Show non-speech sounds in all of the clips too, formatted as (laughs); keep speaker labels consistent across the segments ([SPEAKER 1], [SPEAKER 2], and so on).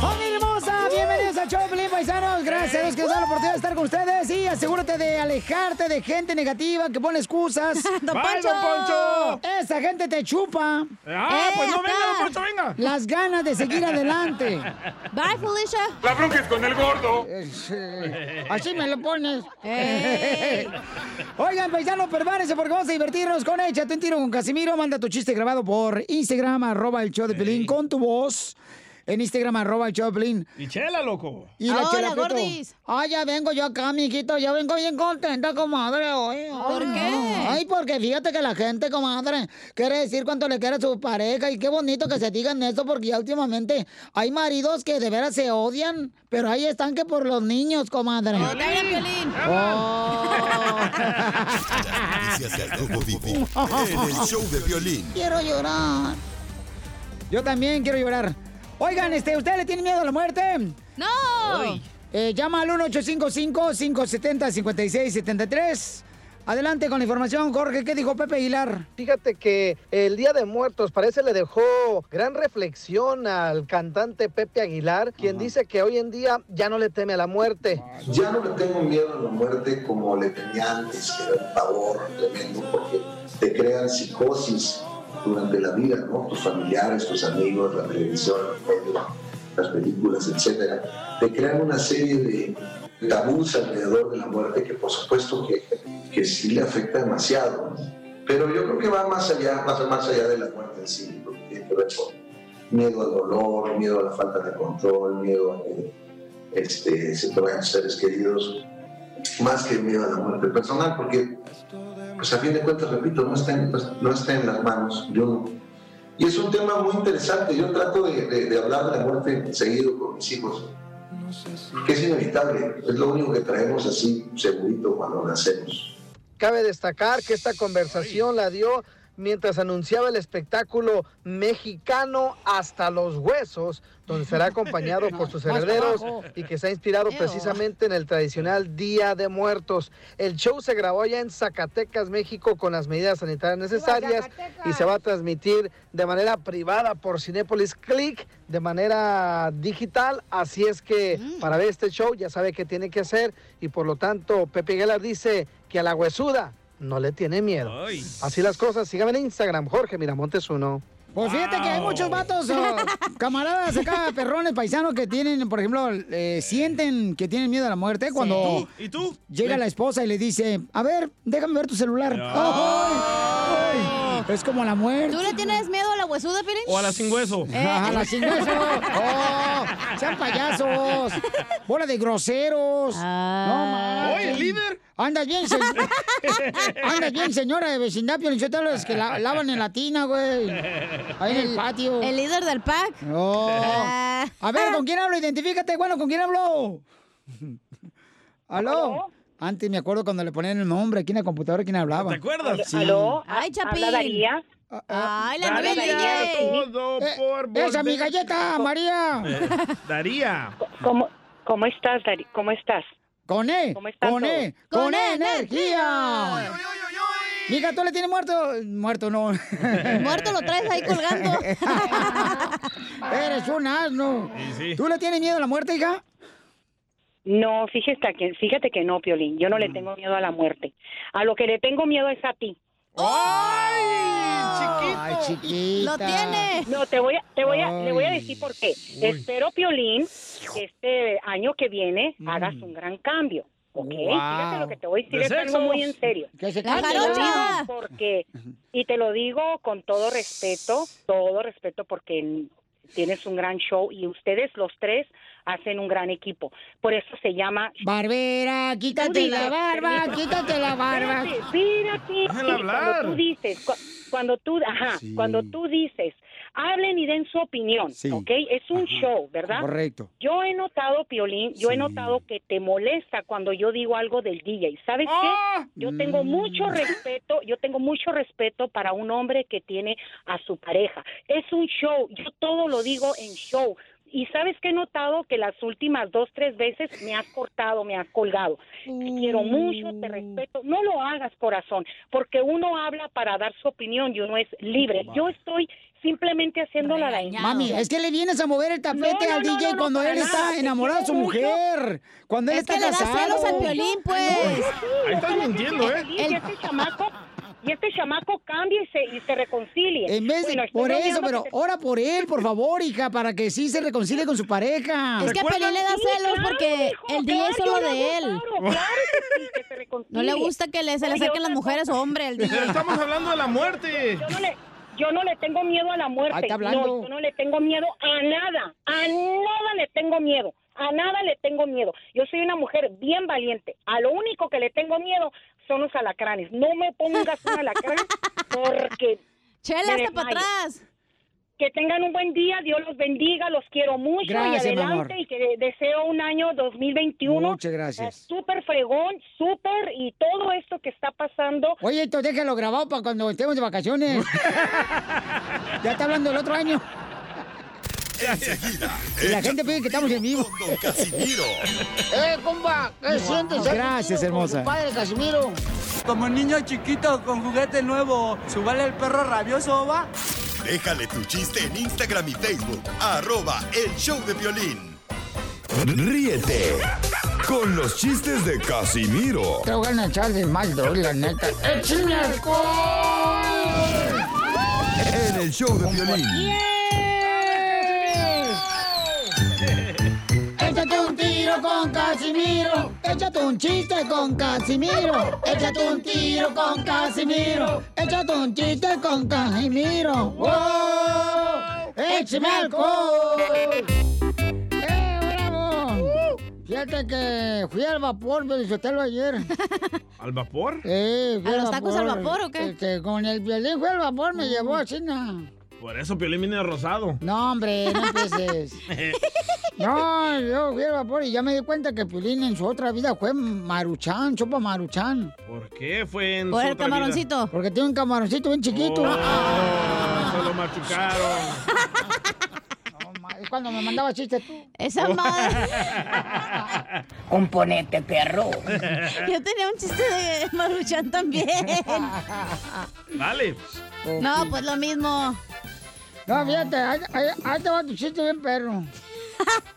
[SPEAKER 1] ¡Familia hermosa! Bienvenidos a Choplin, paisanos. Gracias a Dios que nos da la oportunidad de estar con ustedes. Y asegúrate de alejarte de gente negativa que
[SPEAKER 2] (laughs)
[SPEAKER 1] pone excusas.
[SPEAKER 3] ¡Don ¡Bye, Poncho! don Poncho!
[SPEAKER 1] Esa gente te chupa.
[SPEAKER 3] Ah, pues no venga,
[SPEAKER 1] acá.
[SPEAKER 3] don Poncho, venga.
[SPEAKER 1] Las ganas de seguir adelante.
[SPEAKER 2] (laughs) Bye, Felicia.
[SPEAKER 3] La bronca es con el gordo.
[SPEAKER 1] Así me lo pones.
[SPEAKER 2] Ey.
[SPEAKER 1] (laughs) Oigan, paisanos, prepárense porque vamos a divertirnos con Échate un tiro con Casimiro. Manda tu chiste grabado por Instagram, arroba el show de Pelín, con tu voz. (laughs) En Instagram, arroba el show de Pelín.
[SPEAKER 3] Y chela, loco.
[SPEAKER 1] Y la Chela Prieto. Ah, ya vengo yo acá, mijito. Ya vengo bien contenta, comadre, hoy. ¿Por qué? Ay, porque fíjate que la gente, comadre, quiere decir cuánto le quiere a su pareja. Y qué bonito que se digan eso, porque ya últimamente hay maridos que de veras se odian, pero ahí están que por los niños, comadre.
[SPEAKER 4] Noticias de Robo Vivo en el show de violín.
[SPEAKER 1] Quiero llorar. Yo también quiero llorar. Oigan, este, ¿usted le tiene miedo a la muerte?
[SPEAKER 2] ¡No!
[SPEAKER 1] Eh, llama al 1-855-570-5673. Adelante con la información, Jorge. ¿Qué dijo Pepe Aguilar?
[SPEAKER 5] Fíjate que el Día de Muertos parece le dejó gran reflexión al cantante Pepe Aguilar, quien dice que hoy en día ya no le teme a la muerte.
[SPEAKER 6] Ya no le tengo miedo a la muerte como le tenía antes, que era un pavor tremendo porque te crean psicosis durante la vida, ¿no? Tus familiares, tus amigos, la televisión, el medio, las películas, etcétera. Te crean una serie de tabús alrededor de la muerte que por supuesto que, que sí le afecta demasiado. ¿no? Pero yo creo que va más allá, más, más allá de la muerte en sí, porque tiene que ver con miedo al dolor, miedo a la falta de control, miedo a que este, se te vayan seres queridos, más que miedo a la muerte personal, porque pues a fin de cuentas, repito, no está en, pues, no está en las manos de uno. Y es un tema muy interesante, yo trato de, de- de hablar de la muerte seguido con mis hijos, que es inevitable, es lo único que traemos así segurito cuando nacemos.
[SPEAKER 5] Cabe destacar que esta conversación la dio mientras anunciaba el espectáculo mexicano hasta los huesos, donde será
[SPEAKER 7] (laughs)
[SPEAKER 5] acompañado por sus
[SPEAKER 7] más para
[SPEAKER 5] herederos
[SPEAKER 7] abajo.
[SPEAKER 5] y que se ha inspirado
[SPEAKER 7] Ew.
[SPEAKER 5] precisamente en el tradicional Día de Muertos. El show se grabó allá en Zacatecas, México, con las medidas sanitarias necesarias y se va a transmitir de manera privada por Cinépolis Click, de manera digital. Así es que para ver este show ya sabe qué tiene que hacer y por lo tanto Pepe Aguilar dice que a la huesuda no le tiene miedo. Así las cosas, síganme en Instagram, Jorge Miramontes uno.
[SPEAKER 1] Pues fíjate que hay muchos vatos, (laughs) oh, camaradas acá, perrones, paisanos que tienen, por ejemplo, eh, sienten que tienen miedo a la muerte cuando
[SPEAKER 3] ¿Y tú? ¿Y tú?
[SPEAKER 1] llega la esposa y le dice, a ver, déjame ver tu celular. Ay, ay, es como la muerte.
[SPEAKER 2] ¿Tú le tienes miedo a la huesuda, Eh, Pirin?
[SPEAKER 1] O a la sin hueso. A la sin hueso. (laughs) Oh, sean payasos. Bola de groseros. No
[SPEAKER 3] Oye,
[SPEAKER 1] manches.
[SPEAKER 3] líder.
[SPEAKER 1] Andas bien, se- Andas bien, señora de vecindad, Piolinchotelo, es que la- lavan en la tina, güey. Ahí en el patio.
[SPEAKER 2] El líder del pack.
[SPEAKER 1] Oh.
[SPEAKER 2] Ah.
[SPEAKER 1] A ver, ¿con quién hablo? Identifícate, bueno, ¿con quién hablo? ¿Aló? Antes me acuerdo cuando le ponían el nombre aquí en la computadora quién hablaba. ¿Te
[SPEAKER 3] acuerdas?
[SPEAKER 2] ¿Aló? Ay, Chapín. Ah,
[SPEAKER 8] ¿Habla Daría?
[SPEAKER 2] Ay, la novia
[SPEAKER 8] Daría,
[SPEAKER 2] de
[SPEAKER 3] todo
[SPEAKER 2] por
[SPEAKER 1] Eh, ¡Esa mi galleta, (laughs) María!
[SPEAKER 3] Daría.
[SPEAKER 8] ¿Cómo, cómo estás, Dari? ¿Cómo estás?
[SPEAKER 1] ¡Con E!
[SPEAKER 8] ¿Cómo estás
[SPEAKER 1] ¡Con E!
[SPEAKER 8] todos?
[SPEAKER 1] ¡Con E energía! Mija, ¿tú le tienes muerto? Muerto no.
[SPEAKER 2] (laughs) Muerto lo traes ahí colgando.
[SPEAKER 1] (laughs) Eres un asno. ¿Tú le tienes miedo a la muerte, hija?
[SPEAKER 8] No,
[SPEAKER 1] Mm.
[SPEAKER 8] fíjate que, fíjate que no, Piolín. Yo no le tengo miedo a la muerte. A lo que le tengo miedo es a ti.
[SPEAKER 3] ¡Ay,
[SPEAKER 1] chiquito! chiquita!
[SPEAKER 8] ¡Lo tiene! No, te voy a, te voy a, le voy a
[SPEAKER 1] Ay.
[SPEAKER 8] decir por qué.
[SPEAKER 1] Uy.
[SPEAKER 8] Espero, Piolín, que este año que viene hagas un gran cambio. ¿Ok? Fíjate lo que te voy a decir,
[SPEAKER 1] Mm. De
[SPEAKER 8] es algo muy
[SPEAKER 1] sexos.
[SPEAKER 8] en serio.
[SPEAKER 1] Que se
[SPEAKER 8] Y te lo
[SPEAKER 1] cambie.
[SPEAKER 8] digo Porque, y te lo digo con todo respeto, todo respeto, porque tienes un gran show y ustedes los tres hacen un gran equipo. Por eso se llama...
[SPEAKER 1] Barbera, quítate la barba, quítate la barba.
[SPEAKER 8] Espérate,
[SPEAKER 1] Déjala hablar.
[SPEAKER 8] Cuando tú dices, cu- cuando tú, ajá, cuando tú dices, hablen y den su opinión,
[SPEAKER 7] Sí.
[SPEAKER 8] ¿ok? Es un show, ¿verdad?
[SPEAKER 7] Correcto.
[SPEAKER 8] Yo he notado, Piolín, yo he notado que te molesta cuando yo digo algo del DJ. ¿Sabes qué? Yo tengo mucho respeto, yo tengo mucho respeto para un hombre que tiene a su pareja. Es un show, yo todo lo digo en show. Y sabes que he notado que las últimas dos, tres veces me has cortado, me has colgado. Te quiero mucho,
[SPEAKER 1] Mm.
[SPEAKER 8] te respeto. No lo hagas, corazón, porque uno habla para dar su opinión y uno es libre. Yo estoy simplemente haciendo la dañada.
[SPEAKER 1] Mami, es que le vienes a mover el tapete
[SPEAKER 8] No, no,
[SPEAKER 1] al
[SPEAKER 8] no,
[SPEAKER 1] DJ
[SPEAKER 8] no, no,
[SPEAKER 1] cuando
[SPEAKER 8] para
[SPEAKER 1] él
[SPEAKER 8] nada,
[SPEAKER 1] está
[SPEAKER 8] te
[SPEAKER 1] enamorado de su
[SPEAKER 8] quiero mucho.
[SPEAKER 1] mujer. Cuando él
[SPEAKER 8] Es
[SPEAKER 1] está
[SPEAKER 8] que le da
[SPEAKER 1] casado.
[SPEAKER 8] celos al violín, pues. Ay,
[SPEAKER 3] Ahí estás mintiendo, ¿eh?
[SPEAKER 8] Y este chamaco, y este chamaco cambie y se, y se reconcilie.
[SPEAKER 1] En vez de,
[SPEAKER 8] Bueno, pues, estoy
[SPEAKER 1] por eso,
[SPEAKER 8] bromeando
[SPEAKER 1] pero
[SPEAKER 8] porque-
[SPEAKER 1] ora por él, por favor, hija, para que sí se reconcilie con su pareja.
[SPEAKER 2] Es que a Pelín le da celos porque el DJ es
[SPEAKER 1] claro,
[SPEAKER 2] solo
[SPEAKER 1] yo
[SPEAKER 2] de
[SPEAKER 1] le
[SPEAKER 2] él. No
[SPEAKER 1] (laughs)
[SPEAKER 8] reconcilie.
[SPEAKER 2] le gusta que le, se le
[SPEAKER 8] Oye,
[SPEAKER 2] acerquen las
[SPEAKER 8] otra
[SPEAKER 2] mujeres o hombre el
[SPEAKER 3] (laughs)
[SPEAKER 2] DJ.
[SPEAKER 3] Estamos hablando de la muerte.
[SPEAKER 8] Yo no le, yo no le tengo miedo a la
[SPEAKER 3] Ahí
[SPEAKER 8] muerte.
[SPEAKER 3] está hablando.
[SPEAKER 8] no, yo no le tengo miedo a nada. A nada le tengo miedo. A nada le tengo miedo. Yo soy una mujer bien valiente. A lo único que le tengo miedo son los alacranes. No me pongas
[SPEAKER 2] (laughs)
[SPEAKER 8] un alacrán porque.
[SPEAKER 2] Chela,
[SPEAKER 8] me
[SPEAKER 2] hasta pa'
[SPEAKER 8] desmayo.
[SPEAKER 2] atrás.
[SPEAKER 8] Que tengan un buen día, Dios los bendiga, los quiero mucho
[SPEAKER 1] Gracias,
[SPEAKER 8] y
[SPEAKER 1] mi
[SPEAKER 8] adelante
[SPEAKER 1] amor.
[SPEAKER 8] y que deseo un año 2021
[SPEAKER 1] Muchas gracias.
[SPEAKER 8] eh, súper fregón, súper y todo esto que está pasando
[SPEAKER 1] Oye, esto déjalo grabado para cuando estemos de (laughs) vacaciones. ya está hablando el otro año.
[SPEAKER 4] Enseguida,
[SPEAKER 1] Y la gente pide que estamos en vivo.
[SPEAKER 4] con Casimiro.
[SPEAKER 1] ¡Eh, compa! ¿Qué sientes? Gracias, hermosa. Padre Casimiro.
[SPEAKER 9] Como niño chiquito con juguete nuevo, subale el perro rabioso, va.
[SPEAKER 4] Déjale tu chiste en Instagram y Facebook. Arroba el show de violín.
[SPEAKER 10] Ríete con los chistes de Casimiro
[SPEAKER 1] Tengo ganas de echarle más droga, la neta.
[SPEAKER 10] ¡Échame
[SPEAKER 1] (laughs)
[SPEAKER 10] en el show de violín.
[SPEAKER 1] Échate un tiro con Casimiro. Échate un chiste con Casimiro. Échate un tiro con Casimiro. Échate un chiste con Casimiro. ¡Wow! ¡Échame alcohol! ¡Eh, bravo! Fíjate que fui al vapor, Felicitelo ayer. (laughs)
[SPEAKER 3] ¿Al vapor?
[SPEAKER 1] Eh, fui
[SPEAKER 3] ¿A los tacos al vapor o qué? Mm.
[SPEAKER 1] Este, con el violín fue al vapor, me llevó a China.
[SPEAKER 3] Por eso Piolín viene rosado.
[SPEAKER 1] No, hombre, no
[SPEAKER 3] (laughs)
[SPEAKER 1] pues, empieces. No, yo fui al vapor y ya me di cuenta que Piolín en su otra vida fue Maruchan, chopa Maruchan.
[SPEAKER 3] ¿Por qué fue en su otra vida?
[SPEAKER 1] Porque tiene un camaroncito bien chiquito.
[SPEAKER 3] Oh, se lo machucaron.
[SPEAKER 1] Es Cuando me mandaba chistes tú. Oh.
[SPEAKER 2] Esa madre.
[SPEAKER 1] Componete, perro.
[SPEAKER 2] Yo tenía un chiste de Maruchan
[SPEAKER 1] (laughs)
[SPEAKER 2] también.
[SPEAKER 3] Dale.
[SPEAKER 1] Oh,
[SPEAKER 2] No, pues lo mismo.
[SPEAKER 1] No, fíjate, ahí, ahí- ahí te va tu chiste bien, perro.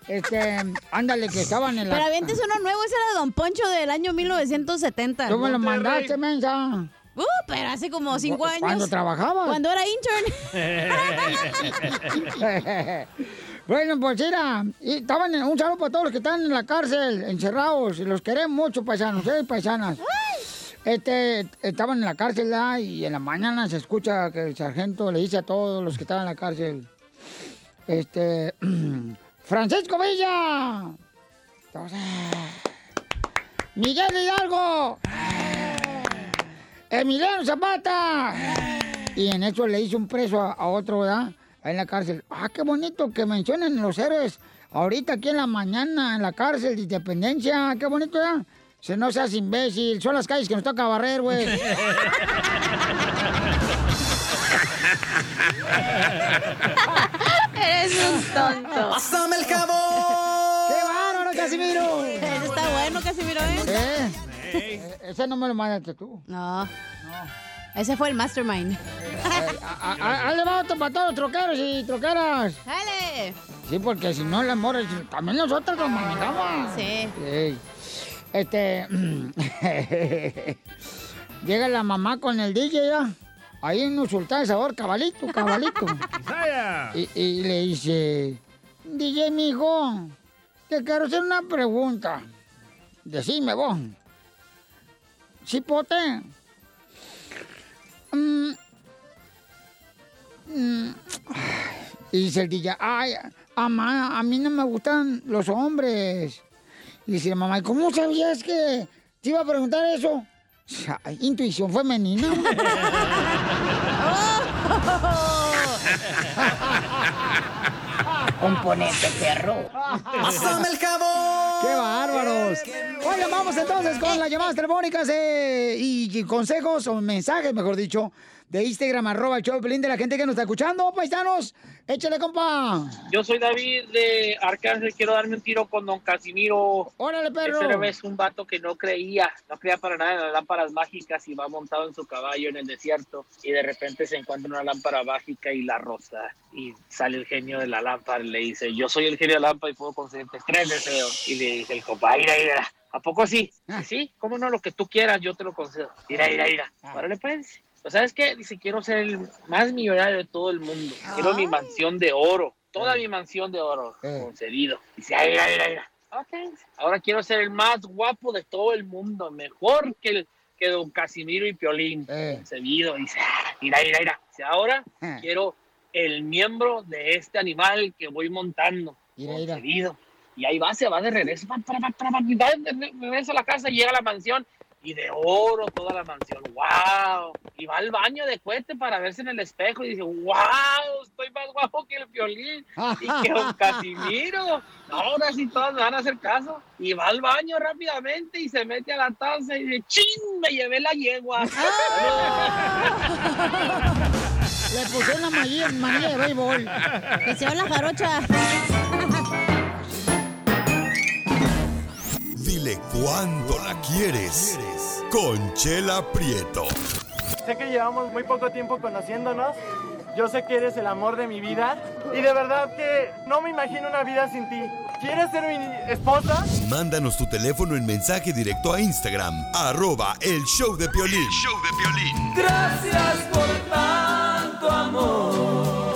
[SPEAKER 1] Este, ándale, que estaban en la...
[SPEAKER 2] Pero avientes uno nuevo, ese era Don Poncho del año 1970.
[SPEAKER 1] Tú me lo mandaste, mensa.
[SPEAKER 2] Uh, pero hace como cinco años.
[SPEAKER 1] ¿Cuándo trabajabas?
[SPEAKER 2] Cuando era
[SPEAKER 1] (laughs)
[SPEAKER 2] intern.
[SPEAKER 1] (laughs) bueno, pues mira, y estaban en- un saludo para todos los que están en la cárcel, encerrados, y los queremos mucho, paisanos, ¿eh? Paisanas. Este, estaban en la cárcel ¿verdad? y en la mañana se escucha que el sargento le dice a todos los que estaban en la cárcel, este, (clears throat) Francisco Villa, Todos, "Ah". Miguel Hidalgo, Emiliano Zapata. Y en eso le hizo un preso a, a otro, ¿verdad? Ahí en la cárcel. Ah, qué bonito que mencionen los héroes. Ahorita aquí en la mañana, en la cárcel de Independencia. Qué bonito, ¿verdad? Si no seas imbécil, son las calles que nos toca
[SPEAKER 11] (laughs)
[SPEAKER 1] barrer, güey.
[SPEAKER 2] Eres un tonto.
[SPEAKER 1] ¡Pásame el jabón! ¡Qué bárbaro, Casimiro!
[SPEAKER 2] Ese está bueno, Casimiro, ¿eh?
[SPEAKER 1] ¿Eh? E- Ese no me lo mandaste tú. Eh,
[SPEAKER 2] No. Ese fue el mastermind.
[SPEAKER 1] A- a- Ahí le va otro para todos los troqueros y troqueras.
[SPEAKER 2] ¡Dale!
[SPEAKER 1] Sí, porque si no, las morras, también nosotros los mandamos.
[SPEAKER 2] Sí.
[SPEAKER 1] Ey. Este. Llega la mamá con el DJ ya. Ahí en un sultán de sabor, cabalito, cabalito. y, y le dice, DJ, mijo, te quiero hacer una pregunta. Decime vos. Cipote. Mm. Mm. Y dice el DJ, ay, mamá, a mí no me gustan los hombres. Y dice la mamá, ¿y cómo sabías que te iba a preguntar eso? (laughs) Ay, Intuición femenina. Componente perro.
[SPEAKER 11] ¡Pásame el jabón!
[SPEAKER 1] ¡Qué bárbaros! Oigan, vamos entonces con las llamadas telefónicas eh, y, y consejos o mensajes, mejor dicho, de Instagram, arroba el show de Pelín, de la gente que nos está escuchando, paisanos. Échale, compa.
[SPEAKER 12] Yo soy David de Arcángel, quiero darme un tiro con Don Casimiro.
[SPEAKER 1] Órale, perro.
[SPEAKER 12] Ese era es un vato que no creía, no creía para nada en las lámparas mágicas y va montado en su caballo en el desierto y de repente se encuentra una lámpara mágica y la rosa y sale el genio de la lámpara y le dice, yo soy el genio de la lámpara y puedo conseguirte tres deseos. Y le dice el compa, "Ah, mira, mira, ¿a poco sí? Sí, ¿cómo no? Lo que tú quieras, yo te lo concedo. Mira, mira, mira. Órale, pues. Pues, ¿sabes qué? Dice, quiero ser el más millonario de todo el mundo. Quiero mi mansión de oro. Toda mi mansión de oro. Concedido. Dice, ay, mira, mira, mira. Ok. Ahora quiero ser el más guapo de todo el mundo. Mejor que, el, que Don Casimiro y Piolín. Concebido. Dice, ah, mira, mira, mira. Dice, ahora
[SPEAKER 1] Eh.
[SPEAKER 12] quiero el miembro de este animal que voy montando. Concedido. Y ahí va, se va de regreso. pa, pa, pa, pa, pa, y va de re- regreso a la casa, llega a la mansión y de oro toda la mansión. ¡Wow! Y va al baño de cohete para verse en el espejo y dice, ¡Wow! Estoy más guapo que el violín y que don Casimiro. Ahora sí todas me van a hacer caso. Y va al baño rápidamente y se mete a la taza y dice, ¡Chin! Me llevé la yegua. (laughs)
[SPEAKER 1] Le puse una manilla, manilla de béisbol.
[SPEAKER 2] Que se va la jarocha.
[SPEAKER 10] Dile cuándo la quieres. Conchela Prieto.
[SPEAKER 13] Sé que llevamos muy poco tiempo conociéndonos. Yo sé que eres el amor de mi vida. Y de verdad que no me imagino una vida sin ti. ¿Quieres ser mi esposa?
[SPEAKER 10] Mándanos tu teléfono en mensaje directo a Instagram, arroba el show de Piolín.
[SPEAKER 11] (laughs) Gracias por tanto amor.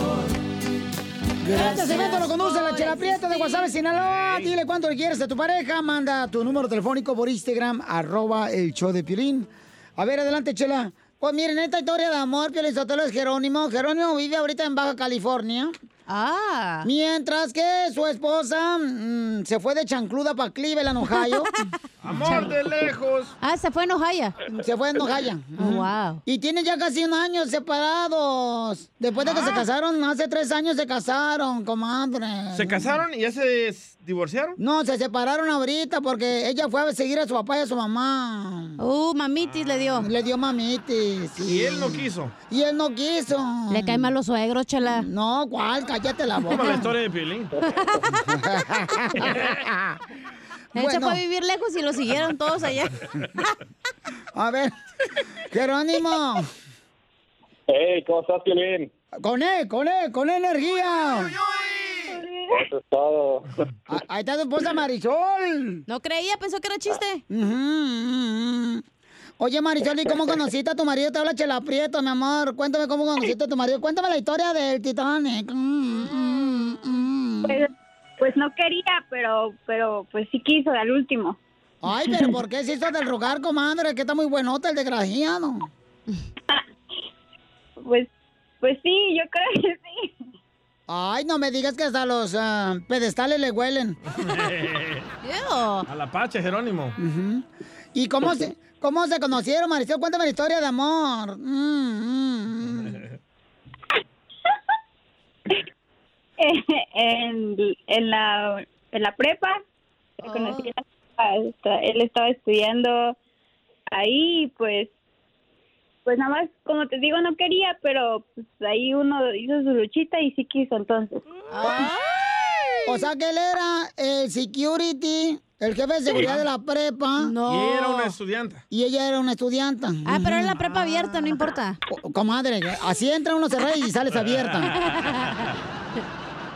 [SPEAKER 1] Este segmento lo conduce la Chela Prieta de WhatsApp Sinaloa. Dile cuánto le quieres a tu pareja. Manda tu número telefónico por Instagram, arroba el show de Piolín. A ver, adelante, Chela. Pues miren, esta historia de amor, Piolín Sotelo es Jerónimo. Jerónimo vive ahorita en Baja California. Ah. Mientras que su esposa mm, se fue de chancluda para
[SPEAKER 11] (laughs)
[SPEAKER 1] Cleveland, Ohio.
[SPEAKER 3] Amor de lejos.
[SPEAKER 1] Ah, se fue en Ohio. Se fue en (laughs) Ohio. wow. Y tienen ya casi un año separados. Después de que se casaron, hace tres años se casaron, comadre.
[SPEAKER 3] ¿Se casaron y ya se s- divorciaron?
[SPEAKER 1] No, se separaron ahorita porque ella fue a seguir a su papá y a su mamá. Uh, mamitis le dio. Le dio mamitis. sí.
[SPEAKER 3] Y él no quiso.
[SPEAKER 1] Y él no quiso. Le caen mal los suegros, chela. No, cuál, cállate la
[SPEAKER 3] Como la
[SPEAKER 1] boca.
[SPEAKER 3] historia
[SPEAKER 1] (laughs)
[SPEAKER 3] de Pilín.
[SPEAKER 2] (laughs) Él se
[SPEAKER 1] Bueno.
[SPEAKER 2] fue a vivir lejos y lo siguieron todos allá.
[SPEAKER 1] A ver, Jerónimo.
[SPEAKER 14] Hey, ¿cómo estás, Piolín?
[SPEAKER 1] Con él, con él, con energía.
[SPEAKER 14] Eso es todo.
[SPEAKER 1] A- Ah, Ahí está tu esposa Marisol.
[SPEAKER 2] No creía, pensó que era chiste.
[SPEAKER 1] Ujú, ujú. Oye, Marisol, ¿y cómo conociste a tu marido? Te habla Chela Prieto, mi amor. Cuéntame cómo conociste a tu marido. Cuéntame la historia del Titanic. Mm,
[SPEAKER 8] Pues, pues no quería, pero, pero pues sí quiso al último.
[SPEAKER 1] Ay, pero ¿por qué se hizo del rogar, comadre? Que está muy buenota el desgraciado.
[SPEAKER 8] (laughs) Pues, pues sí, yo creo que sí.
[SPEAKER 1] Ay, no me digas que hasta los ah, pedestales le huelen.
[SPEAKER 3] A la pacha, Jerónimo.
[SPEAKER 1] ¿Y cómo
[SPEAKER 3] Pues
[SPEAKER 1] se, cómo se conocieron, Marisol? Cuéntame la historia de amor. Mm, mm, mm.
[SPEAKER 8] (laughs) en, en la, en la prepa.
[SPEAKER 1] Ah.
[SPEAKER 8] lo conocí en la prepa, esta- Él estaba estudiando ahí, pues, pues nada más, como te digo, no quería, pero pues, ahí uno hizo su luchita y sí quiso entonces.
[SPEAKER 1] O sea que él era el security, el jefe de seguridad de la prepa.
[SPEAKER 3] Y era
[SPEAKER 1] Oh.
[SPEAKER 3] una estudiante.
[SPEAKER 1] Y ella era una estudianta. Ah, pero es la prepa abierta, no importa. comadre, así entra uno cerrado y
[SPEAKER 3] (laughs)
[SPEAKER 1] sales abierta.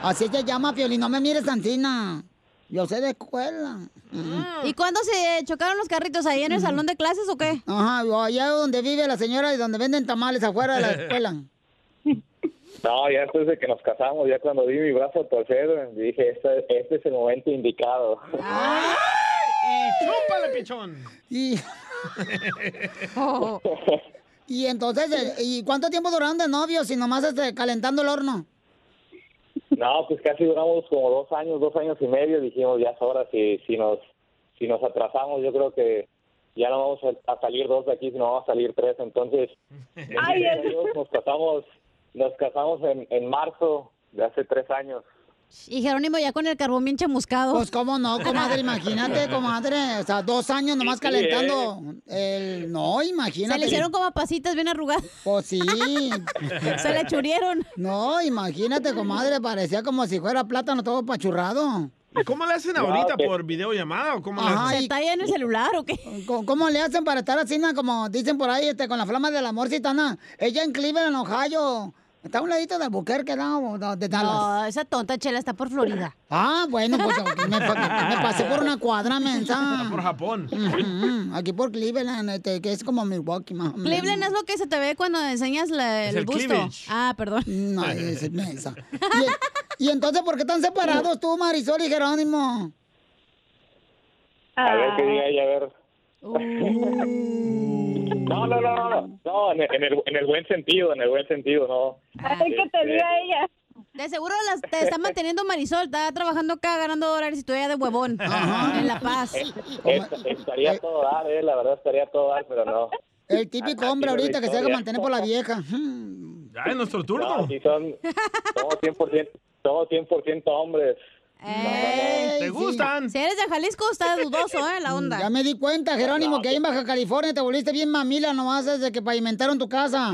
[SPEAKER 1] Así te llama, Piolín, no me mires tantina. Yo sé de escuela.
[SPEAKER 2] ¿Y cuándo se chocaron los carritos? ¿Ahí en el salón de clases o qué?
[SPEAKER 1] Ajá, o allá donde vive la señora y donde venden tamales afuera de la escuela.
[SPEAKER 15] No, ya después de que nos casamos, ya cuando vi mi brazo torcer, dije, este, este es el momento indicado. (laughs)
[SPEAKER 3] Y chúpale, pichón.
[SPEAKER 1] Y,
[SPEAKER 2] Oh.
[SPEAKER 1] (laughs) y entonces, eh, ¿y cuánto tiempo duraron de novios y nomás este, calentando el horno?
[SPEAKER 15] No, pues casi duramos como dos años, dos años y medio. Dijimos, ya es hora, si, si, nos, si nos atrasamos, yo creo que ya no vamos a, a salir dos de aquí, sino vamos a salir tres. Entonces,
[SPEAKER 11] Ay,
[SPEAKER 15] gracias a Dios, nos casamos, nos casamos en, en marzo de hace tres años.
[SPEAKER 2] Y Jerónimo ya con el carbón bien chamuscado.
[SPEAKER 1] Pues cómo no, comadre, imagínate, comadre. O sea, dos años nomás
[SPEAKER 2] Sí, sí, ¿eh?
[SPEAKER 1] calentando el... No, imagínate.
[SPEAKER 2] Se le hicieron
[SPEAKER 1] como pasitas bien arrugadas. Pues
[SPEAKER 2] (laughs)
[SPEAKER 1] sí. (laughs)
[SPEAKER 2] Se le
[SPEAKER 1] churieron. No, imagínate, comadre, parecía como si fuera plátano todo pachurrado.
[SPEAKER 3] ¿Y ¿Cómo le hacen ahorita? pues? ¿Por videollamada o cómo le hacen?
[SPEAKER 1] talla en el celular o qué? ¿Cómo, cómo le hacen para estar así, na, como dicen por ahí, este, con la flama del amor citana? Ella en Cleveland, Ohio. Está a un ladito de Albuquerque, ¿no? De Dallas.
[SPEAKER 2] No, esa tonta chela está por Florida.
[SPEAKER 1] Ah, bueno, pues me, pa- me pasé por una cuadra, mensa.
[SPEAKER 3] Por Japón.
[SPEAKER 1] Ujú, Aquí por Cleveland, este, que es como Milwaukee, más o menos.
[SPEAKER 2] Cleveland es lo que se te ve cuando enseñas la-
[SPEAKER 1] Es
[SPEAKER 2] el,
[SPEAKER 1] el
[SPEAKER 2] busto.
[SPEAKER 1] cleavage.
[SPEAKER 2] Ah, perdón.
[SPEAKER 1] (laughs) No, es inmensa. Y, y entonces, ¿por qué están separados tú, Marisol y Jerónimo?
[SPEAKER 15] A ver qué diga ella, a ver. (laughs) No, no, no, no, no, no, en, el- en el, en el buen sentido, en el buen sentido, no. Este,
[SPEAKER 2] ella. De seguro las, te está manteniendo Marisol, está trabajando acá ganando dólares y tú ella de huevón. En La Paz.
[SPEAKER 15] est- Estaría a todo dar, eh, la verdad estaría a todo dar, pero no.
[SPEAKER 1] El típico hombre ahorita que se deja mantener por la vieja. Ujú.
[SPEAKER 15] Ya, es nuestro turno. No, sí son, somos 100%, somos 100% hombres.
[SPEAKER 2] ¿Te gustan? Si eres de Jalisco, está dudoso, ¿eh? La onda.
[SPEAKER 1] Mm, Ya me di cuenta, Jerónimo, que ahí en Baja California te volviste bien mamila nomás desde que pavimentaron tu casa.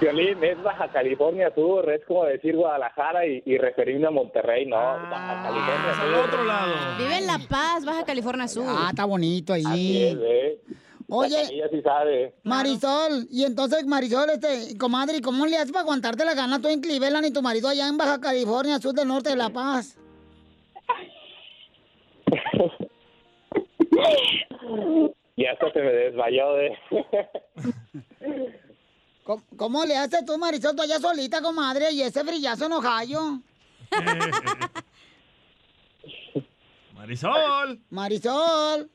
[SPEAKER 15] Violín, es Baja California Sur, es como decir Guadalajara y, y referirme a Monterrey, no,
[SPEAKER 1] Ah.
[SPEAKER 15] Baja California Sur. otro lado.
[SPEAKER 2] Vive en La Paz, Baja California Sur.
[SPEAKER 1] Ah, está bonito
[SPEAKER 15] Así es,
[SPEAKER 1] ahí.
[SPEAKER 15] eh.
[SPEAKER 1] Oye.
[SPEAKER 15] La Canilla sí sabe.
[SPEAKER 1] Marisol, y entonces Marisol, este, comadre, ¿y ¿cómo le haces para aguantarte la gana tú en Cleveland y tu marido allá en Baja California, sur del norte de La Paz?
[SPEAKER 15] Y hasta se me desmayó de... (laughs)
[SPEAKER 1] ¿Cómo, cómo le haces tú, Marisol, tú allá solita, comadre, y ese brillazo en Ohio?
[SPEAKER 3] (laughs) Marisol.
[SPEAKER 1] Marisol.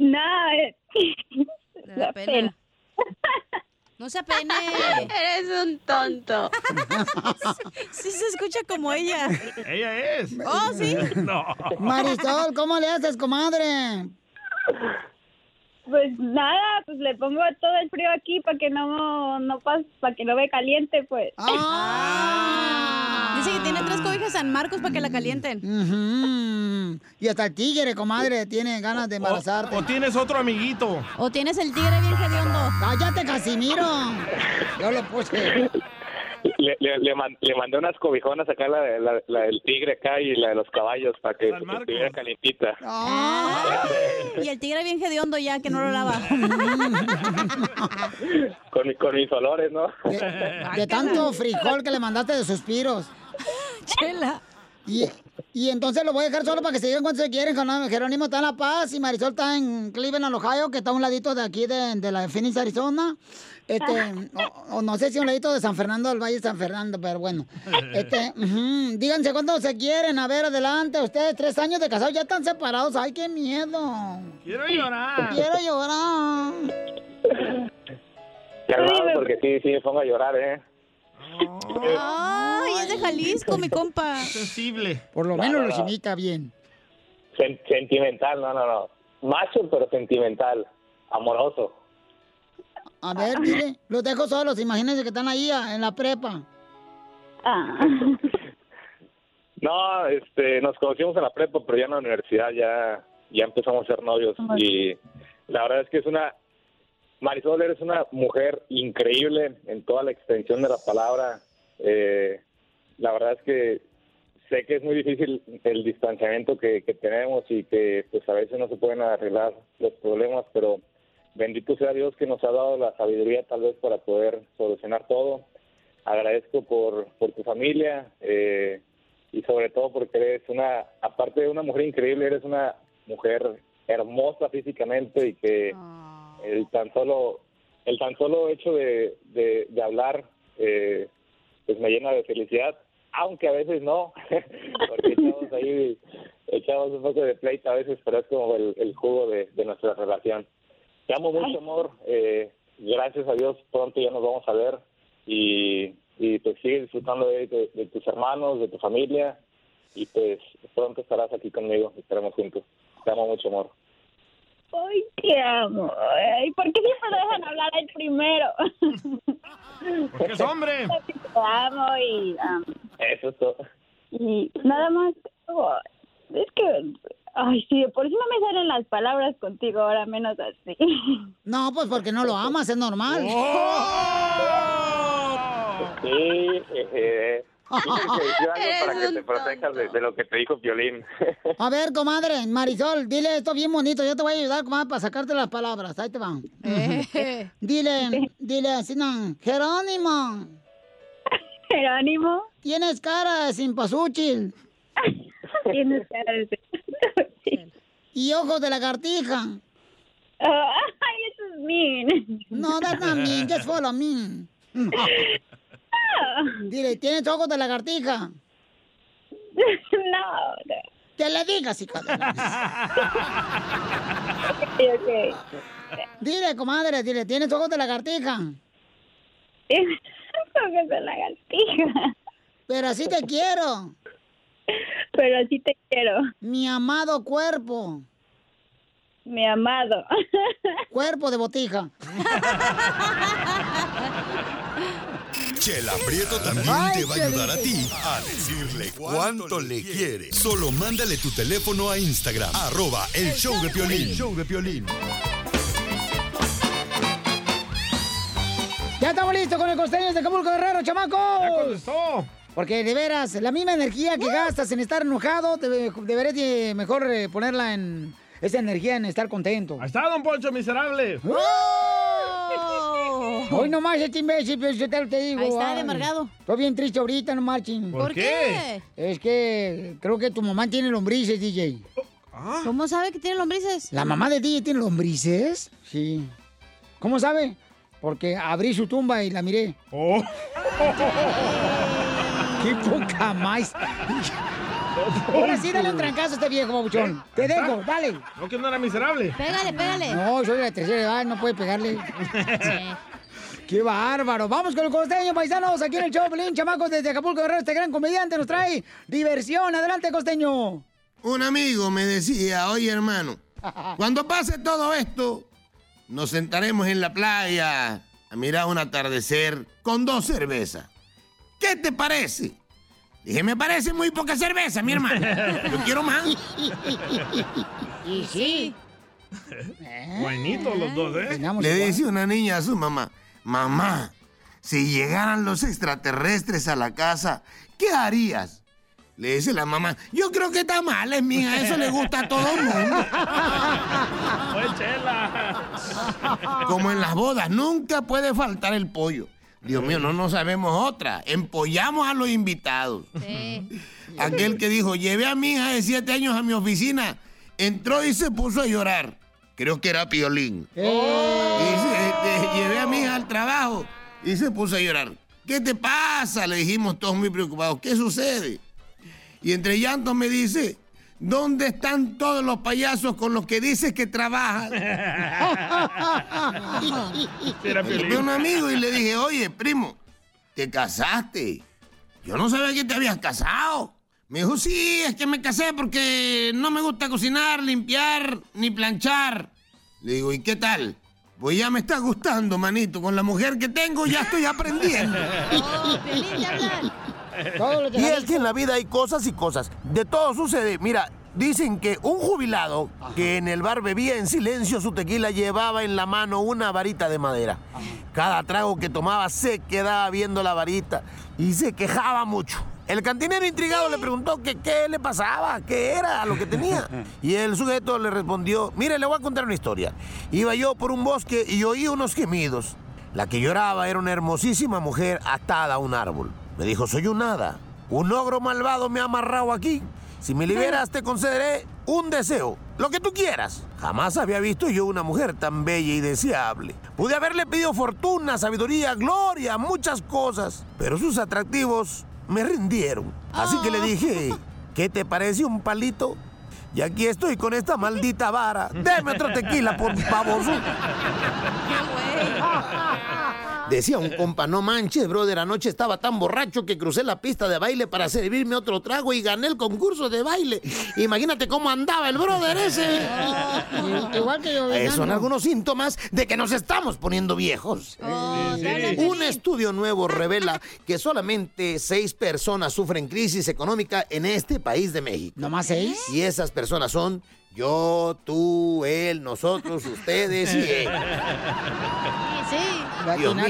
[SPEAKER 16] No, eh,
[SPEAKER 2] Le da pena. No se apene.
[SPEAKER 16] (laughs) Eres un tonto.
[SPEAKER 2] (laughs) Sí se escucha como ella.
[SPEAKER 3] Ella es.
[SPEAKER 2] Oh, sí.
[SPEAKER 3] (laughs) No.
[SPEAKER 1] Marisol, ¿cómo le
[SPEAKER 2] (laughs)
[SPEAKER 1] haces, comadre?
[SPEAKER 16] Pues nada, pues le pongo todo el frío aquí para que no, no pas- para que no ve caliente, pues.
[SPEAKER 1] Ah.
[SPEAKER 2] Ah. Dice que tiene tres cobijas San Marcos para que la calienten.
[SPEAKER 1] Y hasta el tigre, comadre, tiene ganas de
[SPEAKER 3] Oh,
[SPEAKER 1] embarazarte.
[SPEAKER 3] O tienes otro amiguito.
[SPEAKER 2] O tienes el tigre bien hediondo.
[SPEAKER 1] ¡Cállate, Casimiro! Yo lo
[SPEAKER 17] Pues, eh.
[SPEAKER 1] puse.
[SPEAKER 15] Le, le, le, man- le mandé unas cobijonas acá, la, de- la, la del tigre acá y la de los caballos, para que estuviera calientita.
[SPEAKER 1] Ah.
[SPEAKER 2] Y el tigre bien hediondo ya, que no lo
[SPEAKER 1] (laughs)
[SPEAKER 2] lava.
[SPEAKER 15] Con, mi- con mis olores, ¿no?
[SPEAKER 1] De tanto frijol que le mandaste de suspiros. Chela. Y, y entonces lo voy a dejar solo para que se digan cuando se quieren. Jerónimo- Jerónimo está en La Paz y Marisol está en Cleveland, Ohio, que está a un ladito de aquí, de, de la Phoenix, Arizona. Este, o, o no sé si un ladito de San Fernando, del Valle de San Fernando, pero bueno. Este, ujú. Díganse cuándo se quieren. A ver, adelante. Ustedes tres años de casados ya están separados. ¡Ay, qué miedo!
[SPEAKER 3] Quiero llorar.
[SPEAKER 1] Quiero llorar.
[SPEAKER 15] Calmado, porque sí, sí, me pongo a llorar, ¿eh?
[SPEAKER 2] Ay, es de Jalisco, mi compa.
[SPEAKER 3] Sensible.
[SPEAKER 1] Por lo
[SPEAKER 15] No,
[SPEAKER 1] menos
[SPEAKER 15] no,
[SPEAKER 1] lo
[SPEAKER 15] no.
[SPEAKER 1] chimita bien.
[SPEAKER 15] Sen- sentimental, no, no, no. Macho, pero sentimental. Amoroso.
[SPEAKER 1] A ver, mire, los dejo solos, imagínense que están ahí ah, en la prepa.
[SPEAKER 15] No, este, nos conocimos en la prepa, pero ya en la universidad ya, ya empezamos a ser novios. Y la verdad es que es una... Marisol, eres una mujer increíble en toda la extensión de la palabra. Eh, la verdad es que sé que es muy difícil el distanciamiento que, que tenemos y que pues a veces no se pueden arreglar los problemas, pero bendito sea Dios que nos ha dado la sabiduría tal vez para poder solucionar todo. Agradezco por, por tu familia, eh, y sobre todo porque eres una, aparte de una mujer increíble, eres una mujer hermosa físicamente y que el tan solo el tan solo hecho de, de, de hablar eh, pues me llena de felicidad, aunque a veces no, (laughs) porque estamos ahí echamos un poco de pleito a veces, pero es como el, el jugo de, de nuestra relación. Te amo mucho, amor. eh, gracias a Dios, pronto ya nos vamos a ver. Y, y pues sigue disfrutando de, de- de tus hermanos, de tu familia. Y pues pronto estarás aquí conmigo. Estaremos juntos. Te amo mucho, amor.
[SPEAKER 16] Ay, te amo. Ay, ¿por qué siempre lo dejan hablar al primero?
[SPEAKER 15] Porque
[SPEAKER 16] (laughs)
[SPEAKER 15] es hombre.
[SPEAKER 16] Te amo y, am,
[SPEAKER 15] Eso es todo.
[SPEAKER 16] y nada más. oh, es que, ay, sí, de por eso no me salen las palabras contigo, ahora menos así.
[SPEAKER 1] No, pues porque no lo amas, es normal. Oh.
[SPEAKER 8] ¡Oh!
[SPEAKER 15] Sí, eh, eh, tienes que decir algo para que te protejas de, de lo que te dijo Violín.
[SPEAKER 1] A ver, comadre, Marisol, dile esto bien bonito. Yo te voy a ayudar, comadre, para sacarte las palabras. Ahí te van.
[SPEAKER 11] Eh.
[SPEAKER 1] (laughs) Dile, dile así, no. Jerónimo. Jerónimo. Tienes cara de simpasúchil. (laughs) Tienes cara de Y ojos de lagartija. Oh, (laughs) ay, eso es mean. No, that's not mean, just follow (laughs) mean. Dile, ¿tienes ojos de lagartija? (laughs) No, no. Que le digas, hija (laughs) de la- Dile, comadre, dile, ¿tienes ojos de lagartija? Tienes (laughs) ojos de lagartija. Pero así te quiero. Pero así te quiero. Mi amado cuerpo. Mi amado. (laughs) Cuerpo de botija.
[SPEAKER 10] Chela Prieto también te va a ayudar a ti a decirle cuánto le quiere. Solo mándale tu teléfono a Instagram, arroba el show de Piolín. Show de Piolín.
[SPEAKER 1] Ya estamos listos con el costeño de Acapulco Guerrero, chamaco. Ya contestó. Porque de veras, la misma energía que gastas en estar enojado, te- deberías de mejor eh, ponerla en esa energía en estar contento. Ahí está, don Poncho, miserable. (laughs) Hoy no más este imbécil, pero yo te, te digo.
[SPEAKER 2] Ahí está, de
[SPEAKER 1] ay,
[SPEAKER 2] amargado.
[SPEAKER 1] Estoy bien triste ahorita, no marchen.
[SPEAKER 2] ¿Por ¿Por qué?
[SPEAKER 1] Es que creo que tu mamá tiene lombrices, DJ.
[SPEAKER 2] ¿Cómo sabe que tiene lombrices?
[SPEAKER 1] ¿La mamá de DJ tiene lombrices? Sí. ¿Cómo sabe? Porque abrí su tumba y la miré. ¡Oh! ¡Qué poca
[SPEAKER 3] (laughs)
[SPEAKER 1] más! Ahora sí, dale un trancazo a este viejo, babuchón. Te dejo, dale.
[SPEAKER 3] No, que no era miserable.
[SPEAKER 1] Pégale, pégale. No, soy de la tercera edad, no puede
[SPEAKER 3] (laughs)
[SPEAKER 1] pegarle. ¡Qué bárbaro! Vamos con el costeño, paisanos, aquí en el show, Pelín, chamacos, desde Acapulco Guerrero, este gran comediante nos trae diversión. Adelante, costeño.
[SPEAKER 17] Un amigo me decía, oye hermano, cuando pase todo esto, nos sentaremos en la playa a mirar un atardecer con dos cervezas. ¿Qué te parece? Dije, me parece muy poca cerveza, mi hermano. Yo quiero
[SPEAKER 10] (laughs)
[SPEAKER 17] más.
[SPEAKER 1] Y
[SPEAKER 17] (laughs)
[SPEAKER 1] sí.
[SPEAKER 3] Buenitos los dos, ¿eh?
[SPEAKER 17] Le dice una niña a su mamá, mamá, si llegaran los extraterrestres a la casa, ¿qué harías? Le dice la mamá, yo creo que está mal, es mía, eso le gusta a todo
[SPEAKER 11] (laughs)
[SPEAKER 17] el mundo.
[SPEAKER 11] Fue chela.
[SPEAKER 17] Como en las bodas, nunca puede faltar el pollo. Dios mío, no nos sabemos otra. Empollamos a los invitados. (laughs) Aquel que dijo, llevé a mi hija de siete años a mi oficina, entró y se puso a llorar. Creo que era Piolín. Y dice, "Este, llevé a mi hija al trabajo y se puso a llorar. ¿Qué te pasa? Le dijimos todos muy preocupados. ¿Qué sucede? Y entre llantos me dice, ¿dónde están todos los payasos con los que dices que trabajas? Fui a un amigo y le dije, oye, primo, te casaste. Yo no sabía que te habías casado. Me dijo, sí, es que me casé porque no me gusta cocinar, limpiar, ni planchar. Le digo, ¿y qué tal? Pues ya me está gustando, manito. Con la mujer que tengo ya estoy aprendiendo.
[SPEAKER 11] Oh,
[SPEAKER 17] Y es que en la vida hay cosas y cosas. De todo sucede. Mira, dicen que un jubilado que en el bar bebía en silencio su tequila llevaba en la mano una varita de madera. Cada trago que tomaba se quedaba viendo la varita y se quejaba mucho. El cantinero intrigado le preguntó que qué le pasaba, qué era lo
[SPEAKER 18] (laughs)
[SPEAKER 17] que tenía. (laughs) Y el sujeto le respondió, mire, le voy a contar una historia. Iba yo por un bosque y oí unos gemidos. La que lloraba era una hermosísima mujer atada a un árbol. Me dijo, soy un hada. Un ogro malvado me ha amarrado aquí. Si me liberas, te concederé un deseo, lo que tú quieras. Jamás había visto yo una mujer tan bella y deseable. Pude haberle pedido fortuna, sabiduría, gloria, muchas cosas, pero sus atractivos me rindieron. Así que le dije, ¿qué te parece un palito? Y aquí estoy con esta maldita vara. Deme otro tequila, por favor. (laughs) Decía un compa, no manches, brother, anoche estaba tan borracho que crucé la pista de baile para servirme otro trago y gané el concurso de baile. Imagínate cómo andaba el brother ese.
[SPEAKER 1] Igual que yo.
[SPEAKER 17] Eh, son
[SPEAKER 1] vegano.
[SPEAKER 17] algunos síntomas de que nos estamos poniendo viejos.
[SPEAKER 1] sí, sí. sí.
[SPEAKER 17] Un estudio nuevo revela que solamente seis personas sufren crisis económica en este país de México.
[SPEAKER 1] ¿No más seis?
[SPEAKER 17] Y esas personas son yo, tú, él, nosotros, ustedes y él. Dios mío,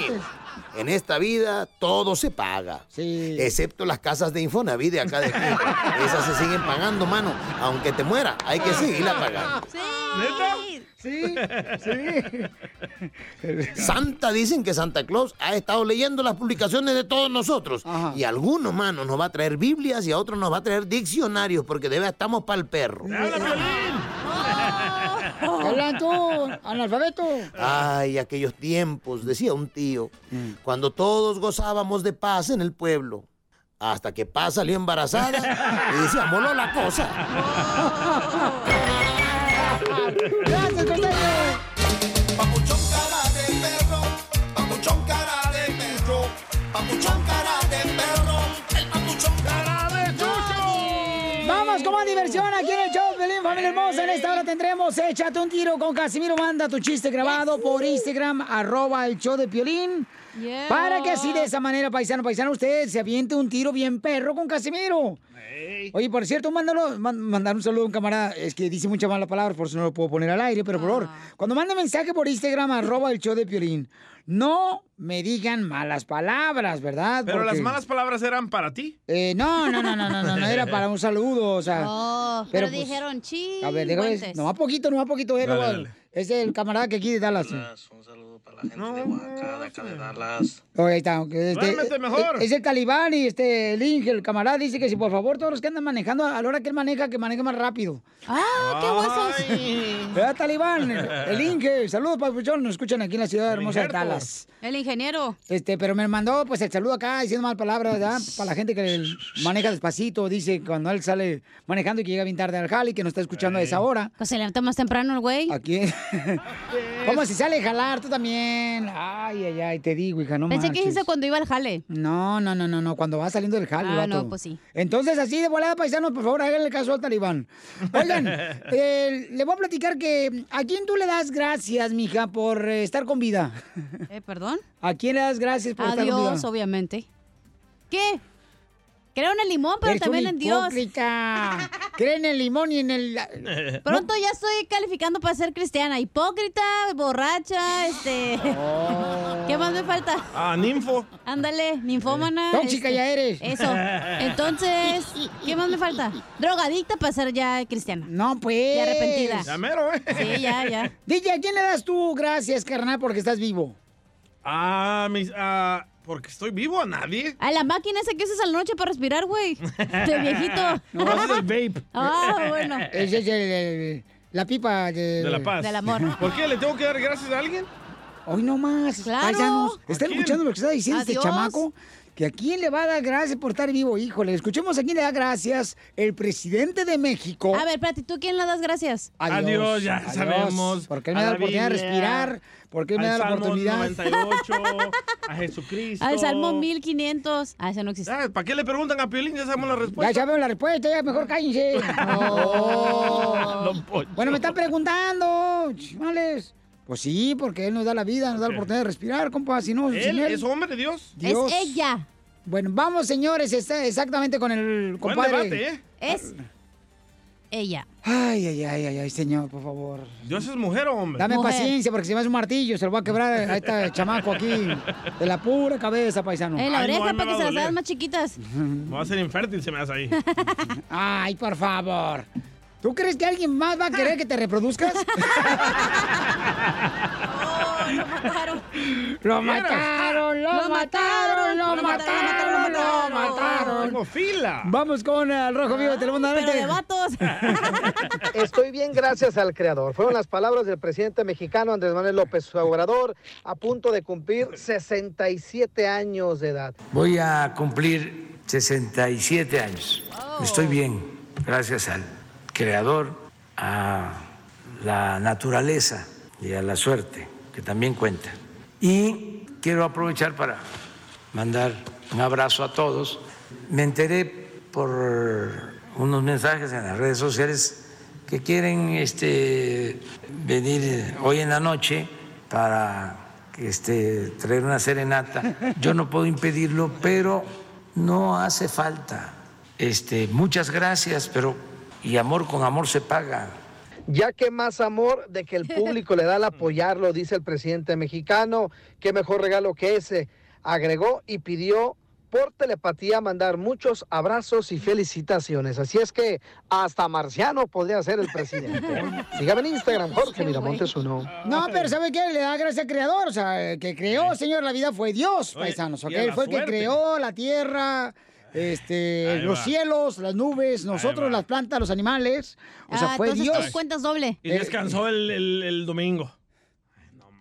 [SPEAKER 17] en esta vida todo se paga. Excepto las casas de Infonavit de acá de aquí. Esas se siguen pagando, mano. Aunque te muera, hay que seguirla pagando.
[SPEAKER 1] Sí,
[SPEAKER 17] Santa dicen que Santa Claus ha estado leyendo las publicaciones de todos nosotros. Y a algunos, mano, nos va a traer Biblias y a otros nos va a traer diccionarios porque de verdad estamos para el perro.
[SPEAKER 1] Hablan tú, analfabeto.
[SPEAKER 17] Ay, aquellos tiempos, decía un tío, cuando todos gozábamos de paz en el pueblo. Hasta que paz salió embarazada y decía, moló la cosa.
[SPEAKER 1] Gracias, costeño.
[SPEAKER 11] Papuchón cara de perro, papuchón cara de perro, el papuchón cara de chucho.
[SPEAKER 1] Vamos con más diversión aquí en el show, Pelín, familia hermosa. En esta hora tendremos Échate un tiro con Casimiro. Manda tu chiste grabado por Instagram, arroba el show de Piolín.
[SPEAKER 11] Yeah.
[SPEAKER 1] Para que así de esa manera, paisano, paisano, usted se aviente un tiro bien perro con Casimiro. Oye, por cierto, mándalo, man- mandar un saludo a un camarada. Es que dice muchas malas palabras, por eso no lo puedo poner al aire, pero por favor, cuando mande mensaje por Instagram, arroba el show de Piolín, no me digan malas palabras, ¿verdad?
[SPEAKER 3] Pero las
[SPEAKER 1] Porque-
[SPEAKER 3] malas palabras eran para ti.
[SPEAKER 1] eh, no, no, no, no, no, no, no era para un saludo, o sea.
[SPEAKER 2] Oh, pero,
[SPEAKER 1] pues,
[SPEAKER 2] dijeron chi.
[SPEAKER 1] A ver, déjame ver. No, a poquito, no, a poquito era.
[SPEAKER 13] Dale,
[SPEAKER 1] igual. Es el camarada que aquí de Dallas.
[SPEAKER 13] Acá de acá de Dallas.
[SPEAKER 1] Oh, ahí está. Este,
[SPEAKER 13] Duérmete mejor.
[SPEAKER 1] eh, Es el talibán y este, el Inge, el camarada, dice que si por favor todos los que andan manejando a la hora que él maneja, que maneje más rápido. ¡Ah,
[SPEAKER 11] qué guasos.
[SPEAKER 13] (laughs)
[SPEAKER 1] ¿Verdad, talibán? El Inge, saludos, papuchón. Nos escuchan aquí en la ciudad hermosa de
[SPEAKER 2] injerto.
[SPEAKER 1] Dallas.
[SPEAKER 2] El ingeniero.
[SPEAKER 1] Este, pero me mandó pues el saludo acá diciendo mal palabras, ¿verdad? Para la gente que el- maneja despacito, dice cuando él sale manejando y que llega bien tarde al jale y que nos está escuchando a esa hora.
[SPEAKER 2] Pues se levanta más temprano el güey.
[SPEAKER 1] Aquí. (laughs) ¿Cómo se sale a jalar tú también? Ay, ay, ay, te digo, hija, no
[SPEAKER 2] Pensé que
[SPEAKER 1] marches.
[SPEAKER 2] dijiste cuando iba al jale.
[SPEAKER 1] No, no, no, no, no, cuando va saliendo del jale.
[SPEAKER 2] Ah,
[SPEAKER 1] vato.
[SPEAKER 2] no, pues sí.
[SPEAKER 1] Entonces, así de volada, paisanos, por favor, háganle caso al talibán.
[SPEAKER 2] (laughs)
[SPEAKER 1] Oigan, eh, le voy a platicar que, ¿a quién tú le das gracias, mija, por eh, estar con vida?
[SPEAKER 2] Eh, perdón.
[SPEAKER 1] ¿A quién le das gracias por
[SPEAKER 2] A
[SPEAKER 1] estar con vida?
[SPEAKER 2] Dios, obviamente. ¿Qué? Creo en el limón, pero
[SPEAKER 1] Eres
[SPEAKER 2] también
[SPEAKER 1] una
[SPEAKER 2] en Dios.
[SPEAKER 1] hipócrita. Cree en el limón y en el...
[SPEAKER 2] Pronto ya estoy calificando para ser cristiana. Hipócrita, borracha, este.
[SPEAKER 1] Oh.
[SPEAKER 2] (laughs) ¿Qué más me falta?
[SPEAKER 3] Ah, ninfo.
[SPEAKER 2] Ándale, ninfómana.
[SPEAKER 1] Eh,
[SPEAKER 2] este,
[SPEAKER 3] Tóxica ya eres.
[SPEAKER 1] (laughs)
[SPEAKER 2] Eso. Entonces, ¿qué más me falta? Drogadicta para ser ya cristiana.
[SPEAKER 1] No, pues.
[SPEAKER 2] Y arrepentida.
[SPEAKER 3] Ya mero, ¿eh?
[SPEAKER 2] Sí, ya,
[SPEAKER 1] (laughs)
[SPEAKER 2] ya.
[SPEAKER 1] DJ, ¿a quién le das tú gracias, carnal, porque estás vivo?
[SPEAKER 3] Ah, mis, ah, porque estoy vivo a nadie.
[SPEAKER 2] A la máquina esa que usas a la noche para respirar, güey. De
[SPEAKER 1] (laughs)
[SPEAKER 2] viejito.
[SPEAKER 3] No, ese es el vape.
[SPEAKER 2] Ah, bueno.
[SPEAKER 1] Ese es el- el- la pipa de...
[SPEAKER 3] De la paz. ¿Por qué? ¿Le tengo que dar gracias a alguien?
[SPEAKER 1] Hoy no más.
[SPEAKER 3] Claro.
[SPEAKER 1] Paisanos, ¿están
[SPEAKER 3] ¿A quién?
[SPEAKER 1] escuchando lo que está diciendo
[SPEAKER 3] A
[SPEAKER 1] este
[SPEAKER 3] Dios.
[SPEAKER 1] chamaco? Que a quién le va a dar gracias por estar vivo, híjole. Escuchemos a quién le da gracias el presidente de México.
[SPEAKER 2] A ver, espérate, ¿tú quién le das gracias?
[SPEAKER 1] Adiós,
[SPEAKER 3] Adiós, ya sabemos.
[SPEAKER 1] Porque él
[SPEAKER 3] A
[SPEAKER 1] me da la
[SPEAKER 3] la
[SPEAKER 1] oportunidad de
[SPEAKER 3] Biblia.
[SPEAKER 1] respirar. Porque él me
[SPEAKER 3] Al
[SPEAKER 1] da la
[SPEAKER 3] Salmo
[SPEAKER 1] oportunidad. (laughs)
[SPEAKER 3] 98, a Jesucristo.
[SPEAKER 2] Al Salmo 1500. Ah, ese no existe.
[SPEAKER 3] ¿Para qué le preguntan a Piolín? Ya sabemos la respuesta.
[SPEAKER 1] Ya
[SPEAKER 3] (laughs)
[SPEAKER 1] sabemos la respuesta, ya mejor cállense. Oh. Bueno, me están preguntando, chivales. Pues sí, porque él nos da la vida, nos da la oportunidad de respirar, compa. Si no, sin
[SPEAKER 3] Él es hombre de Dios.
[SPEAKER 1] Dios.
[SPEAKER 3] Es
[SPEAKER 2] ella.
[SPEAKER 1] Bueno, vamos, señores, está exactamente con el
[SPEAKER 3] Buen
[SPEAKER 1] compadre.
[SPEAKER 3] debate, ¿eh?
[SPEAKER 2] Es ella.
[SPEAKER 1] Ay, ay, ay, ay, ay, señor, por favor.
[SPEAKER 3] (laughs) ¿Dios es mujer o hombre?
[SPEAKER 1] Dame paciencia, porque si me hace un martillo, se lo va a quebrar a este chamaco aquí. De la pura cabeza, paisano.
[SPEAKER 2] En Eh, la
[SPEAKER 3] Ay, no,
[SPEAKER 2] oreja
[SPEAKER 3] ahí me
[SPEAKER 2] para que
[SPEAKER 3] va a
[SPEAKER 2] se las
[SPEAKER 3] doler.
[SPEAKER 2] hagas más chiquitas.
[SPEAKER 3] Me va a ser infértil se me hace ahí.
[SPEAKER 1] Ay, por favor. ¿Tú crees que alguien más va a querer que te
[SPEAKER 3] (laughs)
[SPEAKER 1] reproduzcas?
[SPEAKER 2] Claro.
[SPEAKER 1] ¡Lo mataron! mataron, lo mataron, lo mataron, lo mataron.
[SPEAKER 3] Tengo fila.
[SPEAKER 1] Vamos con el rojo vivo de Telemundo.
[SPEAKER 2] pero de vatos.
[SPEAKER 5] Estoy bien gracias al creador. Fueron las palabras del presidente mexicano Andrés Manuel López Obrador a punto de cumplir 67 años de edad.
[SPEAKER 19] Voy a cumplir 67 años. Estoy bien, gracias al creador, a la naturaleza y a la suerte, que también cuenta. Y quiero aprovechar para mandar un abrazo a todos. Me enteré por unos mensajes en las redes sociales que quieren este, venir hoy en la noche para este, traer una serenata. Yo no puedo impedirlo, pero no hace falta. Este, muchas gracias, pero y amor con amor se paga.
[SPEAKER 5] Ya que más amor de que el público le da al apoyarlo, dice el presidente mexicano, qué mejor regalo que ese. Agregó y pidió por telepatía mandar muchos abrazos y felicitaciones. Así es que hasta Marciano podría ser el presidente. Sígame en Instagram, Jorge Miramontes uno.
[SPEAKER 3] Ah,
[SPEAKER 1] No, pero ¿sabe qué? Le da gracias al creador. O sea, el que creó, señor, la vida fue Dios, paisanos. ¿ok?
[SPEAKER 3] y a la
[SPEAKER 1] Fue el que
[SPEAKER 3] suerte.
[SPEAKER 1] creó la tierra. Este,
[SPEAKER 3] Ahí
[SPEAKER 1] los
[SPEAKER 3] va.
[SPEAKER 1] cielos, las nubes, nosotros, las plantas, los animales. O sea,
[SPEAKER 2] Ah,
[SPEAKER 1] fue
[SPEAKER 2] entonces
[SPEAKER 1] Dios. Eh,
[SPEAKER 2] tú cuentas doble.
[SPEAKER 3] Y descansó el, el- el domingo.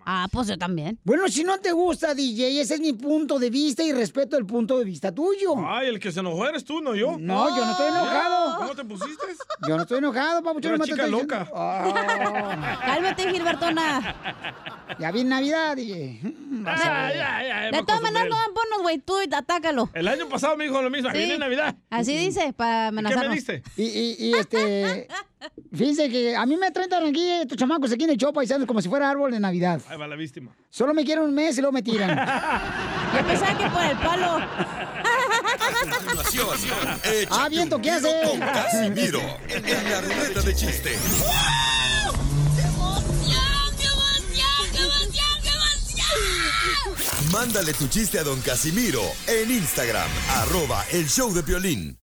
[SPEAKER 1] Ah, pues yo también. Bueno, si no te gusta, DJ, ese es mi punto de vista y respeto el punto de vista tuyo.
[SPEAKER 3] Ay, el que se enojó eres tú, no yo. Ah.
[SPEAKER 1] No, yo no estoy enojado.
[SPEAKER 3] ¿Cómo te pusiste?
[SPEAKER 1] Yo no estoy enojado, papuchón.
[SPEAKER 3] Era
[SPEAKER 1] nomás te
[SPEAKER 3] chica
[SPEAKER 1] estoy
[SPEAKER 3] loca.
[SPEAKER 2] (laughs)
[SPEAKER 1] Ah.
[SPEAKER 2] (laughs) Cálmate, Gilbertona.
[SPEAKER 1] Ya viene Navidad, DJ. Vas a ver.
[SPEAKER 2] De todas maneras, no dan bonos, güey. Tú atácalo.
[SPEAKER 3] El año pasado me dijo lo mismo.
[SPEAKER 2] Sí.
[SPEAKER 3] Aquí viene Navidad.
[SPEAKER 2] Así dice, para amenazarnos.
[SPEAKER 3] diste?
[SPEAKER 1] Y, y, y, este. Fíjense que a mí me tratan aquí estos chamacos aquí en el show paisanos como si fuera árbol de Navidad.
[SPEAKER 3] Ahí va la víctima.
[SPEAKER 1] Solo me quieren un mes y luego me tiran.
[SPEAKER 2] Yo pensaba que por el palo.
[SPEAKER 10] Continuación, échate
[SPEAKER 1] ah, viento, ¿qué hace?
[SPEAKER 10] un tiro con Casimiro en la ruleta de chiste.
[SPEAKER 4] Mándale tu chiste a don Casimiro en Instagram, arroba el show de Piolín.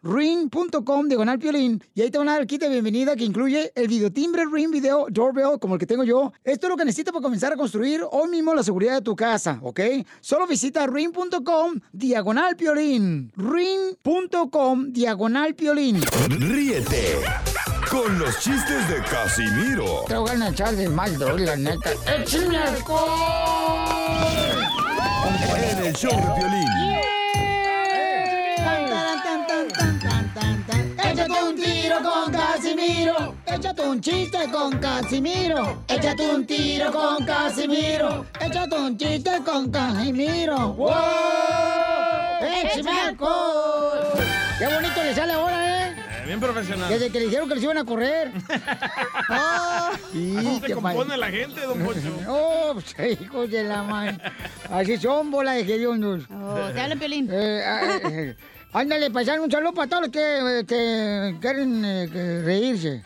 [SPEAKER 1] ring.com diagonal piolín y ahí te van a dar el kit de bienvenida que incluye el videotimbre ring video doorbell como el que tengo yo esto es lo que necesitas para comenzar a construir hoy mismo la seguridad de tu casa ok solo visita ring.com diagonal piolín ring.com diagonal piolín
[SPEAKER 4] Ríete con los chistes de Casimiro
[SPEAKER 1] te voy a echar de mal doy, la neta ¡Échame alcohol!
[SPEAKER 4] en el show de Piolín.
[SPEAKER 1] Échate un tiro con Casimiro. Échate un chiste con Casimiro. Échate un tiro con Casimiro. Échate un chiste con Casimiro. ¡Wow! ¡Échame alcohol! ¡Qué bonito le sale ahora, eh!
[SPEAKER 3] Bien profesional.
[SPEAKER 1] Desde que le dijeron que les iban a correr. ¡Oh!
[SPEAKER 3] Así
[SPEAKER 1] Sí,
[SPEAKER 3] se
[SPEAKER 1] qué mal.
[SPEAKER 3] compone la gente, don Poncho.
[SPEAKER 1] ¡Oh, pues, hijos de la man! Así son bola de gediondos.
[SPEAKER 2] Oh, te habla Piolín.
[SPEAKER 1] (laughs) Eh, ah, eh, (laughs) ándale, paisano, un saludo para todos los que, eh, que quieren eh, que reírse.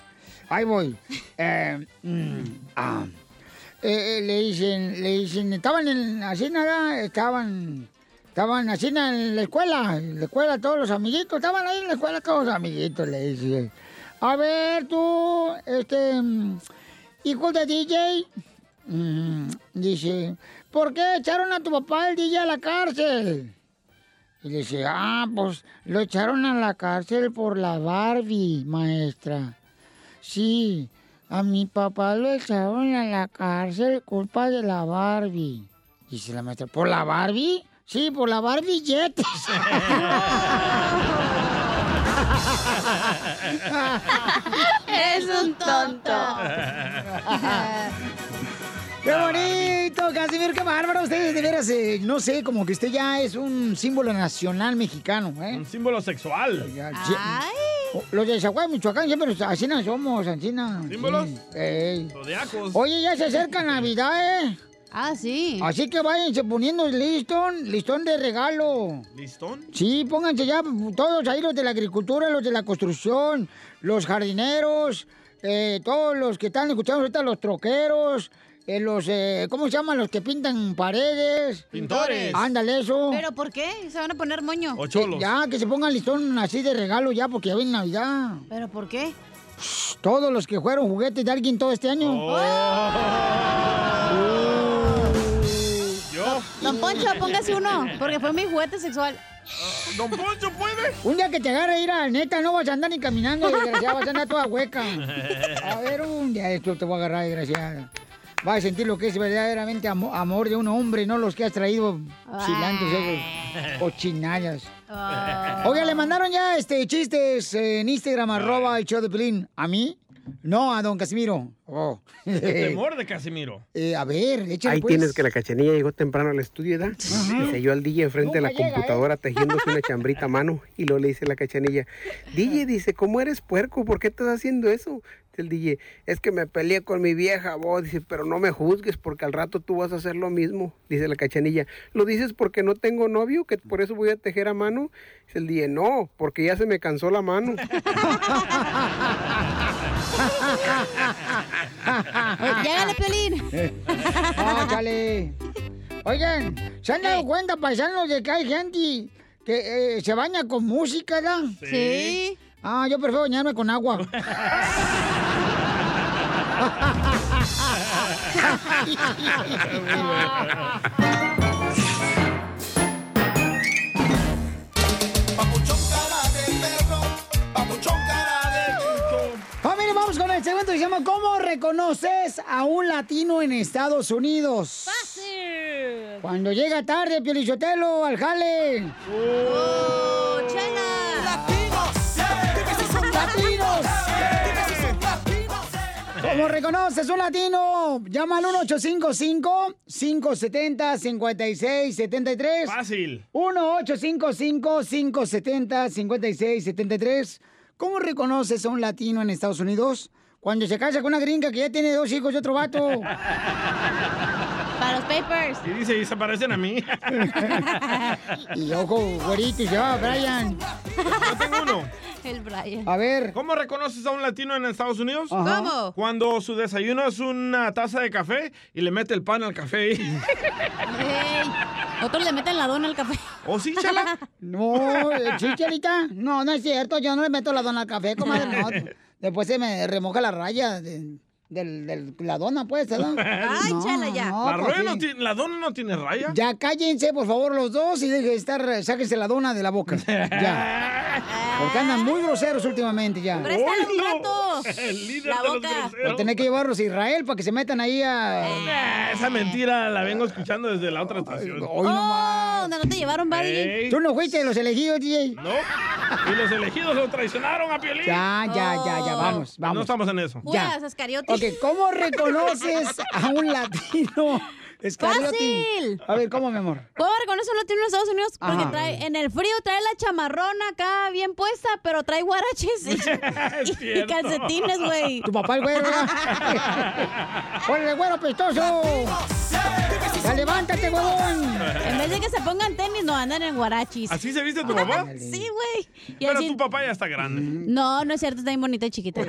[SPEAKER 1] Ahí voy. Eh, mm, ah. Eh, eh, le dicen, le dicen, estaban en, así nada, estaban, estaban así na- en la escuela, en la escuela todos los amiguitos, estaban ahí en la escuela todos los amiguitos, le dice. A ver, tú, este, mm, hijo de DJ, mm, dice, ¿por qué echaron a tu papá el DJ a la cárcel? Y le dice, ah, pues lo echaron a la cárcel por la Barbie, maestra. Sí, a mi papá lo echaron a la cárcel culpa de la Barbie. Dice la maestra, ¿por la Barbie? Sí, por la Barbie Yetis.
[SPEAKER 11] (laughs) Es un tonto.
[SPEAKER 1] ¡Qué bonito, Casimiro! ¡Qué bárbaro! Ustedes, de veras, eh, no sé, como que usted ya es un símbolo nacional mexicano, ¿eh?
[SPEAKER 3] Mm.
[SPEAKER 1] Un símbolo sexual. Los de Chihuahua, Michoacán, siempre así no somos, así no.
[SPEAKER 3] ¿Símbolos?
[SPEAKER 1] Sí. Ey.
[SPEAKER 3] Zodiacos.
[SPEAKER 1] Oye, ya se acerca Navidad, ¿eh?
[SPEAKER 2] Ah, sí.
[SPEAKER 1] Así que váyanse poniendo listón, listón de regalo.
[SPEAKER 3] ¿Listón?
[SPEAKER 1] Sí, pónganse ya todos ahí, los de la agricultura, los de la construcción, los jardineros, eh, todos los que están escuchando ahorita, los troqueros, eh, los, eh, ¿cómo se llaman? Los que pintan paredes.
[SPEAKER 2] Pintores.
[SPEAKER 1] Ándale eso.
[SPEAKER 2] ¿Pero por qué? ¿Se van a poner moño?
[SPEAKER 1] Ya, que se pongan listón así de regalo ya, porque ya viene Navidad.
[SPEAKER 2] ¿Pero por qué?
[SPEAKER 1] Todos los que jugaron juguetes de alguien todo este año.
[SPEAKER 3] Oh.
[SPEAKER 2] Don, Uh. don Poncho, póngase uno, porque fue mi juguete sexual.
[SPEAKER 3] Ah, Don Poncho puede.
[SPEAKER 1] Un día que te agarre ir a neta, no vas a andar ni caminando, desgraciada, vas a andar toda hueca. A ver, un día esto te voy a agarrar, desgraciada. Vas a sentir lo que es verdaderamente amo- amor de un hombre, no los que has traído chilantes, esos cochinallas. Oiga, le mandaron ya este chistes eh, en Instagram, arroba el show de Pelín. ¿A mí? No, a don Casimiro. Oh.
[SPEAKER 3] El temor de Casimiro.
[SPEAKER 1] (laughs) Eh, a ver, échale
[SPEAKER 18] Ahí
[SPEAKER 1] pues.
[SPEAKER 18] tienes que la cachanilla llegó temprano al estudio, ¿verdad? Y se halló al DJ enfrente de la
[SPEAKER 1] Nunca llega,
[SPEAKER 18] computadora tejiéndose una chambrita a mano. Y luego le dice la cachanilla, DJ, dice, ¿cómo eres puerco? ¿Por qué estás haciendo eso? Dice El DJ, es que me peleé con mi vieja, vos. Dice, pero no me juzgues porque al rato tú vas a hacer lo mismo. Dice la cachanilla, ¿lo dices porque no tengo novio? ¿Que por eso voy a tejer a mano? Dice el DJ, no, porque ya se me cansó la mano.
[SPEAKER 2] Llégale, Pelín.
[SPEAKER 1] (laughs) Ah, chale. Oigan, ¿se han dado cuenta, paisanos, de que hay gente que eh, se baña con música, ¿verdad?
[SPEAKER 11] Sí.
[SPEAKER 1] Ah, yo prefiero bañarme con agua. Familia, vamos con el segmento que se llama ¿Cómo reconoces a un latino en Estados Unidos? Cuando llega tarde, Piolichotelo, al jale. ¡Oh, ¡Latinos! ¡Latinos! ¿Cómo reconoces un latino? Llama al 1-855-570-5673.
[SPEAKER 3] Fácil.
[SPEAKER 1] 1-855-570-5673. ¿Cómo reconoces a un latino en Estados Unidos? Cuando se casa con una gringa que ya tiene dos hijos y otro
[SPEAKER 3] (laughs)
[SPEAKER 1] vato.
[SPEAKER 2] Para los papers.
[SPEAKER 3] Y dice, y se parecen a mí.
[SPEAKER 1] (laughs) y ojo, güerito, y se va, Brian.
[SPEAKER 3] Yo tengo uno.
[SPEAKER 2] El Brian.
[SPEAKER 1] A ver.
[SPEAKER 3] ¿Cómo reconoces a un latino en Estados Unidos?
[SPEAKER 2] Ajá. ¿Cómo?
[SPEAKER 3] Cuando su desayuno es una taza de café y le mete el pan al
[SPEAKER 1] (laughs)
[SPEAKER 3] café.
[SPEAKER 2] Ey, Otros le meten la dona al café.
[SPEAKER 3] ¿O ¡Oh, sí, chala?
[SPEAKER 1] No, eh, sí, Chelita. No, no es cierto. Yo no le meto la dona al café, comadre.
[SPEAKER 3] (laughs)
[SPEAKER 1] no. Después se me remoja la raya de, del- del- la dona, pues,
[SPEAKER 3] (laughs)
[SPEAKER 1] ¿verdad?
[SPEAKER 3] Ay,
[SPEAKER 1] No,
[SPEAKER 3] chala,
[SPEAKER 1] ya.
[SPEAKER 3] la,
[SPEAKER 1] pues,
[SPEAKER 3] rueda no
[SPEAKER 1] sí.
[SPEAKER 3] tiene- la dona no tiene raya.
[SPEAKER 1] Ya cállense, por favor, los dos y dejen de estar, sáquense la dona de la boca. Ya. Porque andan muy groseros últimamente ya.
[SPEAKER 2] Préstale este un rato.
[SPEAKER 3] (laughs) El líder
[SPEAKER 2] La
[SPEAKER 3] de los
[SPEAKER 2] boca.
[SPEAKER 1] Voy a tener que llevarlos a Israel para que se metan ahí
[SPEAKER 2] Eh.
[SPEAKER 1] a.
[SPEAKER 3] Ah, Esa mentira la vengo escuchando desde la otra estación.
[SPEAKER 1] Hoy nomás.
[SPEAKER 2] no te Oh, llevaron,
[SPEAKER 3] Barry?
[SPEAKER 1] Tú no fuiste de los elegidos, DJ.
[SPEAKER 3] No. Y los elegidos lo traicionaron a Piolín.
[SPEAKER 1] Ah, Ya, ya, ya,
[SPEAKER 3] Oh.
[SPEAKER 2] Oh,
[SPEAKER 1] ya,
[SPEAKER 3] Pues
[SPEAKER 1] vamos, vamos.
[SPEAKER 3] No estamos en eso.
[SPEAKER 2] (laughs) Judas, Ascariote. (laughs)
[SPEAKER 1] Ok, ¿cómo reconoces a un latino Escariotti.
[SPEAKER 2] ¡Fácil!
[SPEAKER 1] A ver, ¿cómo, mi amor?
[SPEAKER 2] ¿Cómo reconoce un latino en los Estados Unidos? Porque
[SPEAKER 1] Ajá.
[SPEAKER 2] trae, en el frío trae la chamarrona acá bien puesta, pero trae
[SPEAKER 3] (laughs)
[SPEAKER 2] guaraches y, y calcetines, güey.
[SPEAKER 1] Tu papá, el güero.
[SPEAKER 3] (laughs)
[SPEAKER 1] ¡Órale, güero pestoso! ¡Ya levántate, huevón!
[SPEAKER 2] En vez de que se pongan tenis, no andan en guarachis.
[SPEAKER 3] ¿Así se viste tu papá?
[SPEAKER 2] Sí, güey. Y
[SPEAKER 3] Pero
[SPEAKER 2] así-
[SPEAKER 3] tu papá ya está grande.
[SPEAKER 2] No, no es cierto, está bien bonita y chiquita.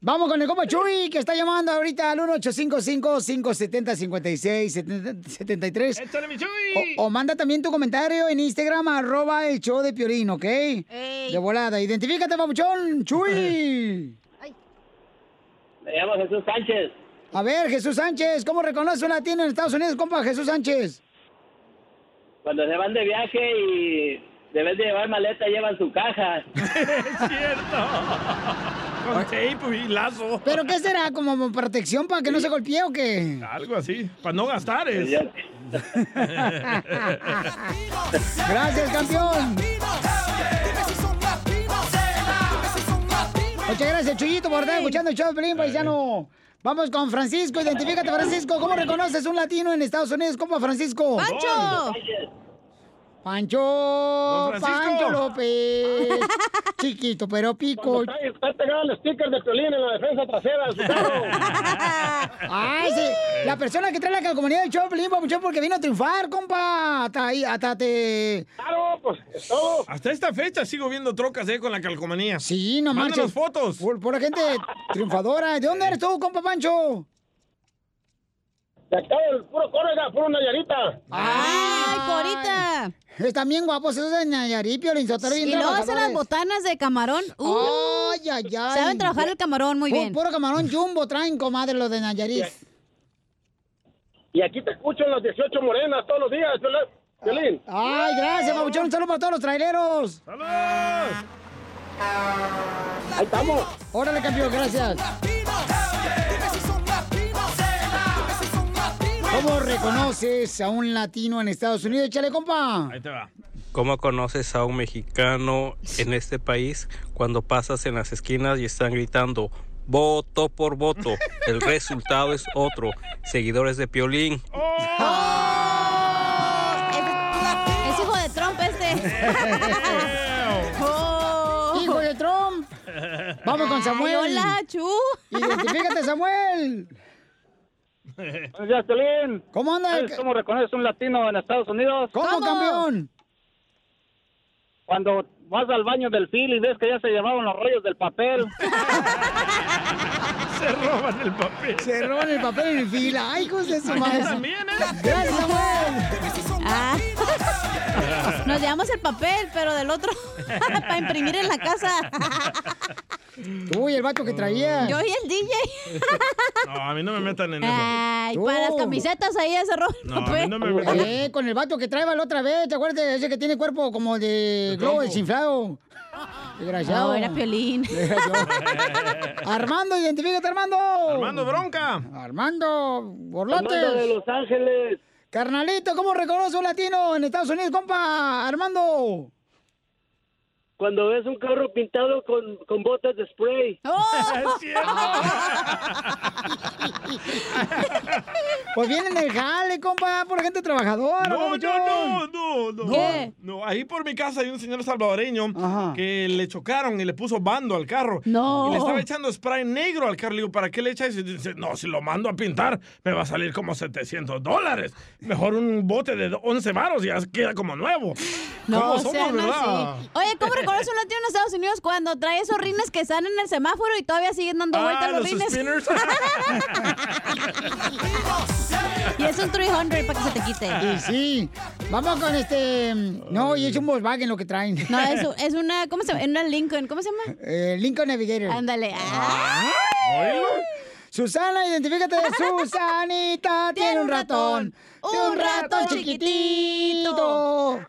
[SPEAKER 1] Vamos con el compa Chuy, que está llamando ahorita al 1-855-570-5673.
[SPEAKER 3] ¡Échale, mi
[SPEAKER 1] O, o manda también tu comentario en Instagram, arroba el show de Piolín, ¿ok? De volada. Identifícate, papuchón, Chuy.
[SPEAKER 6] Me llamo Jesús Sánchez.
[SPEAKER 1] A ver, Jesús Sánchez, ¿cómo reconoce un latino en Estados Unidos, compa Jesús Sánchez?
[SPEAKER 6] Cuando se van de viaje y deben de llevar maleta, llevan
[SPEAKER 20] (laughs)
[SPEAKER 6] su caja.
[SPEAKER 3] Es cierto. Con tape pues, y lazo.
[SPEAKER 1] ¿Pero qué será? ¿Como protección para que no se golpee o qué?
[SPEAKER 3] Algo así, para no gastar es.
[SPEAKER 1] Gracias, campeón. Muchas gracias, Chuyito, por estar escuchando el show de Pelín, paisano. Vamos con Francisco, identifícate, Francisco. ¿Cómo reconoces un latino en Estados Unidos? ¿Cómo, Francisco?
[SPEAKER 11] ¡Pancho!
[SPEAKER 1] ¡Pancho!
[SPEAKER 11] Don Francisco. (laughs)
[SPEAKER 1] ¡Pancho López! Chiquito, pero pico.
[SPEAKER 20] Está pegado el sticker de Piolín en la defensa trasera de su
[SPEAKER 1] (laughs)
[SPEAKER 20] carro.
[SPEAKER 1] ¡Ay, Ah, sí! La persona que trae la calcomanía del show de Pelín, papuchón, porque vino a triunfar, compa. Hasta ahí, hasta te...
[SPEAKER 20] Claro, pues es todo.
[SPEAKER 3] Hasta esta fecha sigo viendo trocas eh, con la calcomanía.
[SPEAKER 1] Sí, no
[SPEAKER 3] Mándanos
[SPEAKER 1] manches.
[SPEAKER 3] fotos.
[SPEAKER 1] Por, por la gente triunfadora. ¿De dónde eres tú, compa Pancho?
[SPEAKER 20] De acá del puro Córrega, puro Nayarita.
[SPEAKER 1] ¡Ay,
[SPEAKER 2] Corita!
[SPEAKER 1] Están bien guapos esos de Nayarit, Piolín Sotelo, bien
[SPEAKER 2] Y luego hacen las
[SPEAKER 1] trabajadores.
[SPEAKER 2] botanas de camarón. Uh.
[SPEAKER 1] ¡Ay, ay, ay!
[SPEAKER 2] Saben trabajar el camarón muy
[SPEAKER 1] Pu-
[SPEAKER 2] bien.
[SPEAKER 1] Puro camarón jumbo traen, comadre, los de Nayarit.
[SPEAKER 20] Y aquí te escucho en las 18 morenas todos los días, Piolín. Piolín.
[SPEAKER 1] ¡Ay, gracias, babuchón! Un saludo para todos los traileros.
[SPEAKER 3] ¡Saludos!
[SPEAKER 20] Ahí estamos.
[SPEAKER 1] Órale, campeón, gracias. ¿Cómo reconoces a un latino en Estados Unidos? Échale, compa.
[SPEAKER 3] Ahí te va.
[SPEAKER 21] ¿Cómo conoces a un mexicano en este país cuando pasas en las esquinas y están gritando voto por voto? El resultado es otro. Seguidores de Piolín.
[SPEAKER 2] Es hijo de Trump este. Oh.
[SPEAKER 1] (laughs) ¡Hijo de Trump! Vamos con Samuel.
[SPEAKER 2] Ay, hola, Chu.
[SPEAKER 1] ¡Identifícate, Samuel!
[SPEAKER 20] Buenos días, Piolín.
[SPEAKER 1] ¿Cómo anda?
[SPEAKER 20] ¿Sabes cómo reconoces un latino en Estados Unidos?
[SPEAKER 1] ¿Cómo, campeón?
[SPEAKER 20] Cuando vas al baño del fil y ves que ya se llevaban los rollos
[SPEAKER 1] (laughs)
[SPEAKER 20] del papel.
[SPEAKER 3] (laughs) Se roban el papel.
[SPEAKER 1] Se roban el papel en fila. ¡Ay, hijos de su madre!
[SPEAKER 3] también, ¿eh?
[SPEAKER 1] ¡Gracias,
[SPEAKER 3] (laughs)
[SPEAKER 1] Samuel!
[SPEAKER 2] Ah. (laughs) Nos llevamos el papel, pero del otro, (laughs) para imprimir en la
[SPEAKER 1] (laughs)
[SPEAKER 2] casa.
[SPEAKER 1] Tú y el vato que traía.
[SPEAKER 2] Yo y el DJ.
[SPEAKER 3] No, a mí no me metan en eso.
[SPEAKER 2] Ay, para las camisetas ahí ese rollo. pues.
[SPEAKER 3] No, a mí no me metan.
[SPEAKER 1] Eh, con el vato que traía la otra vez, ¿te acuerdas? de Ese que tiene cuerpo como de globo desinflado. Desgraciado.
[SPEAKER 2] No, era
[SPEAKER 1] (laughs)
[SPEAKER 2] Piolín.
[SPEAKER 1] Era yo. Armando, identifícate, Armando. Armando
[SPEAKER 3] Bronca.
[SPEAKER 1] Armando Borlotes.
[SPEAKER 20] Armando de Los
[SPEAKER 1] Ángeles. Carnalito, ¿cómo reconoce un latino en Estados Unidos, compa? Armando.
[SPEAKER 20] Cuando ves un carro pintado con, con botas de
[SPEAKER 1] (laughs)
[SPEAKER 20] spray.
[SPEAKER 1] ¡Oh! Pues vienen del jale, compa, por gente trabajadora.
[SPEAKER 3] No,
[SPEAKER 1] babuchón.
[SPEAKER 3] no, no, no, no.
[SPEAKER 1] ¿Qué?
[SPEAKER 3] No, ahí por mi casa hay un señor salvadoreño que le chocaron y le puso bando al carro.
[SPEAKER 2] No.
[SPEAKER 3] Y le estaba echando spray negro al carro. Le digo, ¿para qué le echas? Y dice, no, si lo mando a pintar, me va a salir como 700 dólares. Mejor un bote de 11 varos y ya queda como nuevo. ¿Cómo somos,
[SPEAKER 2] sean
[SPEAKER 3] verdad?
[SPEAKER 2] así. Oye, ¿cómo reconoce un latino en Estados Unidos cuando trae esos rines que están en el semáforo y todavía siguen dando
[SPEAKER 3] Ah,
[SPEAKER 2] vueltas los, rines? y es un 300 para que se te quite.
[SPEAKER 1] Y sí. Vamos con este. No, y es un Volkswagen lo que traen.
[SPEAKER 2] No, es, u- es una, ¿cómo se llama? Una Lincoln, ¿cómo se llama?
[SPEAKER 1] Eh, Lincoln Navigator. Ah.
[SPEAKER 2] Ándale. Ah.
[SPEAKER 1] Susana,
[SPEAKER 2] (laughs)
[SPEAKER 1] identifícate. Susanita tiene un ratón.
[SPEAKER 2] Un
[SPEAKER 1] Un ratón
[SPEAKER 2] ratón
[SPEAKER 1] chiquitito.
[SPEAKER 2] Ah.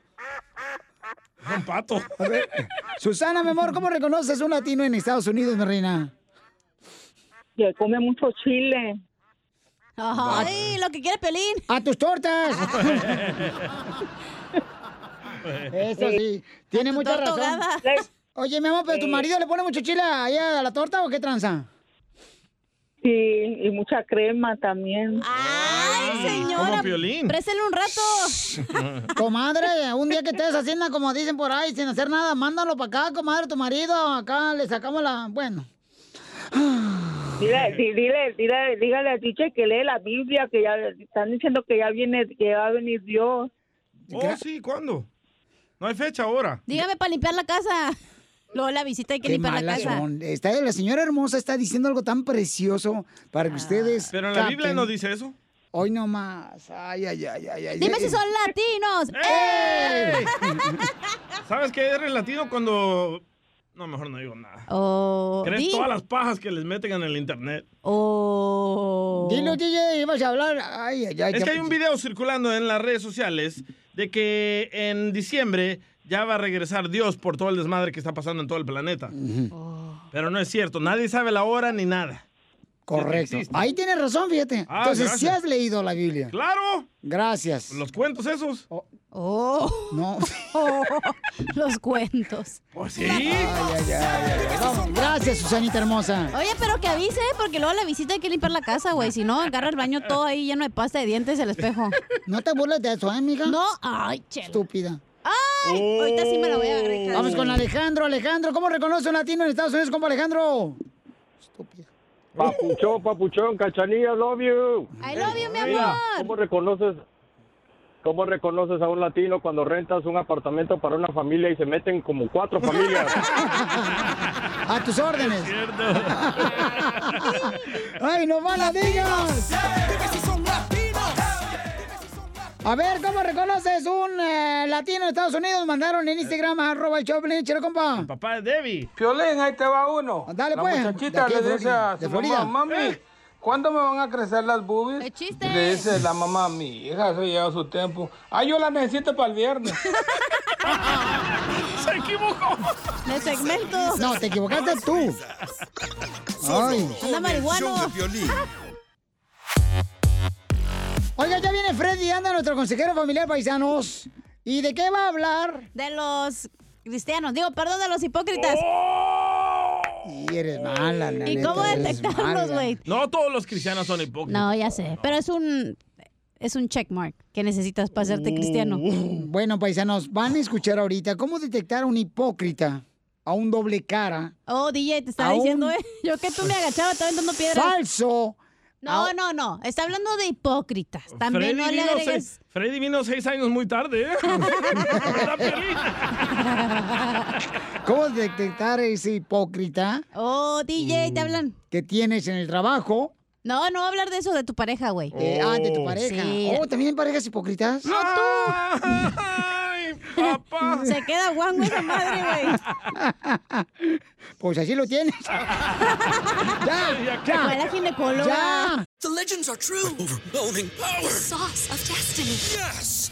[SPEAKER 3] Un pato.
[SPEAKER 1] Susana, mi amor, ¿cómo reconoces un latino en Estados Unidos, mi reina?
[SPEAKER 20] Que come mucho chile.
[SPEAKER 2] Ay, lo que quiere
[SPEAKER 1] (laughs)
[SPEAKER 2] Pelín.
[SPEAKER 1] ¡A
[SPEAKER 2] (laughs)
[SPEAKER 1] tus tortas! (laughs) Eso
[SPEAKER 3] (laughs)
[SPEAKER 1] sí, tiene mucha razón.
[SPEAKER 2] tortogada.
[SPEAKER 1] Oye, mi amor, ¿pero tu
[SPEAKER 20] Sí.
[SPEAKER 1] marido le pone mucho chile ahí a la torta o qué tranza?
[SPEAKER 20] Sí, y mucha crema también.
[SPEAKER 1] Ah,
[SPEAKER 2] Ay, señora.
[SPEAKER 3] Como Piolín.
[SPEAKER 2] Présele un rato.
[SPEAKER 1] Comadre, un día que estés haciendo como dicen por ahí, sin hacer nada, mándalo para acá, comadre, tu marido. Acá le sacamos la. Bueno. (laughs)
[SPEAKER 7] Dile, di- dile, dile, dígale a Tiche que lee la Biblia, que ya están diciendo que ya viene, que va a venir Dios.
[SPEAKER 3] Oh, sí, ¿cuándo? No hay fecha ahora.
[SPEAKER 2] Dígame para limpiar la casa. Luego la visita hay que
[SPEAKER 1] Qué
[SPEAKER 2] limpiar la
[SPEAKER 1] malas
[SPEAKER 2] casa.
[SPEAKER 1] son. Está, la señora hermosa está diciendo algo tan precioso para
[SPEAKER 2] Ah.
[SPEAKER 1] que ustedes.
[SPEAKER 3] Pero en la Biblia no dice eso.
[SPEAKER 1] Hoy nomás. Ay, ay, ay, ay, ay.
[SPEAKER 2] Dime
[SPEAKER 1] ay.
[SPEAKER 2] si son
[SPEAKER 1] (laughs)
[SPEAKER 2] latinos.
[SPEAKER 3] ¡Eh! ¿Sabes qué eres latino cuando.? No, mejor no digo nada.
[SPEAKER 2] Oh,
[SPEAKER 3] ¿Crees
[SPEAKER 1] di-
[SPEAKER 3] todas las pajas que les meten en el internet?
[SPEAKER 2] Oh.
[SPEAKER 1] Dilo, DJ, ibas a hablar. Ay, ay, ay.
[SPEAKER 3] es
[SPEAKER 1] ya- pues.
[SPEAKER 3] que hay un video circulando en las redes sociales de que en diciembre ya va a regresar Dios por todo el desmadre que está pasando en todo el planeta.
[SPEAKER 2] Oh.
[SPEAKER 3] Pero no es cierto, nadie sabe la hora ni nada.
[SPEAKER 1] Correcto. Ahí tienes razón, fíjate.
[SPEAKER 3] Ah,
[SPEAKER 1] Entonces,
[SPEAKER 3] gracias.
[SPEAKER 1] sí has leído la Biblia.
[SPEAKER 3] Claro.
[SPEAKER 1] Gracias.
[SPEAKER 3] Los cuentos esos.
[SPEAKER 1] Oh.
[SPEAKER 2] No. (laughs) los cuentos.
[SPEAKER 3] Pues sí.
[SPEAKER 1] Vamos, gracias, Susanita hermosa.
[SPEAKER 2] Oye, pero que avise, porque luego la visita hay que limpiar la casa, güey. Si no, agarra el baño todo ahí lleno de pasta de dientes el espejo.
[SPEAKER 1] No te burles de eso, ¿eh, amiga?
[SPEAKER 2] No, ay, chela. Ah.
[SPEAKER 1] Estúpida.
[SPEAKER 2] Ay, ahorita sí me la voy a agregar.
[SPEAKER 1] Vamos con Alejandro. Alejandro, ¿cómo reconoce un latino en Estados Unidos, compa Alejandro?
[SPEAKER 8] Papuchón, papuchón, cachanilla, love you.
[SPEAKER 2] I love you, mi
[SPEAKER 8] Mira,
[SPEAKER 2] amor.
[SPEAKER 8] ¿Cómo reconoces, cómo reconoces a un latino cuando rentas un apartamento para una familia y se meten como cuatro familias?
[SPEAKER 1] A tus órdenes. (laughs) Ay, no mala digas. A ver, ¿cómo reconoces un eh, latino en Estados Unidos? Mandaron en Instagram arroba el Choplin, chelo, compa.
[SPEAKER 3] Papá de Debbie.
[SPEAKER 9] Piolín, ahí te va uno.
[SPEAKER 1] Dale,
[SPEAKER 9] la
[SPEAKER 1] pues.
[SPEAKER 9] muchachita
[SPEAKER 1] De aquí
[SPEAKER 9] le
[SPEAKER 1] de
[SPEAKER 9] dice
[SPEAKER 1] Florida.
[SPEAKER 9] a
[SPEAKER 1] De
[SPEAKER 9] su
[SPEAKER 1] Florida.
[SPEAKER 9] mamá, mami,
[SPEAKER 2] Eh.
[SPEAKER 9] ¿cuándo me van a crecer las boobies? Le dice la mamá, mi hija, eso lleva su tiempo. Ah, yo las necesito para el viernes.
[SPEAKER 6] (laughs)
[SPEAKER 3] Se equivocó.
[SPEAKER 2] De segmento.
[SPEAKER 1] No, te equivocaste tú. Ay.
[SPEAKER 2] Anda marihuano.
[SPEAKER 1] Oiga, ya viene Freddy, anda nuestro consejero familiar paisanos. ¿Y de qué va a hablar?
[SPEAKER 2] De los cristianos, digo, perdón, de los hipócritas.
[SPEAKER 1] Y eres mala, la
[SPEAKER 2] ¿Y
[SPEAKER 1] neta,
[SPEAKER 2] cómo
[SPEAKER 1] eres
[SPEAKER 2] detectarlos,
[SPEAKER 1] mala.
[SPEAKER 2] güey?
[SPEAKER 3] No todos los cristianos son hipócritas.
[SPEAKER 2] No, ya sé, pero es un es un checkmark que necesitas para hacerte cristiano.
[SPEAKER 1] Bueno, paisanos, van a escuchar ahorita cómo detectar a un hipócrita, a un doble cara.
[SPEAKER 2] Oh, DJ, te estaba
[SPEAKER 1] Aún-
[SPEAKER 2] diciendo, ¿eh? Yo que tú me agachaba, estaba aventando piedras.
[SPEAKER 1] ¡Falso!
[SPEAKER 2] No, no, no. Está hablando de hipócritas. También
[SPEAKER 3] Freddy,
[SPEAKER 2] no le
[SPEAKER 3] vino
[SPEAKER 2] agregues.
[SPEAKER 3] seis, Freddy vino seis años muy tarde, ¿eh?
[SPEAKER 1] ¿Cómo detectar a ese hipócrita?
[SPEAKER 2] Oh, DJ,
[SPEAKER 1] Mm.
[SPEAKER 2] te hablan.
[SPEAKER 1] Que tienes en el trabajo.
[SPEAKER 2] No, no voy a hablar de eso, de tu pareja, güey.
[SPEAKER 1] Eh, ah, de tu pareja.
[SPEAKER 2] Sí.
[SPEAKER 1] Oh, ¿también hay parejas hipócritas?
[SPEAKER 2] No, tú. Se queda guango esa madre, güey.
[SPEAKER 1] Pues así lo tienes. ya,
[SPEAKER 2] Que fue la ginecóloga.
[SPEAKER 1] Ya.
[SPEAKER 22] The legends are true. overwhelming power. The sauce of destiny. Yes.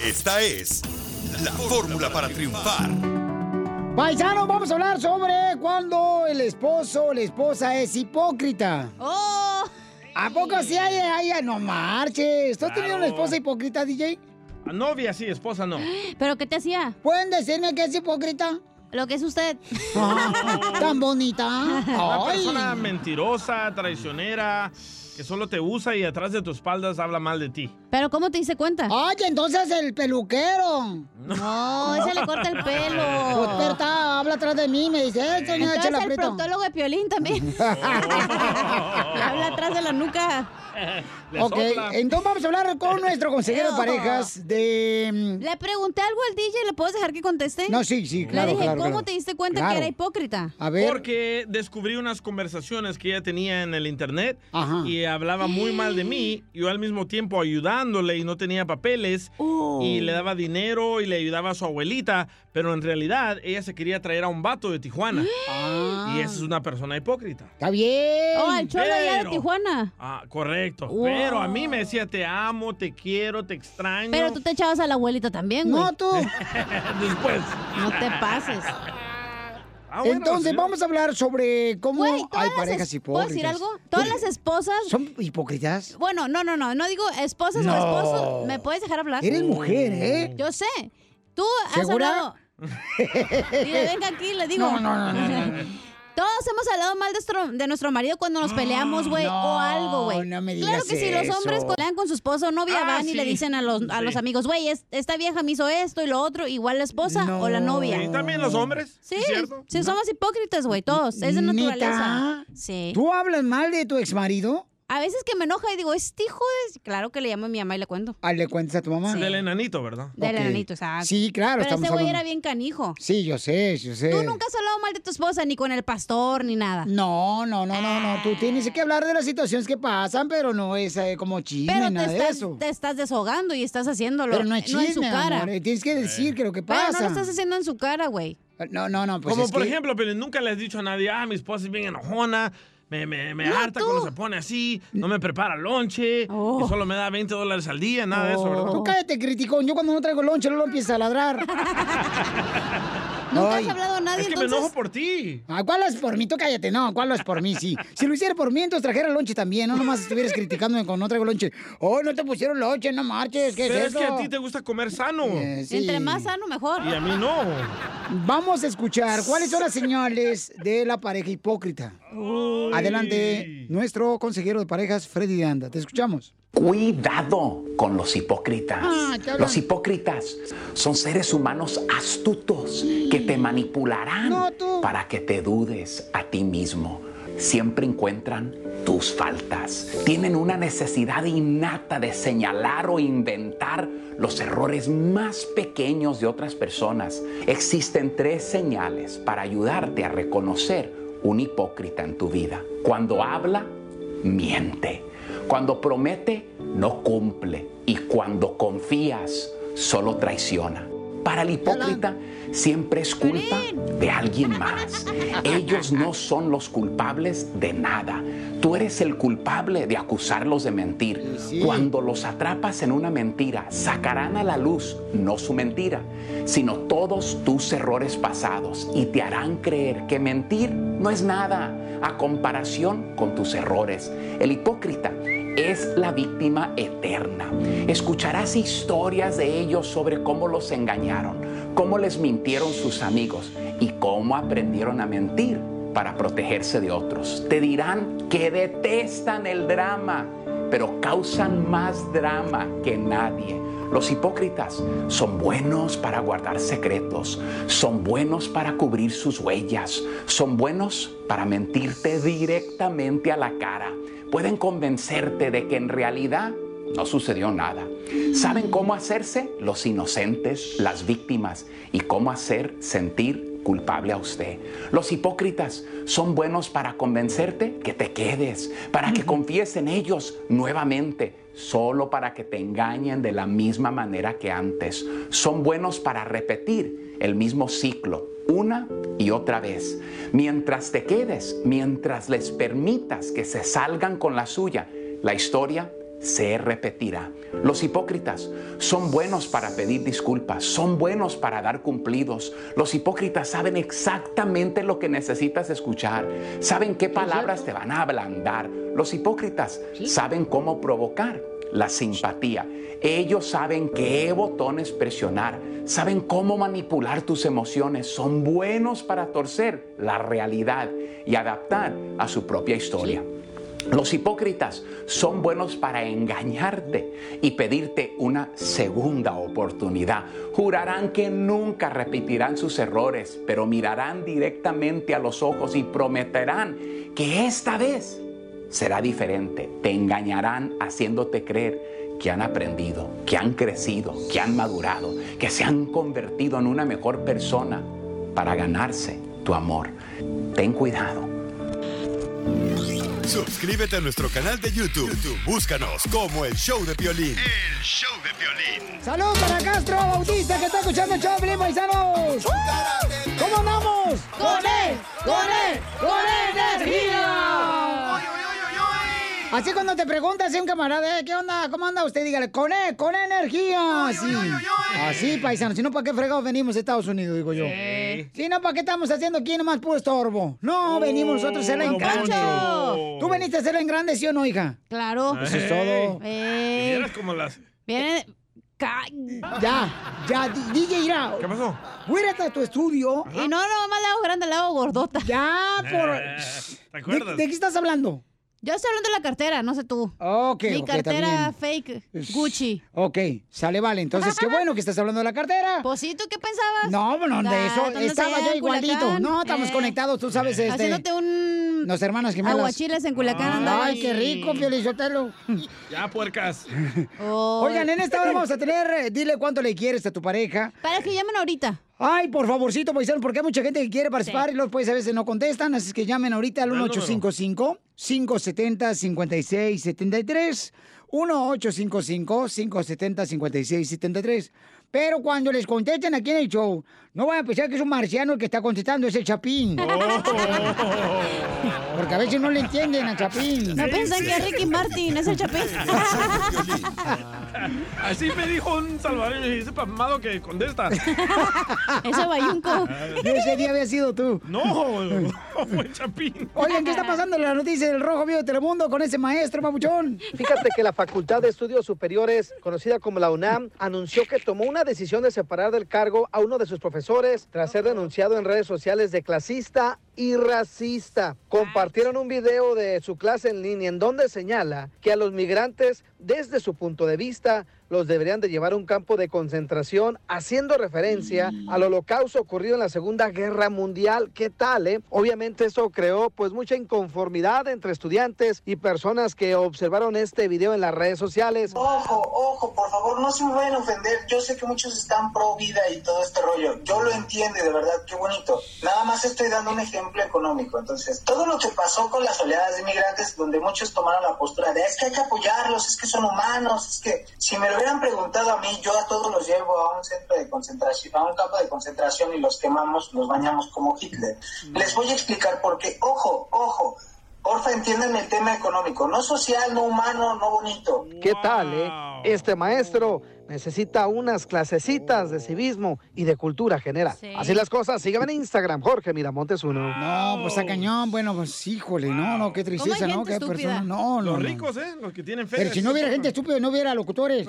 [SPEAKER 10] Esta es la fórmula para triunfar.
[SPEAKER 1] Paisanos, vamos a hablar sobre cuando el esposo o la esposa es hipócrita.
[SPEAKER 2] (laughs) ¡Oh!
[SPEAKER 1] ¿A poco sí hay? hay- hay- no marches. ¿Tú has tenido una
[SPEAKER 3] Claro.
[SPEAKER 1] esposa hipócrita, DJ?
[SPEAKER 3] A novia sí, esposa no.
[SPEAKER 2] ¿Pero qué te hacía?
[SPEAKER 1] ¿Pueden decirme que es hipócrita? Ah,
[SPEAKER 2] Lo que es
[SPEAKER 1] (laughs)
[SPEAKER 2] usted.
[SPEAKER 1] Tan bonita.
[SPEAKER 3] Una
[SPEAKER 2] (laughs)
[SPEAKER 1] Ay.
[SPEAKER 3] persona mentirosa, traicionera, que solo te usa y atrás de tus espaldas habla mal de ti.
[SPEAKER 2] Pero ¿cómo te hice cuenta?
[SPEAKER 1] Oye, entonces el peluquero.
[SPEAKER 2] No, ese le corta el pelo.
[SPEAKER 1] Pues, pero está- habla atrás de mí, me dice, eh, doña
[SPEAKER 2] Entonces
[SPEAKER 1] Chela
[SPEAKER 2] el
[SPEAKER 1] Prieto.
[SPEAKER 2] proctólogo de Piolín también. Le habla atrás de la nuca.
[SPEAKER 1] Ok, entonces vamos a hablar con nuestro consejero de parejas de... mm,
[SPEAKER 2] Le pregunté algo al DJ, ¿le puedes dejar que conteste?
[SPEAKER 1] No, sí, sí, claro,
[SPEAKER 2] Le dije,
[SPEAKER 1] claro,
[SPEAKER 2] ¿cómo
[SPEAKER 1] claro. Ah,
[SPEAKER 2] te diste cuenta
[SPEAKER 3] Claro.
[SPEAKER 2] que era hipócrita?
[SPEAKER 3] Porque descubrí unas conversaciones que ella tenía en el internet y hablaba muy mal de mí, yo al mismo tiempo ayudándole y no tenía papeles
[SPEAKER 2] Oh.
[SPEAKER 3] y le daba dinero y le ayudaba a su abuelita, pero en realidad ella se quería traer a un vato de Tijuana.
[SPEAKER 2] (gasps)
[SPEAKER 3] Y esa es una persona hipócrita.
[SPEAKER 1] Está bien.
[SPEAKER 2] Oh, al cholo allá de
[SPEAKER 3] Pero-
[SPEAKER 2] Tijuana.
[SPEAKER 3] Ah, correcto.
[SPEAKER 2] Wow.
[SPEAKER 3] Pero a mí me decía, te amo, te quiero, te extraño.
[SPEAKER 2] Pero tú te echabas a la abuelita también, güey. No,
[SPEAKER 1] tú.
[SPEAKER 3] (laughs) Después.
[SPEAKER 2] No te pases.
[SPEAKER 1] Entonces vamos a hablar sobre cómo hay parejas
[SPEAKER 2] ¿Puedo
[SPEAKER 1] hipócritas.
[SPEAKER 2] decir algo? Todas las esposas...
[SPEAKER 1] ¿Son hipócritas?
[SPEAKER 2] Bueno, no, no, no. No digo esposas
[SPEAKER 1] No.
[SPEAKER 2] o esposos. ¿Me puedes dejar hablar?
[SPEAKER 1] Eres mujer, ¿eh?
[SPEAKER 2] Yo sé. Tú has
[SPEAKER 1] ¿Segura?
[SPEAKER 2] hablado...
[SPEAKER 1] (laughs)
[SPEAKER 2] Dile, venga aquí, le digo.
[SPEAKER 1] No, no, no,
[SPEAKER 2] Todos hemos hablado mal de nuestro, de nuestro marido cuando nos peleamos, güey, o algo, güey.
[SPEAKER 1] no me
[SPEAKER 2] claro
[SPEAKER 1] digas
[SPEAKER 2] que si los
[SPEAKER 1] eso.
[SPEAKER 2] hombres pelean con su esposo o novia,
[SPEAKER 1] Ah,
[SPEAKER 2] van y
[SPEAKER 1] sí.
[SPEAKER 2] le dicen a los, a
[SPEAKER 1] Sí.
[SPEAKER 2] los amigos, güey, es- esta vieja me hizo esto y lo otro, igual la esposa o la novia.
[SPEAKER 3] ¿Y también los hombres?
[SPEAKER 2] Sí, sí, somos hipócritas, güey, todos. Es de
[SPEAKER 1] ¿Neta?
[SPEAKER 2] naturaleza. Sí.
[SPEAKER 1] ¿Tú hablas mal de tu exmarido?
[SPEAKER 2] A veces que me enoja y digo, este hijo de... Claro que le llamo a mi mamá y le cuento.
[SPEAKER 1] Ah, ¿Le cuentas a tu mamá?
[SPEAKER 3] Del enanito, ¿verdad?
[SPEAKER 2] Del
[SPEAKER 1] Ok.
[SPEAKER 2] enanito, o sea...
[SPEAKER 1] Sí, claro,
[SPEAKER 2] Pero
[SPEAKER 1] estamos
[SPEAKER 2] ese güey
[SPEAKER 1] hablando-
[SPEAKER 2] era bien canijo.
[SPEAKER 1] Sí, yo sé, yo sé.
[SPEAKER 2] Tú nunca has hablado mal de tu esposa, ni con el pastor, ni nada.
[SPEAKER 1] No, no, no, no, no. Tú tienes que hablar de las situaciones que pasan, pero no es eh, como chisme,
[SPEAKER 2] Pero te
[SPEAKER 1] nada de
[SPEAKER 2] estás,
[SPEAKER 1] eso.
[SPEAKER 2] te estás desahogando y estás haciéndolo.
[SPEAKER 1] Pero no es
[SPEAKER 2] en su
[SPEAKER 1] chisme,
[SPEAKER 2] cara.
[SPEAKER 1] amor, eh, Tienes que decir que lo que
[SPEAKER 2] Pero no
[SPEAKER 1] pasa.
[SPEAKER 2] lo estás haciendo en su cara, güey.
[SPEAKER 1] No, no, no, pues
[SPEAKER 3] Como
[SPEAKER 1] es
[SPEAKER 3] por
[SPEAKER 1] que-
[SPEAKER 3] ejemplo, pero nunca le has dicho a nadie, ah, mi esposa es bien enojona, me, me, me
[SPEAKER 2] No,
[SPEAKER 3] harta
[SPEAKER 2] tú. Oh.
[SPEAKER 3] cuando se pone así, no me prepara lonche, y solo me da 20 dólares al día, nada de eso, ¿verdad?
[SPEAKER 1] Tú cállate, criticón. Yo cuando no traigo lonche, luego empiezas a ladrar.
[SPEAKER 2] (laughs)
[SPEAKER 3] Nunca has
[SPEAKER 2] hablado a nadie,
[SPEAKER 3] Es que me entonces- enojo por ti.
[SPEAKER 1] Ah, ¿Cuál es por mí? Tú cállate. No, ¿cuál es por mí? Sí. Si lo hiciera por mí, entonces trajera lonche también. No nomás estuvieras criticándome cuando no traigo lonche. Oh, no te pusieron lonche, no marches. ¿Qué
[SPEAKER 3] pero
[SPEAKER 1] es
[SPEAKER 3] es,
[SPEAKER 1] eso?
[SPEAKER 3] que a ti te gusta comer sano.
[SPEAKER 1] Eh, sí.
[SPEAKER 2] Entre más sano, mejor.
[SPEAKER 3] Y a mí no.
[SPEAKER 1] Vamos a escuchar cuáles son las señales de la pareja hipócrita. Adelante, nuestro consejero de parejas, Freddy de Anda. Te escuchamos.
[SPEAKER 23] Cuidado con los hipócritas.
[SPEAKER 1] Ah, te hablan.
[SPEAKER 23] los hipócritas son seres humanos astutos que te manipularán para que te dudes a ti mismo. Siempre encuentran tus faltas. Tienen una necesidad innata de señalar o inventar los errores más pequeños de otras personas. Existen tres señales para ayudarte a reconocer un hipócrita en tu vida. Cuando habla, miente. Cuando promete, no cumple. Y cuando confías, solo traiciona. Para el hipócrita, siempre es culpa de alguien más. Ellos no son los culpables de nada. Tú eres el culpable de acusarlos de mentir. Cuando los atrapas en una mentira, sacarán a la luz no su mentira, sino todos tus errores pasados y te harán creer que mentir no es nada a comparación con tus errores. El hipócrita es la víctima eterna. Escucharás historias de ellos sobre cómo los engañaron, cómo les mintieron sus amigos y cómo aprendieron a mentir para protegerse de otros. Te dirán que detestan el drama, pero causan más drama que nadie. Los hipócritas son buenos para guardar secretos, son buenos para cubrir sus huellas, son buenos para mentirte directamente a la cara. Pueden convencerte de que en realidad no sucedió nada. ¿Saben cómo hacerse los inocentes, las víctimas y cómo hacer sentir culpable a usted? Los hipócritas son buenos para convencerte que te quedes, para que confíes en ellos nuevamente solo para que te engañen de la misma manera que antes. Son buenos para repetir el mismo ciclo una y otra vez. Mientras te quedes, mientras les permitas que se salgan con la suya, la historia se repetirá. Los hipócritas son buenos para pedir disculpas, son buenos para dar cumplidos. Los hipócritas saben exactamente lo que necesitas escuchar, saben qué palabras te van a ablandar. Los hipócritas saben cómo provocar la simpatía. Ellos saben qué botones presionar, saben cómo manipular tus emociones, son buenos para torcer la realidad y adaptar a su propia historia. Los hipócritas son buenos para engañarte y pedirte una segunda oportunidad. Jurarán que nunca repetirán sus errores, pero mirarán directamente a los ojos y prometerán que esta vez será diferente. Te engañarán haciéndote creer que han aprendido, que han crecido, que han madurado, que se han convertido en una mejor persona para ganarse tu amor. Ten cuidado.
[SPEAKER 10] Suscríbete a nuestro canal de YouTube. YouTube, Búscanos como el show de Piolín. El show de Piolín.
[SPEAKER 1] ¡Salud para Castro Bautista que está escuchando el show, Piolín, paisanos! ¡Uh! ¿Cómo andamos?
[SPEAKER 11] ¡Con él! ¡Con él! ¡Con energía!
[SPEAKER 1] Así cuando te preguntas a un camarada, eh, ¿qué onda? ¿Cómo anda usted? Dígale, con él, con energía. Así, así paisanos. Si no, ¿para qué fregados venimos a Estados Unidos, digo yo? Si no, ¿para qué estamos haciendo aquí nomás puro estorbo?
[SPEAKER 11] Oh,
[SPEAKER 1] No, venimos nosotros a hacerla en
[SPEAKER 11] don
[SPEAKER 1] grande.
[SPEAKER 11] Poncho.
[SPEAKER 1] ¿Tú veniste a hacerla en grande, sí o no, hija?
[SPEAKER 2] Claro.
[SPEAKER 1] Eso es todo.
[SPEAKER 2] Ey.
[SPEAKER 3] Vieras cómo las...
[SPEAKER 2] Viene. Ca-
[SPEAKER 1] Ya, ya, di- DJ, mira. ¿Qué
[SPEAKER 3] pasó?
[SPEAKER 1] Fuérate a tu estudio.
[SPEAKER 2] Y no, no, más la hago grande, la hago gordota. Ah,
[SPEAKER 1] Ya,
[SPEAKER 3] Eh, ¿Te acuerdas?
[SPEAKER 1] qué
[SPEAKER 3] (laughs)
[SPEAKER 1] estás hablando? Oh,
[SPEAKER 2] Yo estoy hablando de la cartera, no sé tú.
[SPEAKER 1] Ok,
[SPEAKER 2] Mi
[SPEAKER 1] ok,
[SPEAKER 2] cartera fake
[SPEAKER 1] Es-
[SPEAKER 2] Gucci.
[SPEAKER 1] Ok, sale, vale. Entonces, qué bueno que estás hablando de la
[SPEAKER 2] (laughs)
[SPEAKER 1] cartera.
[SPEAKER 2] Posito, Pues ¿qué pensabas?
[SPEAKER 1] No, bueno, de eso
[SPEAKER 2] Gatándose
[SPEAKER 1] estaba yo
[SPEAKER 2] en
[SPEAKER 1] igualito.
[SPEAKER 2] Culiacán.
[SPEAKER 1] No, estamos
[SPEAKER 2] Eh.
[SPEAKER 1] conectados, tú sabes, este.
[SPEAKER 2] Haciéndote un
[SPEAKER 1] Los hermanos gemelos.
[SPEAKER 2] aguachiles en Culiacán andaba.
[SPEAKER 1] Ay, qué rico, Piolizotelo.
[SPEAKER 3] Ya, puercas.
[SPEAKER 1] Oigan, en esta hora vamos a tener, eh, dile cuánto le quieres a tu pareja.
[SPEAKER 2] Para que llamen ahorita.
[SPEAKER 1] Ay, por favorcito, paisano, porque hay mucha gente que quiere participar y los pues a veces no contestan, así es que llamen ahorita al 1855 570 5673 1855 570 5673 Pero cuando les contesten aquí en el show, no van a pensar que es un marciano el que está contestando, es el Chapín. (laughs) Porque a veces no le entienden al Chapín.
[SPEAKER 2] No piensan que es Ricky Martin, es el chapín.
[SPEAKER 3] Así me dijo un salvadoreño y dice pasmado que
[SPEAKER 2] (laughs)
[SPEAKER 3] contesta.
[SPEAKER 2] Ese bayunco.
[SPEAKER 1] (laughs) Ese día había sido tú.
[SPEAKER 3] No, fue Chapín.
[SPEAKER 1] (laughs) Oigan, ¿qué está pasando en la noticia del Rojo Vivo de Telemundo con ese maestro, papuchón?
[SPEAKER 5] Fíjate que la Facultad de Estudios Superiores, conocida como la UNAM, anunció que tomó una decisión de separar del cargo a uno de sus profesores tras ser denunciado en redes sociales de clasista y racista. Compartieron un video de su clase en línea en donde señala que a los migrantes, desde su punto de vista, los deberían de llevar a un campo de concentración haciendo referencia al holocausto ocurrido en la Segunda Guerra Mundial. ¿Qué tal, eh? Obviamente eso creó pues mucha inconformidad entre estudiantes y personas que observaron este video en las redes sociales.
[SPEAKER 15] Ojo, ojo, por favor, no se me vayan a ofender. Yo sé que muchos están pro vida y todo este rollo. Yo lo entiendo y de verdad, qué bonito. Nada más estoy dando un ejemplo económico. Entonces, todo lo que pasó con las oleadas de inmigrantes, donde muchos tomaron la postura de es que hay que apoyarlos, es que son humanos, es que si me lo hubieran preguntado a mí, yo a todos los llevo a un centro de concentración, a un campo de concentración y los quemamos, los bañamos como Hitler. Les voy a explicar por qué. Ojo, ojo. Porfa, entiendan el tema económico, no social, no humano, no bonito.
[SPEAKER 5] ¿Qué tal, eh? Este maestro necesita unas clasecitas de civismo y de cultura general.
[SPEAKER 1] Sí.
[SPEAKER 5] Así las cosas, síganme en Instagram, Jorge Miramontes uno.
[SPEAKER 1] No, pues a cañón, bueno, pues híjole, no, no, qué tristeza, ¿no? Qué persona, no, no.
[SPEAKER 3] Los
[SPEAKER 1] no.
[SPEAKER 3] ricos, ¡Oh! ¿eh? Los que tienen fe.
[SPEAKER 1] Pero si no hubiera gente estúpida, no hubiera
[SPEAKER 3] (laughs)
[SPEAKER 1] locutores. (laughs)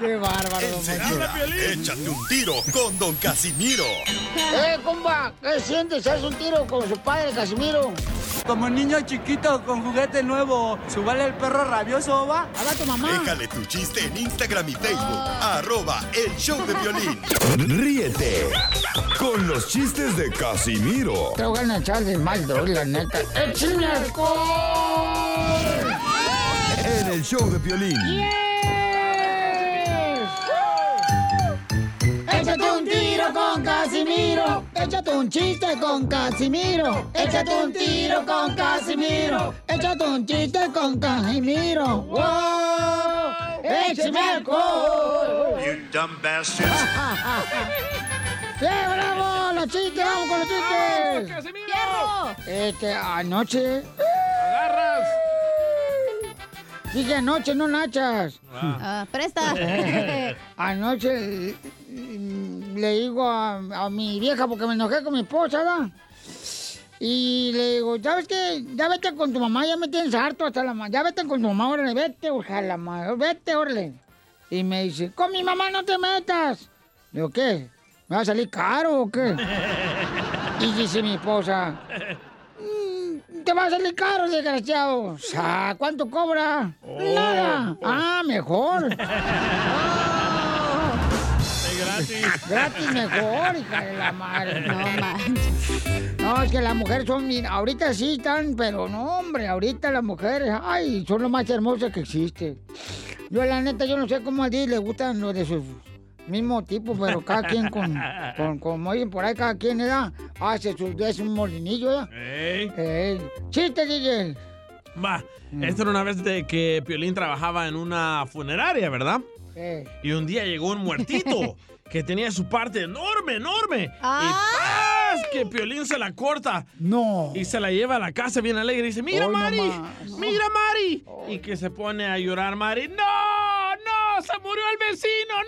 [SPEAKER 1] qué bárbaro.
[SPEAKER 10] Enseguida, échate un tiro con Don Casimiro.
[SPEAKER 1] ¡Eh, comba! ¿Qué sientes? ¿Haz un tiro con su padre, Casimiro?
[SPEAKER 16] Como niño chiquito con juguete nuevo, subale el perro rabioso, va.
[SPEAKER 1] Habla tu mamá.
[SPEAKER 10] Déjale tu chiste en Instagram y Facebook. Arroba el show de violín. Ríete con los chistes de Casimiro
[SPEAKER 1] Te voy a echar de mal, bro, la neta. ¡Échame alcohol!
[SPEAKER 10] en el show de violín.
[SPEAKER 1] Échate un tiro con Casimiro. Échate un chiste con Casimiro. Échate un tiro con Casimiro. Échate un chiste con Casimiro. ¡Wow! ¡Échame
[SPEAKER 3] (laughs)
[SPEAKER 1] alcohol!
[SPEAKER 11] You dumb bastard.
[SPEAKER 1] ¡Qué bravo! ¡Los chistes! ¡Vamos con los chistes! Este, anoche. ¡Agarras! Dije anoche, no nachas.
[SPEAKER 2] Ah, presta.
[SPEAKER 1] (laughs) Anoche mm, le digo a, a mi vieja porque me enojé con mi esposa, ¿verdad? Y le digo, ¿sabes qué? Ya vete con tu mamá, ya me tienes harto hasta la mamá. Ya vete con tu mamá, órale, vete, ojalá, madre, vete, órale. Y me dice, con mi mamá no te metas. Le digo, ¿qué? ¿Me va a salir caro o qué? Y dice mi esposa, Te va a salir caro, desgraciado. Sa, ¿Cuánto cobra? (laughs)
[SPEAKER 11] Oh.
[SPEAKER 1] Nada. Ah,
[SPEAKER 3] (laughs)
[SPEAKER 1] mejor. Ah.
[SPEAKER 11] gratis.
[SPEAKER 1] Gratis mejor, hija de la
[SPEAKER 3] (laughs)
[SPEAKER 1] madre. No manches. No, es que las mujeres son bien. Ahorita sí están, pero no, hombre. Ahorita las mujeres, ay, son lo más hermosas que existe. Yo, la neta, yo no sé cómo a ti le gustan los de su mismo tipo, pero cada quien con, con como dicen por ahí, cada quien edad hace su, es un molinillo, ¿verdad?
[SPEAKER 3] Ey.
[SPEAKER 1] Ey. Chiste, (laughs) DJ.
[SPEAKER 3] Va, esta era una vez de que Piolín trabajaba en una funeraria, ¿verdad?
[SPEAKER 1] Ey.
[SPEAKER 3] Y un día llegó un muertito que tenía su parte enorme, enorme. Y ¡paz! que Piolín se la corta.
[SPEAKER 1] No.
[SPEAKER 3] Y se la lleva a la casa bien alegre y dice, mira
[SPEAKER 11] Hoy
[SPEAKER 3] Mari,
[SPEAKER 11] nomás.
[SPEAKER 3] mira Mari. Y que se pone a llorar Mari. No, no, se murió el vecino,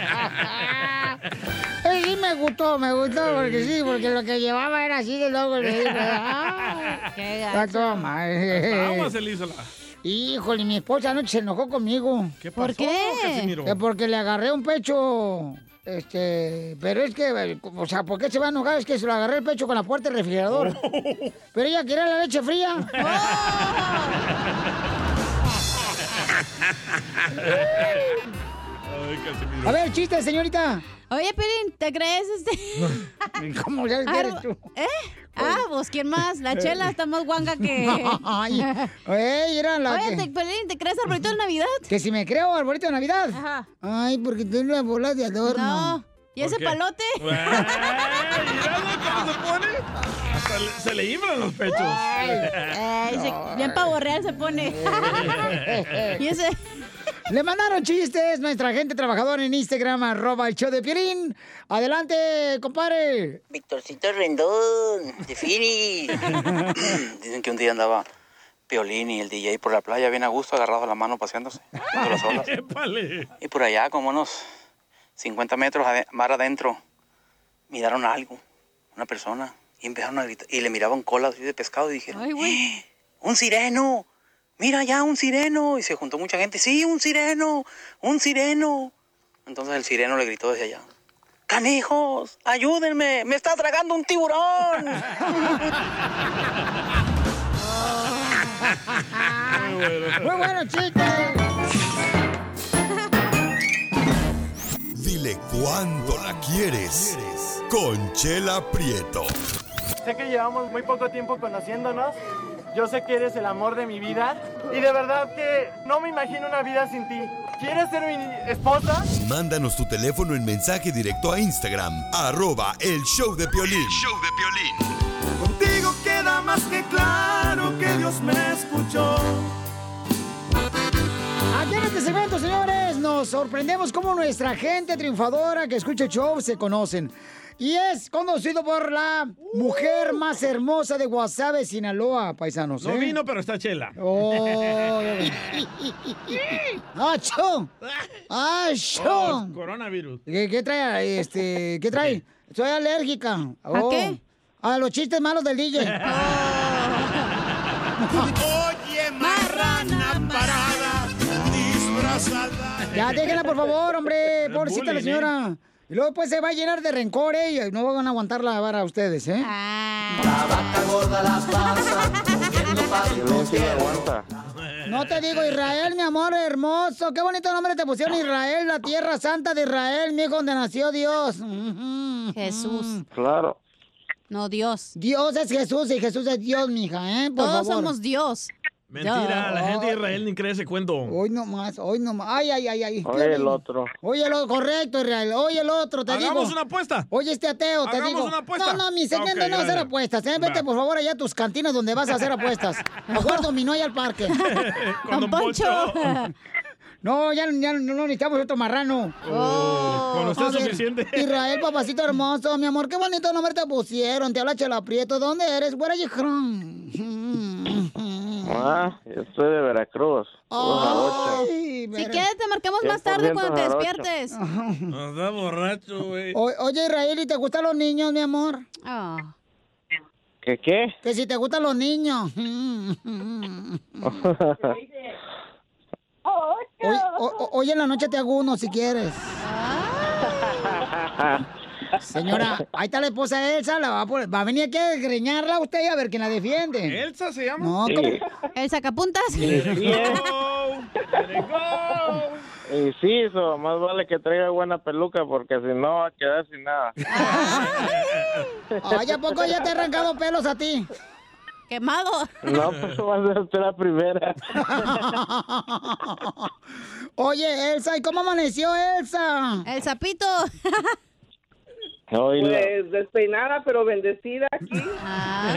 [SPEAKER 1] (laughs) Ese Eh, sí me gustó, me gustó, porque sí, porque lo que llevaba era así de loco. le digo, ah, Está toda (laughs) madre.
[SPEAKER 3] no. Vamos, Elísola.
[SPEAKER 1] eh, Híjole, mi esposa anoche se enojó conmigo.
[SPEAKER 3] ¿Qué ¿Por pasó, qué? Casimiro?
[SPEAKER 1] Que porque le agarré un pecho. Este, pero es que, o sea, ¿por qué se va a enojar? Es que se lo agarré el pecho con la puerta del refrigerador.
[SPEAKER 3] Oh.
[SPEAKER 1] Pero ella quería la leche
[SPEAKER 2] (laughs)
[SPEAKER 1] fría. (laughs)
[SPEAKER 11] (laughs)
[SPEAKER 3] Ay,
[SPEAKER 1] (laughs)
[SPEAKER 3] Casimiro.
[SPEAKER 1] A ver, chiste, señorita.
[SPEAKER 2] Oye, Pelín, ¿te crees este?
[SPEAKER 1] (laughs) ¿Cómo ya
[SPEAKER 2] eres tú? ¿Eh? Ah, pues quién más, la chela está más guanga que.
[SPEAKER 1] (laughs) Ay, ey, era la
[SPEAKER 2] Oye,
[SPEAKER 1] que-
[SPEAKER 2] te- Pelín, ¿te crees arbolito de Navidad?
[SPEAKER 1] Que si me creo arbolito de Navidad.
[SPEAKER 2] Ajá.
[SPEAKER 1] Ay, porque tengo las bolas de adorno.
[SPEAKER 2] No. ¿Y ese
[SPEAKER 1] qué?
[SPEAKER 2] palote?
[SPEAKER 3] ¿Cómo se pone? Hasta le- se le inflan los pechos.
[SPEAKER 2] Ah. Ay, se- bien pavo real se
[SPEAKER 1] (laughs)
[SPEAKER 2] pone. y ese.
[SPEAKER 1] Le mandaron chistes nuestra gente trabajadora en Instagram, arroba el show de Piolín. Adelante, compadre.
[SPEAKER 17] Víctorcito Rendón, de Fini. (laughs) Dicen que un día andaba Piolín y el DJ por la playa, bien a gusto, agarrados a la mano, paseándose, viendo las olas.
[SPEAKER 3] Épale.
[SPEAKER 17] Y por allá, como unos 50 metros ade- mar adentro, miraron algo, una persona, y empezaron a gritar, y le miraban colas así de pescado y dijeron, "¡Eh! ¡Un sireno! ¡Mira ya, un sireno! Y se juntó mucha gente, ¡sí, un sireno! ¡Un sireno! Entonces el sireno le gritó desde allá, ¡Canijos, ayúdenme! ¡Me está tragando un tiburón!
[SPEAKER 1] Muy bueno, chiste.
[SPEAKER 10] Dile cuánto la quieres. Conchela Prieto.
[SPEAKER 13] Sé que llevamos muy poco tiempo conociéndonos. Yo sé que eres el amor de mi vida. Y de verdad que no me imagino una vida sin ti. ¿Quieres ser mi esposa?
[SPEAKER 10] Mándanos tu teléfono en mensaje directo a Instagram, arroba el show de Piolín.
[SPEAKER 11] Contigo queda más que claro que Dios me escuchó.
[SPEAKER 1] Aquí en este segmento, señores, nos sorprendemos cómo nuestra gente triunfadora que escucha el show se conocen. Y es conocido por la mujer más hermosa de Guasave, Sinaloa, paisanos.
[SPEAKER 3] No
[SPEAKER 1] ¿eh?
[SPEAKER 3] vino, pero está chela.
[SPEAKER 1] Oh. ah, ¡Acho!
[SPEAKER 3] Oh,
[SPEAKER 1] ¡Acho!
[SPEAKER 3] coronavirus.
[SPEAKER 1] Ah, ¿Qué, qué trae? Este, ¿Qué trae? Soy alérgica. Oh.
[SPEAKER 3] ¿A qué? Ah.
[SPEAKER 1] A los chistes malos del
[SPEAKER 3] (laughs)
[SPEAKER 1] DJ.
[SPEAKER 11] Oye, marrana parada, disfrazada.
[SPEAKER 1] ya déjenla, por favor,
[SPEAKER 3] (laughs)
[SPEAKER 1] hombre.
[SPEAKER 11] Es
[SPEAKER 1] Pobrecita la
[SPEAKER 3] ¿eh?
[SPEAKER 11] bullying,
[SPEAKER 1] señora. Y luego pues se va a llenar de rencor, ¿eh? Y no van a aguantar la vara ustedes, ¿eh? No te digo Israel, mi amor hermoso. Qué bonito nombre te pusieron Israel, la tierra santa de Israel, mi hijo donde nació Dios. Jesús.
[SPEAKER 8] Claro.
[SPEAKER 1] No, Dios. Dios es Jesús y Jesús es Dios, mija, ¿eh? Por
[SPEAKER 2] Todos
[SPEAKER 1] favor.
[SPEAKER 2] somos Dios.
[SPEAKER 3] Mentira,
[SPEAKER 1] Ya.
[SPEAKER 3] la gente de Israel ni cree ese cuento.
[SPEAKER 1] Hoy nomás, hoy nomás. Ay, ay, ay, ay.
[SPEAKER 3] Oye, el
[SPEAKER 8] otro.
[SPEAKER 1] Oye, lo correcto, Israel. Oye, el otro, te digo.
[SPEAKER 3] Hagamos una apuesta.
[SPEAKER 1] Oye, este ateo, te
[SPEAKER 3] Hagamos
[SPEAKER 1] digo.
[SPEAKER 3] una apuesta.
[SPEAKER 1] No, no, mi segmento
[SPEAKER 3] Ok,
[SPEAKER 1] no va a hacer
[SPEAKER 3] gracias.
[SPEAKER 1] apuestas, ¿eh? Vete,
[SPEAKER 3] Va.
[SPEAKER 1] por favor, allá a tus cantinas donde vas a hacer
[SPEAKER 3] (laughs)
[SPEAKER 1] apuestas. Mejor dominó allá al parque.
[SPEAKER 11] Con Don Don Poncho. Poncho.
[SPEAKER 1] (laughs) No, ya, ya no necesitamos otro marrano.
[SPEAKER 11] Oh, con usted
[SPEAKER 1] A ver,
[SPEAKER 11] suficiente. (laughs)
[SPEAKER 1] Israel, papacito hermoso, mi amor, qué bonito nombre te pusieron. Te habla Chela Prieto. ¿Dónde eres? Where are you from?
[SPEAKER 8] Ah, yo soy de Veracruz.
[SPEAKER 1] Oh. Ay,
[SPEAKER 2] Oh. Si
[SPEAKER 1] ver-
[SPEAKER 2] quieres, te marcamos más tarde cuando te
[SPEAKER 8] 100% jarocho.
[SPEAKER 2] despiertes.
[SPEAKER 3] Nos da borracho, güey.
[SPEAKER 1] O- oye, Israel, ¿y te gustan los niños, mi amor?
[SPEAKER 2] Ah.
[SPEAKER 8] ¿Qué
[SPEAKER 1] (laughs)
[SPEAKER 8] qué?
[SPEAKER 1] Que si te gustan
[SPEAKER 2] (laughs)
[SPEAKER 1] los niños. Hoy, o- o- hoy en la noche te hago uno si quieres. Señora, ahí está la esposa de Elsa, la va, a poner- va a venir aquí a desgreñarla usted y a ver quién la defiende.
[SPEAKER 3] ¿Elsa se llama?
[SPEAKER 1] No,
[SPEAKER 3] Sí.
[SPEAKER 1] ¿cómo?
[SPEAKER 2] El sacapuntas. (laughs)
[SPEAKER 20] Y sí, eso, más vale que traiga buena peluca porque si no va a quedar sin nada.
[SPEAKER 1] (laughs) Ay, ¿a poco ya te he arrancado pelos a ti?
[SPEAKER 2] Quemado.
[SPEAKER 3] (laughs)
[SPEAKER 20] No, pues vas a ser usted la primera.
[SPEAKER 1] Oye, Elsa, ¿y cómo amaneció Elsa?
[SPEAKER 2] El sapito.
[SPEAKER 7] Pues despeinada, pero bendecida aquí.
[SPEAKER 3] Ah.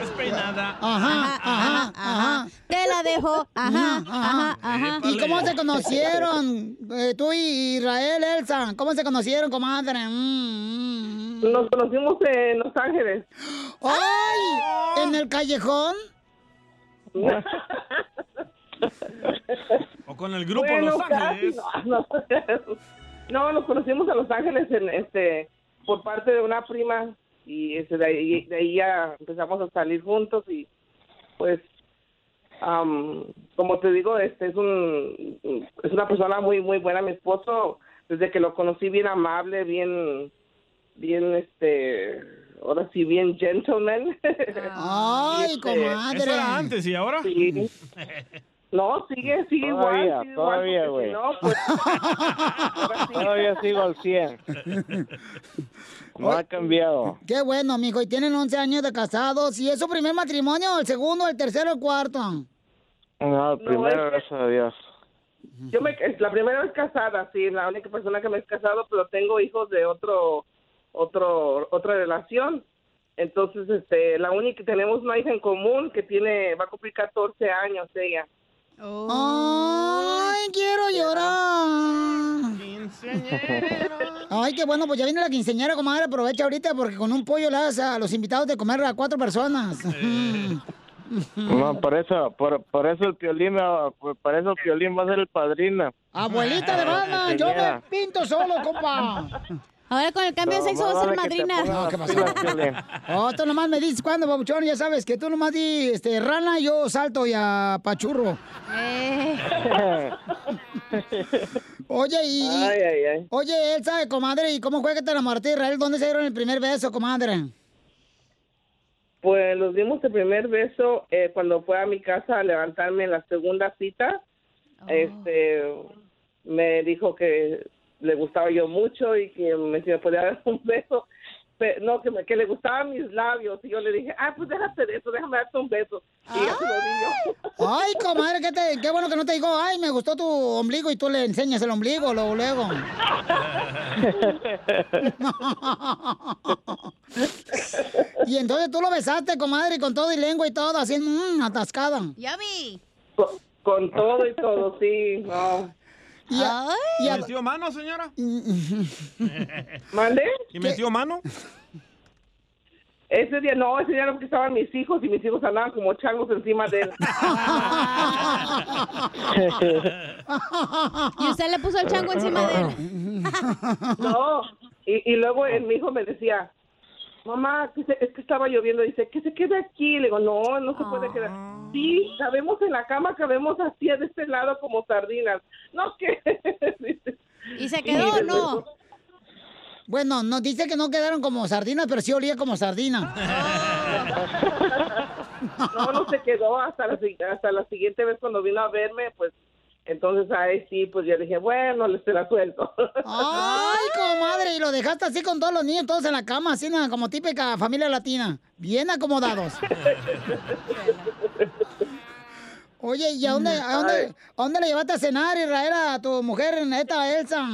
[SPEAKER 3] Despeinada.
[SPEAKER 1] Ajá, ajá, ajá.
[SPEAKER 2] Te la dejo. Ajá, ajá,
[SPEAKER 1] ajá. ¿Y cómo se conocieron? eh, tú y Israel, Elsa. ¿Cómo se conocieron, comadre? Mm,
[SPEAKER 7] Nos conocimos en Los Ángeles.
[SPEAKER 1] ¡Ay! ¿En el callejón?
[SPEAKER 11] (laughs)
[SPEAKER 3] O con el grupo
[SPEAKER 7] Bueno,
[SPEAKER 3] Los Ángeles.
[SPEAKER 7] casi, no, no. (laughs) No, nos conocimos en Los Ángeles en este por parte de una prima y este, de, ahí, de ahí ya empezamos a salir juntos y pues am, como te digo este es un es una persona muy muy buena mi esposo desde que lo conocí bien amable bien bien este ahora sí bien gentleman (laughs)
[SPEAKER 1] Ay, comadre.
[SPEAKER 3] Este, Eso era antes y ahora.
[SPEAKER 7] no sigue sigue
[SPEAKER 20] Todavía,
[SPEAKER 7] igual sigue igual, porque si
[SPEAKER 20] todavía, güey.
[SPEAKER 7] no,
[SPEAKER 20] (laughs)
[SPEAKER 7] pues,
[SPEAKER 20] Todavía sigo al
[SPEAKER 3] (laughs)
[SPEAKER 20] 100. No ha cambiado.
[SPEAKER 1] Qué bueno, mijo. Y tienen 11 años de casados. ¿Y es su primer matrimonio? ¿El segundo, el tercero, el cuarto?
[SPEAKER 20] No, primero,
[SPEAKER 7] es-
[SPEAKER 20] gracias a Dios.
[SPEAKER 7] Yo me, es la primera vez casada, sí, la única persona que me es casado, pero tengo hijos de otro, otro, otra relación. Entonces, este, la única, tenemos una hija en común que tiene, va a cumplir 14 años ella.
[SPEAKER 1] Ay, quiero llorar. Ay, qué bueno, pues ya viene la quinceañera, comadre. Aprovecha ahorita porque con un pollo le das a los invitados de comer a cuatro personas. Mm.
[SPEAKER 20] No, por eso, por, por eso el piolín, ah, por, por eso el piolín va a ser el padrino.
[SPEAKER 1] (laughs)
[SPEAKER 20] Ah,
[SPEAKER 1] Abuelita de Batman, yo me pinto solo, compa.
[SPEAKER 2] Ahora con el cambio de sexo va a ser madrina.
[SPEAKER 1] No, ¿qué pasó? Oh, tú nomás me dices cuándo, babuchón, ya sabes que tú nomás di este, rana, yo salto y a pachurro.
[SPEAKER 7] Eh.
[SPEAKER 1] Oye, y, y-
[SPEAKER 7] Ay, ay, ay.
[SPEAKER 1] Oye, Elsa, comadre, ¿y cómo fue que te enamoraste de Israel? ¿Dónde se dieron el primer beso, comadre?
[SPEAKER 7] Pues nos dimos el primer beso eh, cuando fue a mi casa a levantarme en la segunda cita. Este, me dijo que le gustaba yo mucho y que me, si me podía dar (laughs) un beso. Pe- no, que, me, que le gustaban mis labios. Y yo le dije, ah, pues déjate de eso, déjame darte un beso. Y ya se lo di yo. (laughs)
[SPEAKER 1] Ay, comadre, qué, te- qué bueno que no te digo, ay, me gustó tu ombligo y tú le enseñas el ombligo luego, luego. y entonces tú lo besaste, comadre, con todo y lengua y todo, así, mmm, atascada.
[SPEAKER 2] Yami.
[SPEAKER 7] Con, con todo y todo, sí. No.
[SPEAKER 1] Y a- y a-
[SPEAKER 3] ¿Metió
[SPEAKER 1] (laughs)
[SPEAKER 3] mano, señora?
[SPEAKER 7] ¿Mande?
[SPEAKER 3] ¿Y metió mano?
[SPEAKER 7] Ese día no, ese día no, porque estaban mis hijos y mis hijos andaban como changos encima de él.
[SPEAKER 2] Y usted le puso el chango encima de él.
[SPEAKER 7] (laughs) No, y, y luego el, mi hijo me decía, mamá, que se- es que estaba lloviendo, dice, que se quede aquí. Le digo, no, no se puede quedar. Sí, cabemos en la cama, cabemos así de este lado como sardinas. No, que... (laughs)
[SPEAKER 2] ¿Y se
[SPEAKER 1] quedó o no? Bueno, nos dice que no quedaron como sardinas, pero sí olía como sardina.
[SPEAKER 7] No, no se quedó hasta la, si- hasta la siguiente vez cuando vino a verme, pues... Entonces ahí sí, pues yo dije, bueno, le se la suelto.
[SPEAKER 1] Ay, comadre, y lo dejaste así con todos los niños, todos en la cama, así nada, como típica familia latina. Bien acomodados. Oye, ¿y a dónde, a dónde, a dónde le llevaste a cenar, Israel, a tu mujer, esta Elsa?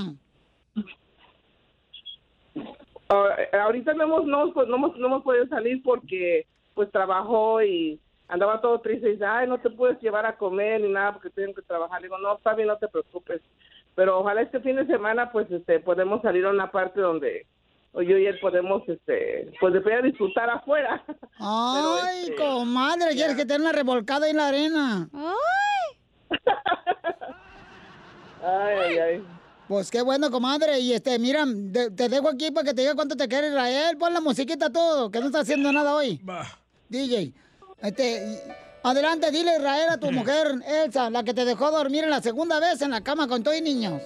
[SPEAKER 7] Ah, ahorita no hemos, no, pues, no hemos, no hemos podido salir porque pues trabajó y andaba todo triste y dice, ay, no te puedes llevar a comer ni nada porque tengo que trabajar. Le digo, no, está bien, no te preocupes. Pero ojalá este fin de semana pues este podemos salir a una parte donde o yo y él podemos este pues de a disfrutar afuera.
[SPEAKER 1] Ay, comadre, quieres que te den una revolcada ahí en la arena.
[SPEAKER 7] Ay, ay, ay.
[SPEAKER 1] Pues qué bueno, comadre. Y este, mira, de- te dejo aquí para que te diga cuánto te quiere Israel. Pon la musiquita todo, que no está haciendo nada hoy. DJ. Este, y- adelante, dile Israel a tu mujer, Elsa, la que te dejó dormir en la segunda vez en la cama con todo y niños.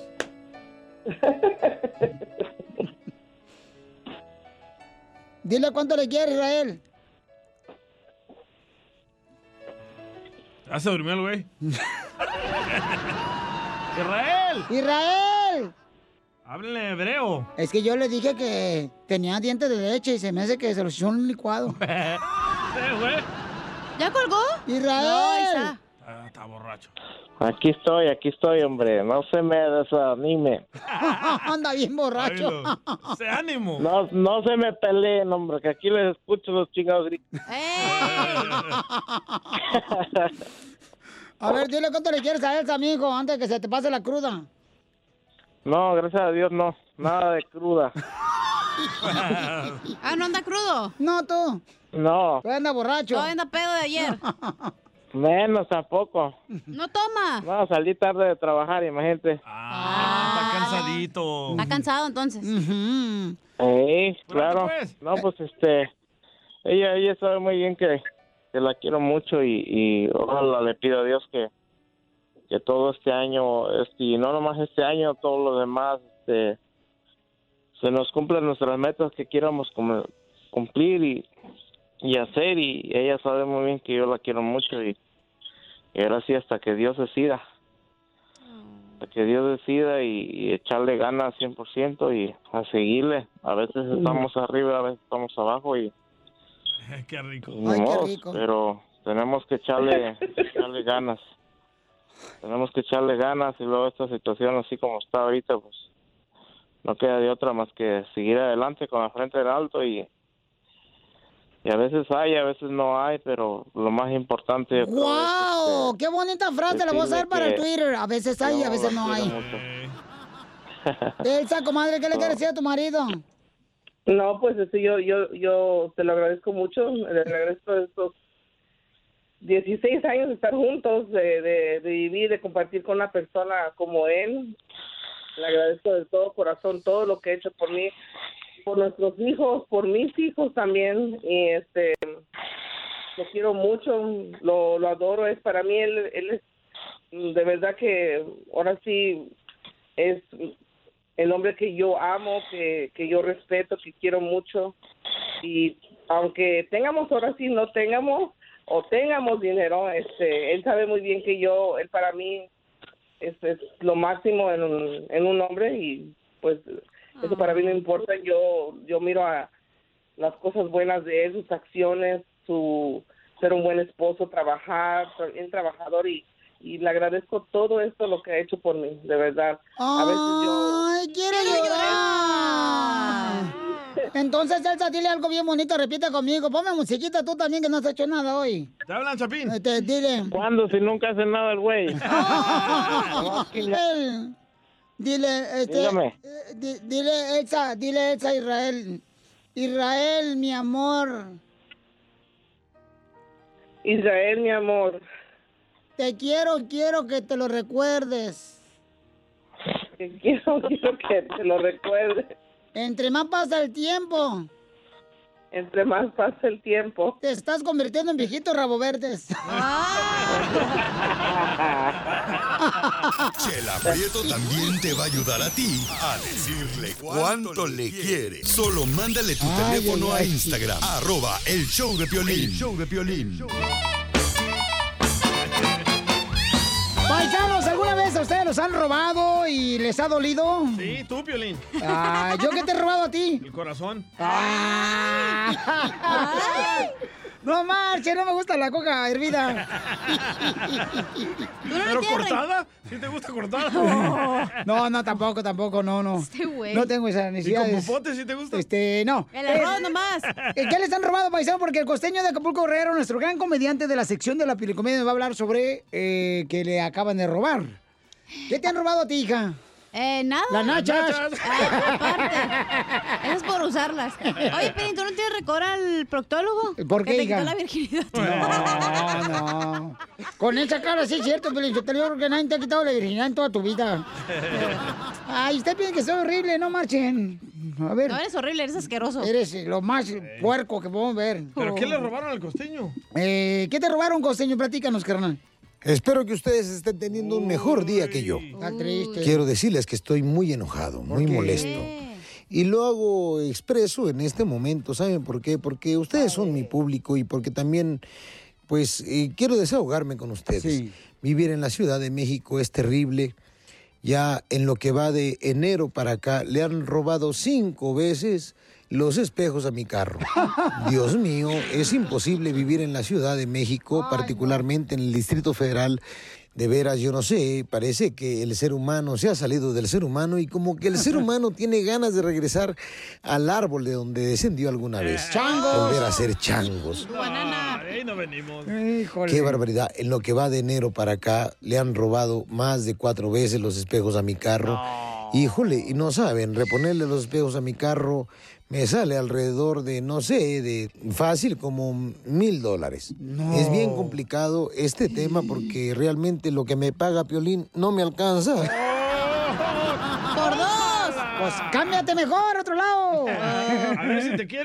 [SPEAKER 1] Dile cuánto le quieres a él.
[SPEAKER 3] Ya se durmió el güey. (laughs)
[SPEAKER 1] ¡Israel! ¡Israel!
[SPEAKER 3] Háblenle hebreo.
[SPEAKER 1] Es que yo le dije que tenía dientes de leche y se me hace que se los echó en un licuado.
[SPEAKER 2] ¿Ya colgó?
[SPEAKER 1] ¡Israel!
[SPEAKER 3] Ah, está borracho.
[SPEAKER 20] Aquí estoy, aquí estoy, hombre. No se me desanime.
[SPEAKER 1] (laughs) Anda bien borracho.
[SPEAKER 3] ¡Se ánimo!
[SPEAKER 20] No, no se me peleen, hombre, que aquí les escucho los chingados gritos.
[SPEAKER 1] ¡Eh! A ver, dile cuánto le quieres a él, amigo, antes de que se te pase la cruda.
[SPEAKER 20] No, gracias a Dios, no. Nada de cruda.
[SPEAKER 2] Ah, ¿no anda crudo?
[SPEAKER 1] No, tú.
[SPEAKER 20] No,
[SPEAKER 1] Tú anda borracho.
[SPEAKER 2] No, anda pedo de
[SPEAKER 1] (laughs)
[SPEAKER 2] ayer.
[SPEAKER 20] menos tampoco.
[SPEAKER 2] No toma.
[SPEAKER 20] No, salí tarde de trabajar, imagínate.
[SPEAKER 1] Ah. Oh.
[SPEAKER 3] Cansadito.
[SPEAKER 2] Está cansado entonces.
[SPEAKER 20] Sí, claro. No, pues este. Ella, ella sabe muy bien que, que la quiero mucho y, y ojalá ah, le pido a Dios que, que todo este año, este, y no nomás este año, todo lo demás, este, se nos cumplan nuestras metas que quieramos cum- cumplir y, y hacer. Y ella sabe muy bien que yo la quiero mucho y, y ahora sí, hasta que Dios decida. Hasta que Dios decida y, y echarle ganas 100% y a seguirle. A veces estamos arriba, a veces estamos abajo y
[SPEAKER 3] Qué rico.
[SPEAKER 20] ni modos, pero tenemos
[SPEAKER 3] (laughs)
[SPEAKER 20] que echarle, echarle ganas. Tenemos que echarle ganas y luego esta situación así como está ahorita, pues no queda de otra más que seguir adelante con la frente en alto y, y a veces hay, a veces no hay, pero lo más importante
[SPEAKER 3] Este.
[SPEAKER 20] yo creo, es
[SPEAKER 1] ¡Wow! ¡Qué bonita frase! La voy a usar
[SPEAKER 20] decirle
[SPEAKER 1] para el
[SPEAKER 20] que-
[SPEAKER 1] Twitter. A veces hay, a veces no
[SPEAKER 20] la
[SPEAKER 1] hay.
[SPEAKER 7] (laughs)
[SPEAKER 20] quiero mucho.
[SPEAKER 1] Elsa, comadre, ¿qué le quieres decir a tu marido?
[SPEAKER 7] No, pues este, yo, yo, yo te lo agradezco mucho, le agradezco estos 16 años de estar juntos, de, de- de vivir, de compartir con una persona como él. Le agradezco de todo corazón todo lo que ha hecho por mí, por nuestros hijos, por mis hijos también. Y este, lo quiero mucho, lo, lo adoro. Es para mí, él, él es mm, de verdad que ahora sí es el hombre que yo amo, que, que yo respeto, que quiero mucho. Y aunque tengamos ahora sí, no tengamos o tengamos dinero, este, él sabe muy bien que yo, él para mí es, es lo máximo en un, en un hombre y pues eso para mí no importa. Yo, yo miro a las cosas buenas de él, sus acciones, su ser un buen esposo, trabajar, tra- bien trabajador y, y le agradezco todo esto lo que ha hecho por mí, de verdad. A veces
[SPEAKER 1] ¡Ay, quiero llorar! Entonces, Elsa, dile algo bien bonito, repite conmigo. Ponme musiquita tú también, que no has hecho nada hoy.
[SPEAKER 3] ¿Te hablan, Chapín?
[SPEAKER 1] Este, dile.
[SPEAKER 20] ¿Cuándo si nunca hace nada el güey?
[SPEAKER 1] Él, dile, este,
[SPEAKER 20] Dígame.
[SPEAKER 1] eh, di- dile, Elsa, dile, Elsa, Israel. Israel, mi amor,
[SPEAKER 7] Israel, mi amor,
[SPEAKER 1] te quiero, quiero que te lo recuerdes.
[SPEAKER 7] que quiero, (laughs) quiero que te lo recuerde.
[SPEAKER 1] Entre más pasa el tiempo,
[SPEAKER 7] Entre más pasa el tiempo.
[SPEAKER 1] te estás convirtiendo en viejito rabo
[SPEAKER 7] (laughs)
[SPEAKER 1] verdes.
[SPEAKER 10] Chela Prieto también te va a ayudar a ti a decirle cuánto le quiere. Solo mándale tu
[SPEAKER 11] Ay,
[SPEAKER 10] teléfono
[SPEAKER 11] ay,
[SPEAKER 10] a
[SPEAKER 11] ay.
[SPEAKER 10] Instagram, arroba el show de Piolín. show de Piolín.
[SPEAKER 1] Paisanos, ¿alguna vez a ustedes los han robado y les ha dolido?
[SPEAKER 3] Sí, tú, Piolín.
[SPEAKER 1] Ah, ¿Yo qué te he robado a ti?
[SPEAKER 3] El corazón.
[SPEAKER 1] Ah. No marche, no me gusta la coca hervida.
[SPEAKER 3] ¿Pero cortada? ¿Sí te gusta (laughs) cortada?
[SPEAKER 1] (laughs) No, no, tampoco, tampoco, no, no.
[SPEAKER 3] Este güey.
[SPEAKER 1] No tengo esa
[SPEAKER 3] ¿Y
[SPEAKER 1] necesidad.
[SPEAKER 3] con popote sí te gusta?
[SPEAKER 1] Este, no.
[SPEAKER 3] El arroz
[SPEAKER 2] nomás.
[SPEAKER 1] (laughs) ¿Qué les han robado, paisano? Porque el costeño de Acapulco Guerrero, nuestro gran comediante de la sección de la pilicomedia, nos va a hablar sobre eh, que le acaban de robar. ¿Qué te han robado a ti, hija?
[SPEAKER 2] Eh, nada.
[SPEAKER 1] Las nachas. Las
[SPEAKER 2] Eso es por usarlas. Oye, Pelín, ¿tú no tienes rencor al proctólogo?
[SPEAKER 1] ¿Por qué,
[SPEAKER 2] Que te quitó
[SPEAKER 1] hija?
[SPEAKER 2] la virginidad.
[SPEAKER 1] (laughs) No, no. Con esa cara sí es cierto, pero yo te digo que nadie te ha quitado la virginidad en toda tu vida. Ay, usted piensa que soy horrible, no marchen. A ver.
[SPEAKER 2] No, eres horrible, eres asqueroso.
[SPEAKER 1] Eres lo más puerco que podemos ver.
[SPEAKER 3] ¿Pero qué le robaron al costeño?
[SPEAKER 1] Eh, ¿Qué te robaron, costeño? Platícanos, carnal.
[SPEAKER 18] Espero que ustedes estén teniendo un mejor día que yo.
[SPEAKER 1] Está triste.
[SPEAKER 18] Quiero decirles que estoy muy enojado, muy molesto. Y lo hago expreso en este momento, ¿saben por qué? Porque ustedes son mi público y porque también, pues, eh, quiero desahogarme con ustedes. Vivir en la Ciudad de México es terrible. Ya en lo que va de enero para acá, le han robado cinco veces los espejos a mi carro. Dios mío, es imposible vivir en la Ciudad de México, particularmente en el Distrito Federal. De veras, yo no sé, parece que el ser humano se ha salido del ser humano y como que el ser humano tiene ganas de regresar al árbol de donde descendió alguna vez.
[SPEAKER 3] ¡Changos!
[SPEAKER 18] Volver a ser changos.
[SPEAKER 3] Ah, de ahí no venimos.
[SPEAKER 18] Qué barbaridad. En lo que va de enero para acá, le han robado más de cuatro veces los espejos a mi carro. Híjole, y no saben, reponerle los espejos a mi carro me sale alrededor de, no sé, de fácil como mil dólares. Es bien complicado este tema porque realmente lo que me paga Piolín no me alcanza.
[SPEAKER 1] ¡Por dos! Pues cámbiate mejor a otro lado.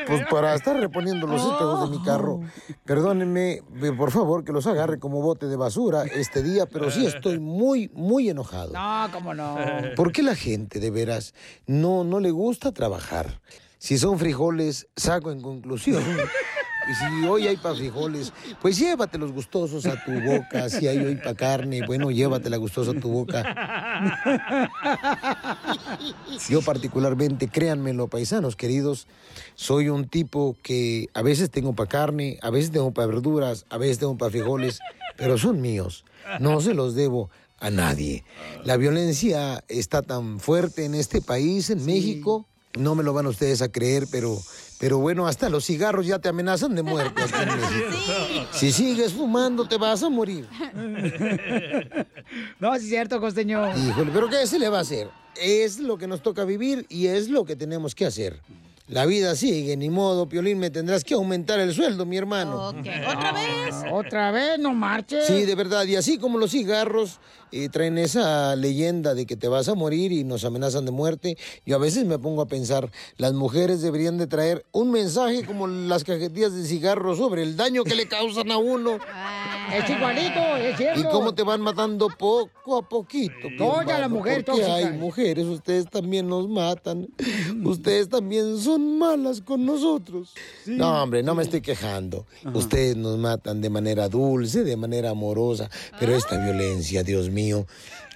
[SPEAKER 18] Pues para estar reponiendo los espejos de mi carro, perdónenme, eh, por favor, que los agarre como bote de basura este día, pero sí estoy muy, muy enojado.
[SPEAKER 1] No, cómo no.
[SPEAKER 18] ¿Por qué la gente, de veras, no, no le gusta trabajar? Si son frijoles, saco en conclusión. Y si hoy hay para frijoles, pues llévatelos gustosos a tu boca. Si hay hoy para carne, bueno, llévatela gustosa a tu boca. Yo particularmente, créanmelo, paisanos queridos, soy un tipo que a veces tengo para carne, a veces tengo para verduras, a veces tengo para frijoles, pero son míos. No se los debo a nadie. La violencia está tan fuerte en este país, en México. No me lo van ustedes a creer, pero, pero bueno, hasta los cigarros ya te amenazan de muerte. aquí en México.
[SPEAKER 3] (laughs)
[SPEAKER 18] Si sigues fumando, te vas a morir.
[SPEAKER 1] (laughs) No, sí es cierto, costeño.
[SPEAKER 18] Híjole, pero ¿qué se le va a hacer? Es lo que nos toca vivir y es lo que tenemos que hacer. La vida sigue, ni modo, Piolín, me tendrás que aumentar el sueldo, mi hermano.
[SPEAKER 1] ¿Otra vez? (laughs) Otra vez, no marches.
[SPEAKER 18] Sí, de verdad, y así como los cigarros eh, traen esa leyenda de que te vas a morir y nos amenazan de muerte, yo a veces me pongo a pensar, las mujeres deberían de traer un mensaje como las cajetillas de cigarro sobre el daño que le causan a uno.
[SPEAKER 1] Es igualito, es cierto.
[SPEAKER 18] Y cómo te van matando poco a poquito. mi
[SPEAKER 1] Toda la
[SPEAKER 18] hermano,
[SPEAKER 1] mujer
[SPEAKER 18] porque
[SPEAKER 1] tóxica.
[SPEAKER 18] hay mujeres, ustedes también nos matan. Ustedes también son malas con nosotros. No, hombre, no me estoy quejando. Ustedes nos matan de manera dulce, de manera amorosa. Pero
[SPEAKER 1] Ah.
[SPEAKER 18] esta violencia, Dios mío.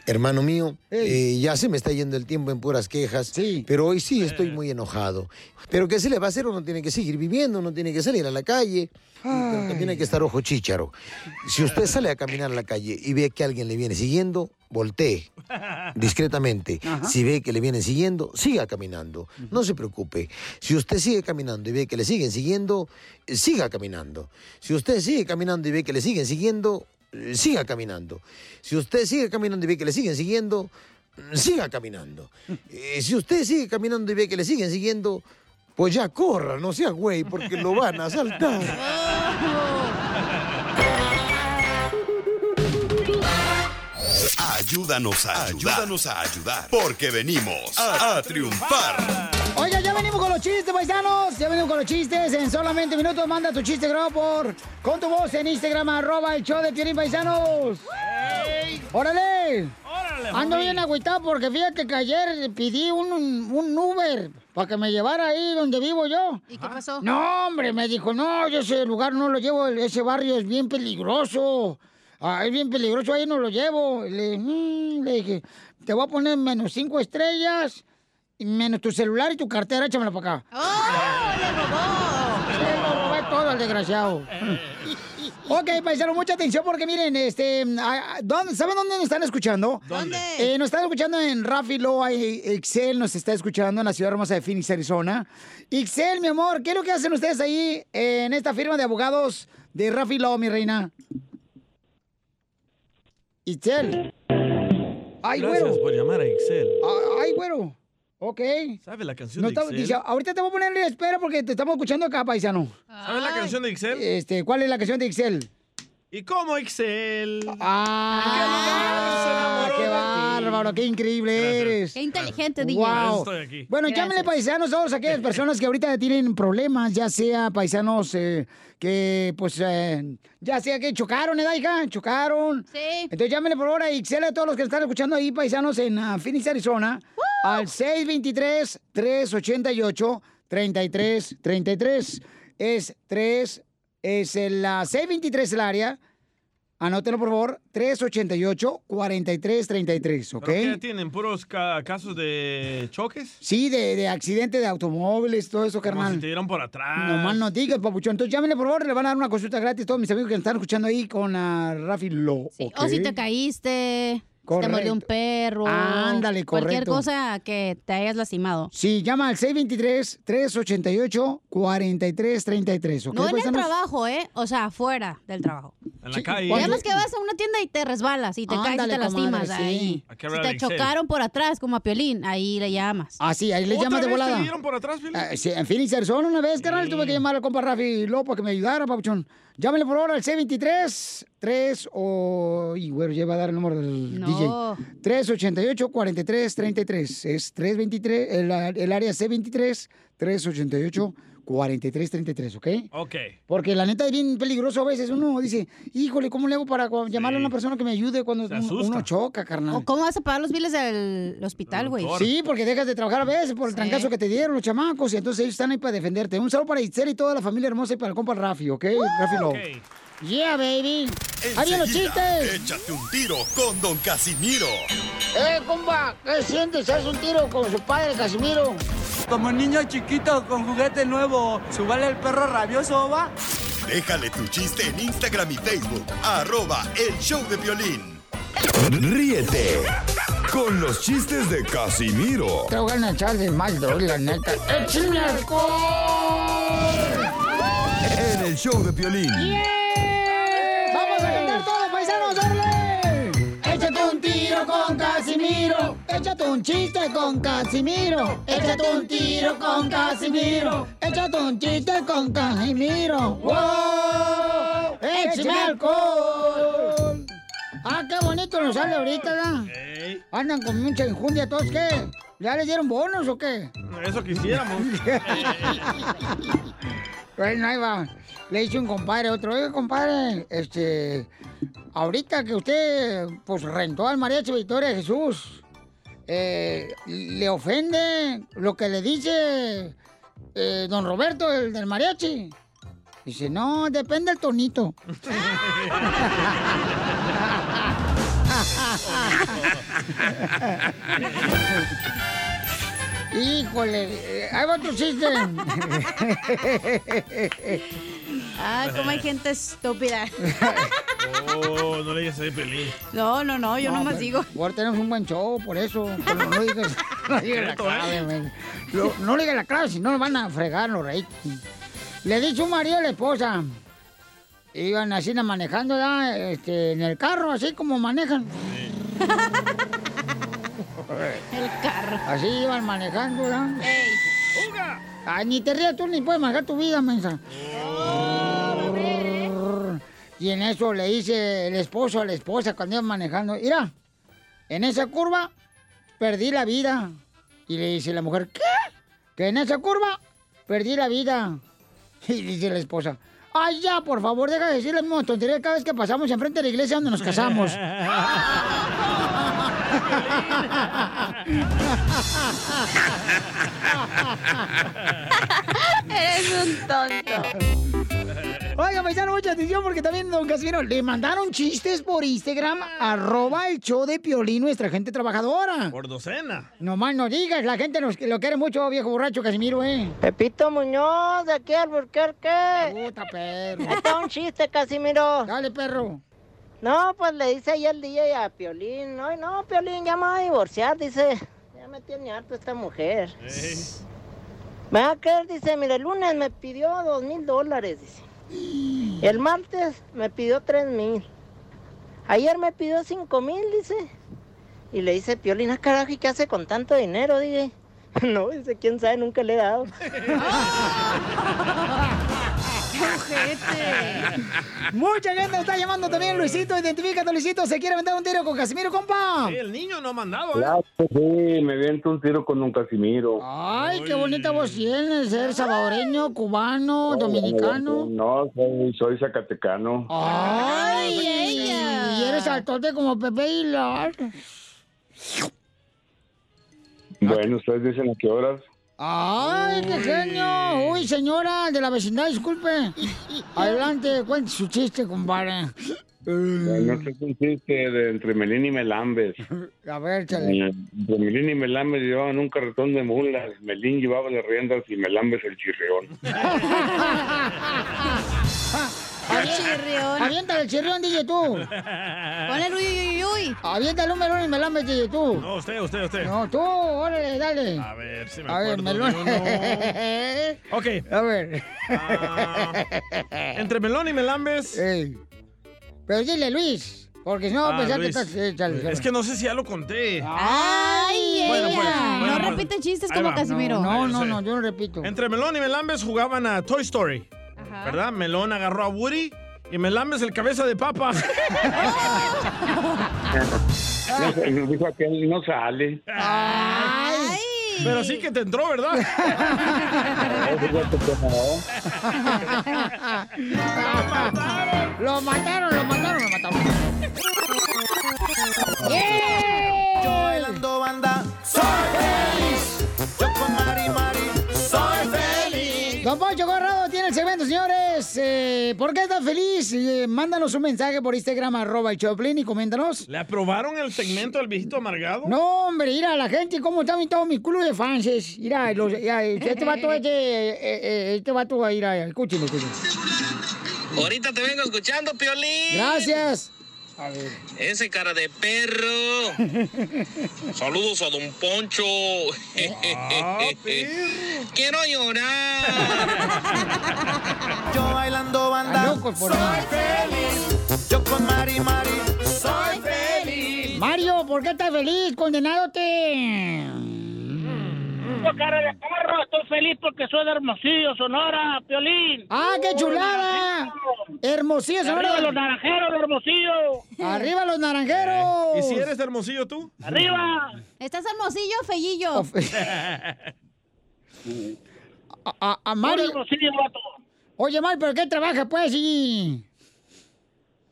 [SPEAKER 18] Hermano mío, eh, ya se me está yendo el tiempo en puras quejas, pero hoy sí
[SPEAKER 1] Eh.
[SPEAKER 18] estoy muy enojado. Pero ¿qué se le va a hacer? Uno tiene que seguir viviendo, uno tiene que salir a la calle,
[SPEAKER 1] Ah,
[SPEAKER 18] pero también hay que estar ojo chícharo. Si usted sale a caminar a la calle y ve que alguien le viene siguiendo, voltee discretamente.
[SPEAKER 11] Ajá.
[SPEAKER 18] Si ve que le vienen siguiendo, siga caminando. No se preocupe. Si usted sigue caminando y ve que le siguen siguiendo, eh, siga caminando. Si usted sigue caminando y ve que le siguen siguiendo, eh, siga caminando. Si usted sigue caminando y ve que le siguen siguiendo, mm, siga caminando. Eh, si usted sigue caminando y ve que le siguen siguiendo, pues ya corra, no sea güey, porque lo van a asaltar.
[SPEAKER 10] Ayúdanos a ayudar. Ayúdanos a ayudar. Porque venimos a, a triunfar.
[SPEAKER 1] Oiga, ya venimos con los chistes, paisanos. Ya venimos con los chistes. En solamente minutos manda tu chiste grabado por con tu voz en Instagram, arroba el show de Piolín, paisanos. ¡Órale! Ando
[SPEAKER 11] homie.
[SPEAKER 1] bien agüitado porque fíjate que ayer pedí un, un Uber para que me llevara ahí donde vivo yo.
[SPEAKER 2] ¿Y qué pasó?
[SPEAKER 1] No, hombre, me dijo, no, yo ese lugar no lo llevo, ese barrio es bien peligroso. Ah, es bien peligroso, ahí no lo llevo. Le, mm, le dije, te voy a poner menos cinco estrellas, y menos tu celular y tu cartera, échamela para acá. Se lo fue todo el desgraciado. Ok, paisano, mucha atención porque miren, este, a- a- ¿dónde- ¿saben dónde nos están escuchando?
[SPEAKER 11] ¿Dónde?
[SPEAKER 1] Eh, nos están escuchando en Rafi Loa, y Excel nos está escuchando en la ciudad hermosa de Phoenix, Arizona. Excel, mi amor, ¿qué es lo que hacen ustedes ahí eh, en esta firma de abogados de Rafi Loa, mi reina? Excel. Ay,
[SPEAKER 3] Gracias
[SPEAKER 1] güero.
[SPEAKER 3] por llamar a Excel.
[SPEAKER 1] Ay, güero. Ok.
[SPEAKER 3] ¿Sabe la canción
[SPEAKER 1] No
[SPEAKER 3] de
[SPEAKER 1] estamos-
[SPEAKER 3] Excel?
[SPEAKER 1] dice, ahorita te voy a poner en espera porque te estamos escuchando acá, paisano.
[SPEAKER 3] ¿Sabe la canción de Excel?
[SPEAKER 1] Este, ¿cuál es la canción de Excel?
[SPEAKER 3] ¿Y cómo Excel?
[SPEAKER 1] Ah, qué bárbaro, qué increíble eres.
[SPEAKER 2] Qué inteligente, DJ.
[SPEAKER 1] Wow.
[SPEAKER 2] Estoy aquí.
[SPEAKER 1] Bueno,
[SPEAKER 2] Gracias.
[SPEAKER 1] llámenle paisanos
[SPEAKER 2] (laughs)
[SPEAKER 1] todos aquellas personas que ahorita tienen problemas, ya sea paisanos eh, que, pues, eh, ya sea que chocaron, ¿eh, hija? Chocaron. Sí. Entonces llámenle por ahora y Excel a todos los que están escuchando ahí, paisanos en ah, Phoenix, Arizona. al 623-388-3333. Es 3, es la 623 el área. Anótelo, por favor, 388-4333, ¿ok?
[SPEAKER 3] ¿Pero ¿Qué tienen? ¿Puros ca- casos de choques?
[SPEAKER 1] Sí, de, de accidente de automóviles, todo eso,
[SPEAKER 3] Como si
[SPEAKER 1] carnal.
[SPEAKER 3] te dieron por atrás.
[SPEAKER 1] No más no digas, papuchón. Entonces llámenle, por favor, le van a dar una consulta gratis a todos mis amigos que están escuchando ahí con la Rafi Lo.
[SPEAKER 2] O si Oh, te caíste, si te mordió un
[SPEAKER 1] Correcto.
[SPEAKER 2] perro.
[SPEAKER 1] Ándale,
[SPEAKER 2] Cualquier
[SPEAKER 1] correcto.
[SPEAKER 2] cosa que te hayas lastimado.
[SPEAKER 1] Sí, llama al 623-388-4333, ¿ok?
[SPEAKER 2] No en el
[SPEAKER 1] paisanos?
[SPEAKER 2] trabajo, ¿eh? O sea, afuera del trabajo.
[SPEAKER 3] En la calle.
[SPEAKER 2] Digamos que vas a una tienda y te resbalas y te caes y
[SPEAKER 1] Ándale,
[SPEAKER 2] te lastimas.
[SPEAKER 1] comadre,
[SPEAKER 2] ahí.
[SPEAKER 1] sí.
[SPEAKER 3] Aquí
[SPEAKER 2] Si
[SPEAKER 3] habrá
[SPEAKER 2] te
[SPEAKER 3] Alexel.
[SPEAKER 2] chocaron por atrás, como a Piolín, ahí le llamas.
[SPEAKER 1] Ah, sí, ahí le
[SPEAKER 2] ¿Otra
[SPEAKER 1] llamas de
[SPEAKER 2] vez te
[SPEAKER 1] volada.
[SPEAKER 2] dieron
[SPEAKER 3] por atrás,
[SPEAKER 1] Ah, sí, en Phoenix, Arizona, una vez, carnal, tuve que llamar al compa Rafi Lo para que me ayudara, papuchón. Llámenle por favor al 623 3 o... Y güero, ya va a dar el número del
[SPEAKER 2] No.
[SPEAKER 1] DJ. 388-4333. Es 323, el, el área C23, 388-4333, ¿ok?
[SPEAKER 3] Ok.
[SPEAKER 1] Porque la neta es bien peligroso a veces. Uno dice, híjole, ¿cómo le hago para cu- llamarle a una persona que me ayude cuando uno uno choca, carnal?
[SPEAKER 2] ¿O cómo vas a pagar los biles del hospital, güey?
[SPEAKER 1] Sí, porque dejas de trabajar a veces por el trancazo que te dieron los chamacos y entonces ellos están ahí para defenderte. Un saludo para Itzel y toda la familia hermosa y para el compa Rafi, ¿ok? Rafi Lowe. Yeah, baby. Ahí vienen los
[SPEAKER 10] Enseguida,
[SPEAKER 1] chistes.
[SPEAKER 10] Échate un tiro con Don Casimiro.
[SPEAKER 1] Eh, compa, ¿qué sientes? ¿Haz un tiro con su padre, Casimiro?
[SPEAKER 16] Como niño chiquito con juguete nuevo, ¿subale el perro rabioso va?
[SPEAKER 10] Déjale tu chiste en Instagram y Facebook. Arroba el show de violín. Ríete con los chistes de Casimiro.
[SPEAKER 1] Tengo ganas de echarle más droga, la neta. ¡Échame
[SPEAKER 10] En el show de violín.
[SPEAKER 1] ¡Vamos a cantar todos, paisanos, darle! Échate un tiro con Casimiro. Échate un chiste con Casimiro. Échate un tiro con Casimiro. Échate un chiste con Casimiro. ¡Wow! ¡Échame alcohol! Ah, qué bonito nos sale ahorita, ¿verdad? Andan con mucha injundia todos, ¿qué? ¿Ya les dieron bonos o qué? (laughs)
[SPEAKER 3] Eso quisiéramos.
[SPEAKER 1] Bueno, Pues, ahí va. Le dice un compadre a otro, oye, compadre, este, ahorita que usted, pues, rentó al mariachi Victoria Jesús, eh, ¿le ofende lo que le dice eh, don Roberto, el del mariachi? Dice, no, depende del tonito. Híjole, eh, ahí va otro chiste.
[SPEAKER 2] Ah, cómo hay gente estúpida.
[SPEAKER 3] Oh, no le digas ahí, Pelín.
[SPEAKER 2] No, no, no, yo
[SPEAKER 1] No,
[SPEAKER 2] nomás
[SPEAKER 1] pero-
[SPEAKER 2] digo.
[SPEAKER 1] Ahora tenemos un buen show, por eso. pero
[SPEAKER 2] (laughs)
[SPEAKER 1] no digas, no digas la
[SPEAKER 2] Cierto, ¿eh?
[SPEAKER 1] clave, men. Lo- No digas la clave, si no nos van a fregar los reyes. Le dice un marido a la esposa. Iban así na, manejando ya, este, en el carro, así como manejan. (laughs)
[SPEAKER 2] El
[SPEAKER 1] pues,
[SPEAKER 2] carro.
[SPEAKER 1] Así iban manejando ya. Ay, ni te rías tú ni puedes manejar tu vida, mensa. Y en eso le dice el esposo a la esposa cuando iban manejando, mira, en esa curva perdí la vida. Y le dice la mujer, ¿qué? Que en esa curva perdí la vida. (laughs) Y dice la esposa, ay ya, por favor, deja de decirle la misma tontería cada vez que pasamos enfrente de la iglesia donde nos casamos.
[SPEAKER 11] (laughs) (laughs) Eres un tonto.
[SPEAKER 1] Oiga, paisano, mucha atención porque también, don Casimiro, le mandaron chistes por Instagram, arroba el show de Piolín, nuestra gente trabajadora.
[SPEAKER 3] Por docena.
[SPEAKER 1] Nomás no digas, la gente nos, lo quiere mucho, viejo borracho Casimiro, ¿eh?
[SPEAKER 4] Pepito Muñoz, de aquí al Burquerque.
[SPEAKER 1] Puta, perro.
[SPEAKER 4] Ahí está un chiste, Casimiro.
[SPEAKER 1] Dale, perro.
[SPEAKER 4] No, pues le dice ahí el DJ a Piolín. No, no, Piolín, ya me voy a divorciar, dice. Ya me tiene harto esta mujer.
[SPEAKER 11] (laughs)
[SPEAKER 4] Me va a creer, dice, mire, el lunes me pidió dos mil dólares, dice. El martes me pidió tres mil. Ayer me pidió cinco mil, dice. Y le dice, Piolín, ah, carajo, ¿y qué hace con tanto dinero? Dije, (laughs) no, dice, quién sabe, nunca le he dado.
[SPEAKER 1] Mucha gente está llamando también, Luisito, identifícate, Luisito, se quiere aventar un tiro con Casimiro, compa.
[SPEAKER 3] el niño no ha mandado, ¿eh?
[SPEAKER 8] Claro que sí, me viento un tiro con un Casimiro.
[SPEAKER 9] Ah,
[SPEAKER 1] Ay, qué bonita voz tienes, ser salvadoreño,
[SPEAKER 3] Oh,
[SPEAKER 1] cubano, dominicano.
[SPEAKER 8] No, soy, soy zacatecano.
[SPEAKER 9] Ah.
[SPEAKER 3] oh,
[SPEAKER 1] Ay, ella. Y eres altote como Pepe Hilar.
[SPEAKER 6] Bueno, ustedes dicen a qué horas.
[SPEAKER 1] ¡Ay, qué genio! Uy, señora de la vecindad, disculpe. Adelante, cuente su chiste, compadre.
[SPEAKER 9] Eh.
[SPEAKER 6] No sé si chiste de entre Melín y Melambes.
[SPEAKER 1] A ver, chale. (laughs)
[SPEAKER 6] Eh, Entre Melín y Melambes llevaban un carretón de mulas. Melín llevaba las riendas y Melambes
[SPEAKER 9] (laughs)
[SPEAKER 6] el chirreón. (laughs)
[SPEAKER 1] Chirrión. Aviéntale el chirrión, DJ, tú. Ponle uy, uy, uy, uy. Aviéntale un melón y melame, DJ, tú.
[SPEAKER 3] No, usted, usted, usted.
[SPEAKER 1] No, tú, órale, dale.
[SPEAKER 3] A ver, si me
[SPEAKER 1] A ver,
[SPEAKER 3] acuerdo.
[SPEAKER 1] melón.
[SPEAKER 3] de
[SPEAKER 1] (laughs)
[SPEAKER 3] uno. Ok.
[SPEAKER 1] A ver.
[SPEAKER 3] Entre melón y melambes.
[SPEAKER 1] Pero dile, Luis, porque si no, va a
[SPEAKER 3] Ah,
[SPEAKER 1] pensar que
[SPEAKER 3] Luis.
[SPEAKER 1] estás... eh, chale,
[SPEAKER 3] Es
[SPEAKER 1] chale.
[SPEAKER 3] que no sé si ya lo conté.
[SPEAKER 2] ¡Ay,
[SPEAKER 3] Bueno,
[SPEAKER 2] ella!
[SPEAKER 3] pues, bueno,
[SPEAKER 2] no
[SPEAKER 3] pues.
[SPEAKER 2] repite chistes
[SPEAKER 3] Ahí
[SPEAKER 2] como
[SPEAKER 3] va.
[SPEAKER 2] Casimiro.
[SPEAKER 1] No, no, no, yo no repito.
[SPEAKER 3] Entre Melón y Melambes jugaban a Toy Story. ¿Verdad? Melón agarró a Woody y Melambes el cabeza de papa.
[SPEAKER 6] No sé, Nos dijo aquel, no
[SPEAKER 9] (laughs)
[SPEAKER 6] sale.
[SPEAKER 3] Ah.
[SPEAKER 1] Ay.
[SPEAKER 3] (laughs) Pero sí que te entró, ¿verdad?
[SPEAKER 1] (laughs) Lo mataron, lo mataron, lo mataron.
[SPEAKER 11] Yo bailando banda, soy feliz. Yo con Mari Mari, soy feliz.
[SPEAKER 1] Don Poncho Corrado tiene el segmento, señores. Eh, ¿Por qué estás feliz? Eh, mándanos un mensaje por Instagram, arroba el Choplin, y coméntanos.
[SPEAKER 3] ¿Le aprobaron el segmento del viejito amargado?
[SPEAKER 1] No, hombre, mira, la gente, cómo están todos mis clubes de fans. es- Mira, los,
[SPEAKER 11] (laughs)
[SPEAKER 1] ya, este vato, este, eh, eh, este vato, mira, escúcheme, escúcheme.
[SPEAKER 19] Ahorita te vengo escuchando, Piolín.
[SPEAKER 1] Gracias. (laughs)
[SPEAKER 19] Ese cara de perro. Saludos a Don Poncho. Quiero llorar.
[SPEAKER 11] Yo bailando banda, soy feliz. Yo con Mari Mari, soy feliz.
[SPEAKER 1] Mario, ¿por qué estás feliz? Condenadote.
[SPEAKER 3] Mm.
[SPEAKER 21] Yo, cara de perro, estoy feliz porque soy de Hermosillo, Sonora, Piolín.
[SPEAKER 1] ¡Ah, qué chulada! Hermosillo, Sonora.
[SPEAKER 21] Arriba los naranjeros, los Hermosillo.
[SPEAKER 1] ¡Arriba los naranjeros!
[SPEAKER 3] Eh, ¿Y si
[SPEAKER 2] Pues.
[SPEAKER 3] eres de hermosillo tú?
[SPEAKER 2] ¿Estás hermosillo o fellillo?
[SPEAKER 1] A, a- a Mario. Oye, Mario, ¿pero qué trabaja, pues? Y...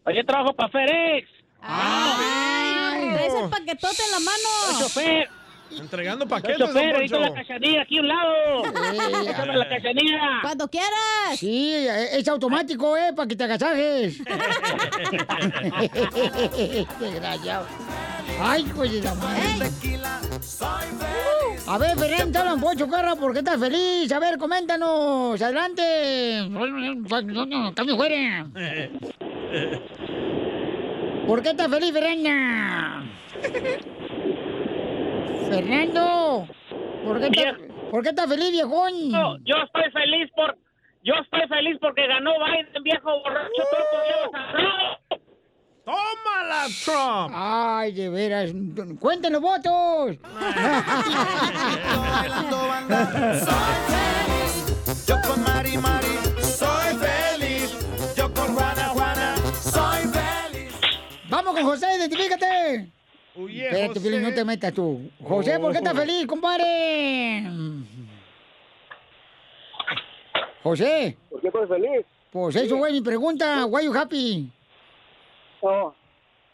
[SPEAKER 21] Oye, trabajo para FedEx.
[SPEAKER 1] Ah,
[SPEAKER 21] Ah,
[SPEAKER 2] Ay, traes el paquetote en la mano.
[SPEAKER 21] Soy chofer.
[SPEAKER 3] Entregando
[SPEAKER 21] Soy
[SPEAKER 3] paquetes, don
[SPEAKER 21] chofer, ahorita
[SPEAKER 3] Poncho. Eh.
[SPEAKER 21] la cachanilla aquí a un lado. Échame la cachanilla.
[SPEAKER 2] Cuando quieras.
[SPEAKER 1] Sí, e- es automático, ¿eh? Para que te agasajes.
[SPEAKER 21] (laughs)
[SPEAKER 1] (laughs) Desgraciado. Ay, coño, la madre. A ver, Ferran, te hablan Pocho Carra, ¿por qué estás feliz? A ver, coméntanos. Adelante. Cambio fuera. ¿Por qué estás feliz, Fernanda?
[SPEAKER 3] (laughs)
[SPEAKER 1] Fernando, ¿por qué estás, ¿por qué estás feliz, viejón?
[SPEAKER 21] Yo estoy feliz por... Yo estoy feliz porque ganó Biden, viejo borracho.
[SPEAKER 3] ¡Tómala, Trump!
[SPEAKER 1] Ay, de veras. ¡Cuenten los
[SPEAKER 3] (laughs)
[SPEAKER 1] votos! (laughs)
[SPEAKER 11] Yo con Mari Mari, soy feliz. Yo con Juana Juana, soy feliz.
[SPEAKER 1] ¡Vamos con José, identifícate!
[SPEAKER 3] Oye,
[SPEAKER 1] Espérate, Piolín, no te metas tú. José, ¿por qué estás
[SPEAKER 11] Oh.
[SPEAKER 1] feliz, compadre? José.
[SPEAKER 24] ¿Por qué estás feliz?
[SPEAKER 1] Pues eso fue mi pregunta. Why you happy?
[SPEAKER 24] No,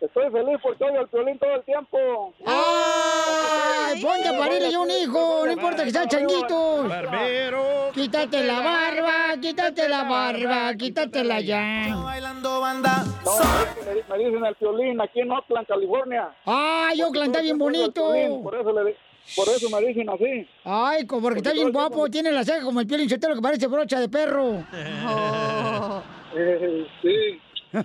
[SPEAKER 24] estoy feliz porque oigo el violín todo el tiempo.
[SPEAKER 1] ¡Ay! Ponte a parirle yo un hijo, no importa que sea changuito.
[SPEAKER 3] Barbero.
[SPEAKER 1] Quítate la barba, quítate la barba, quítatela ya.
[SPEAKER 24] Bailando banda. me, me dicen el violín aquí en Oakland, California.
[SPEAKER 1] ¡Ay, Oakland está bien
[SPEAKER 24] Porque todo el tiempo oigo el Piolín,
[SPEAKER 1] bonito!
[SPEAKER 24] Por eso, le, di- por eso me dicen así.
[SPEAKER 1] Ay, como porque está bien guapo, tiene la ceja como el piel lo que parece brocha de perro.
[SPEAKER 24] Eh, sí.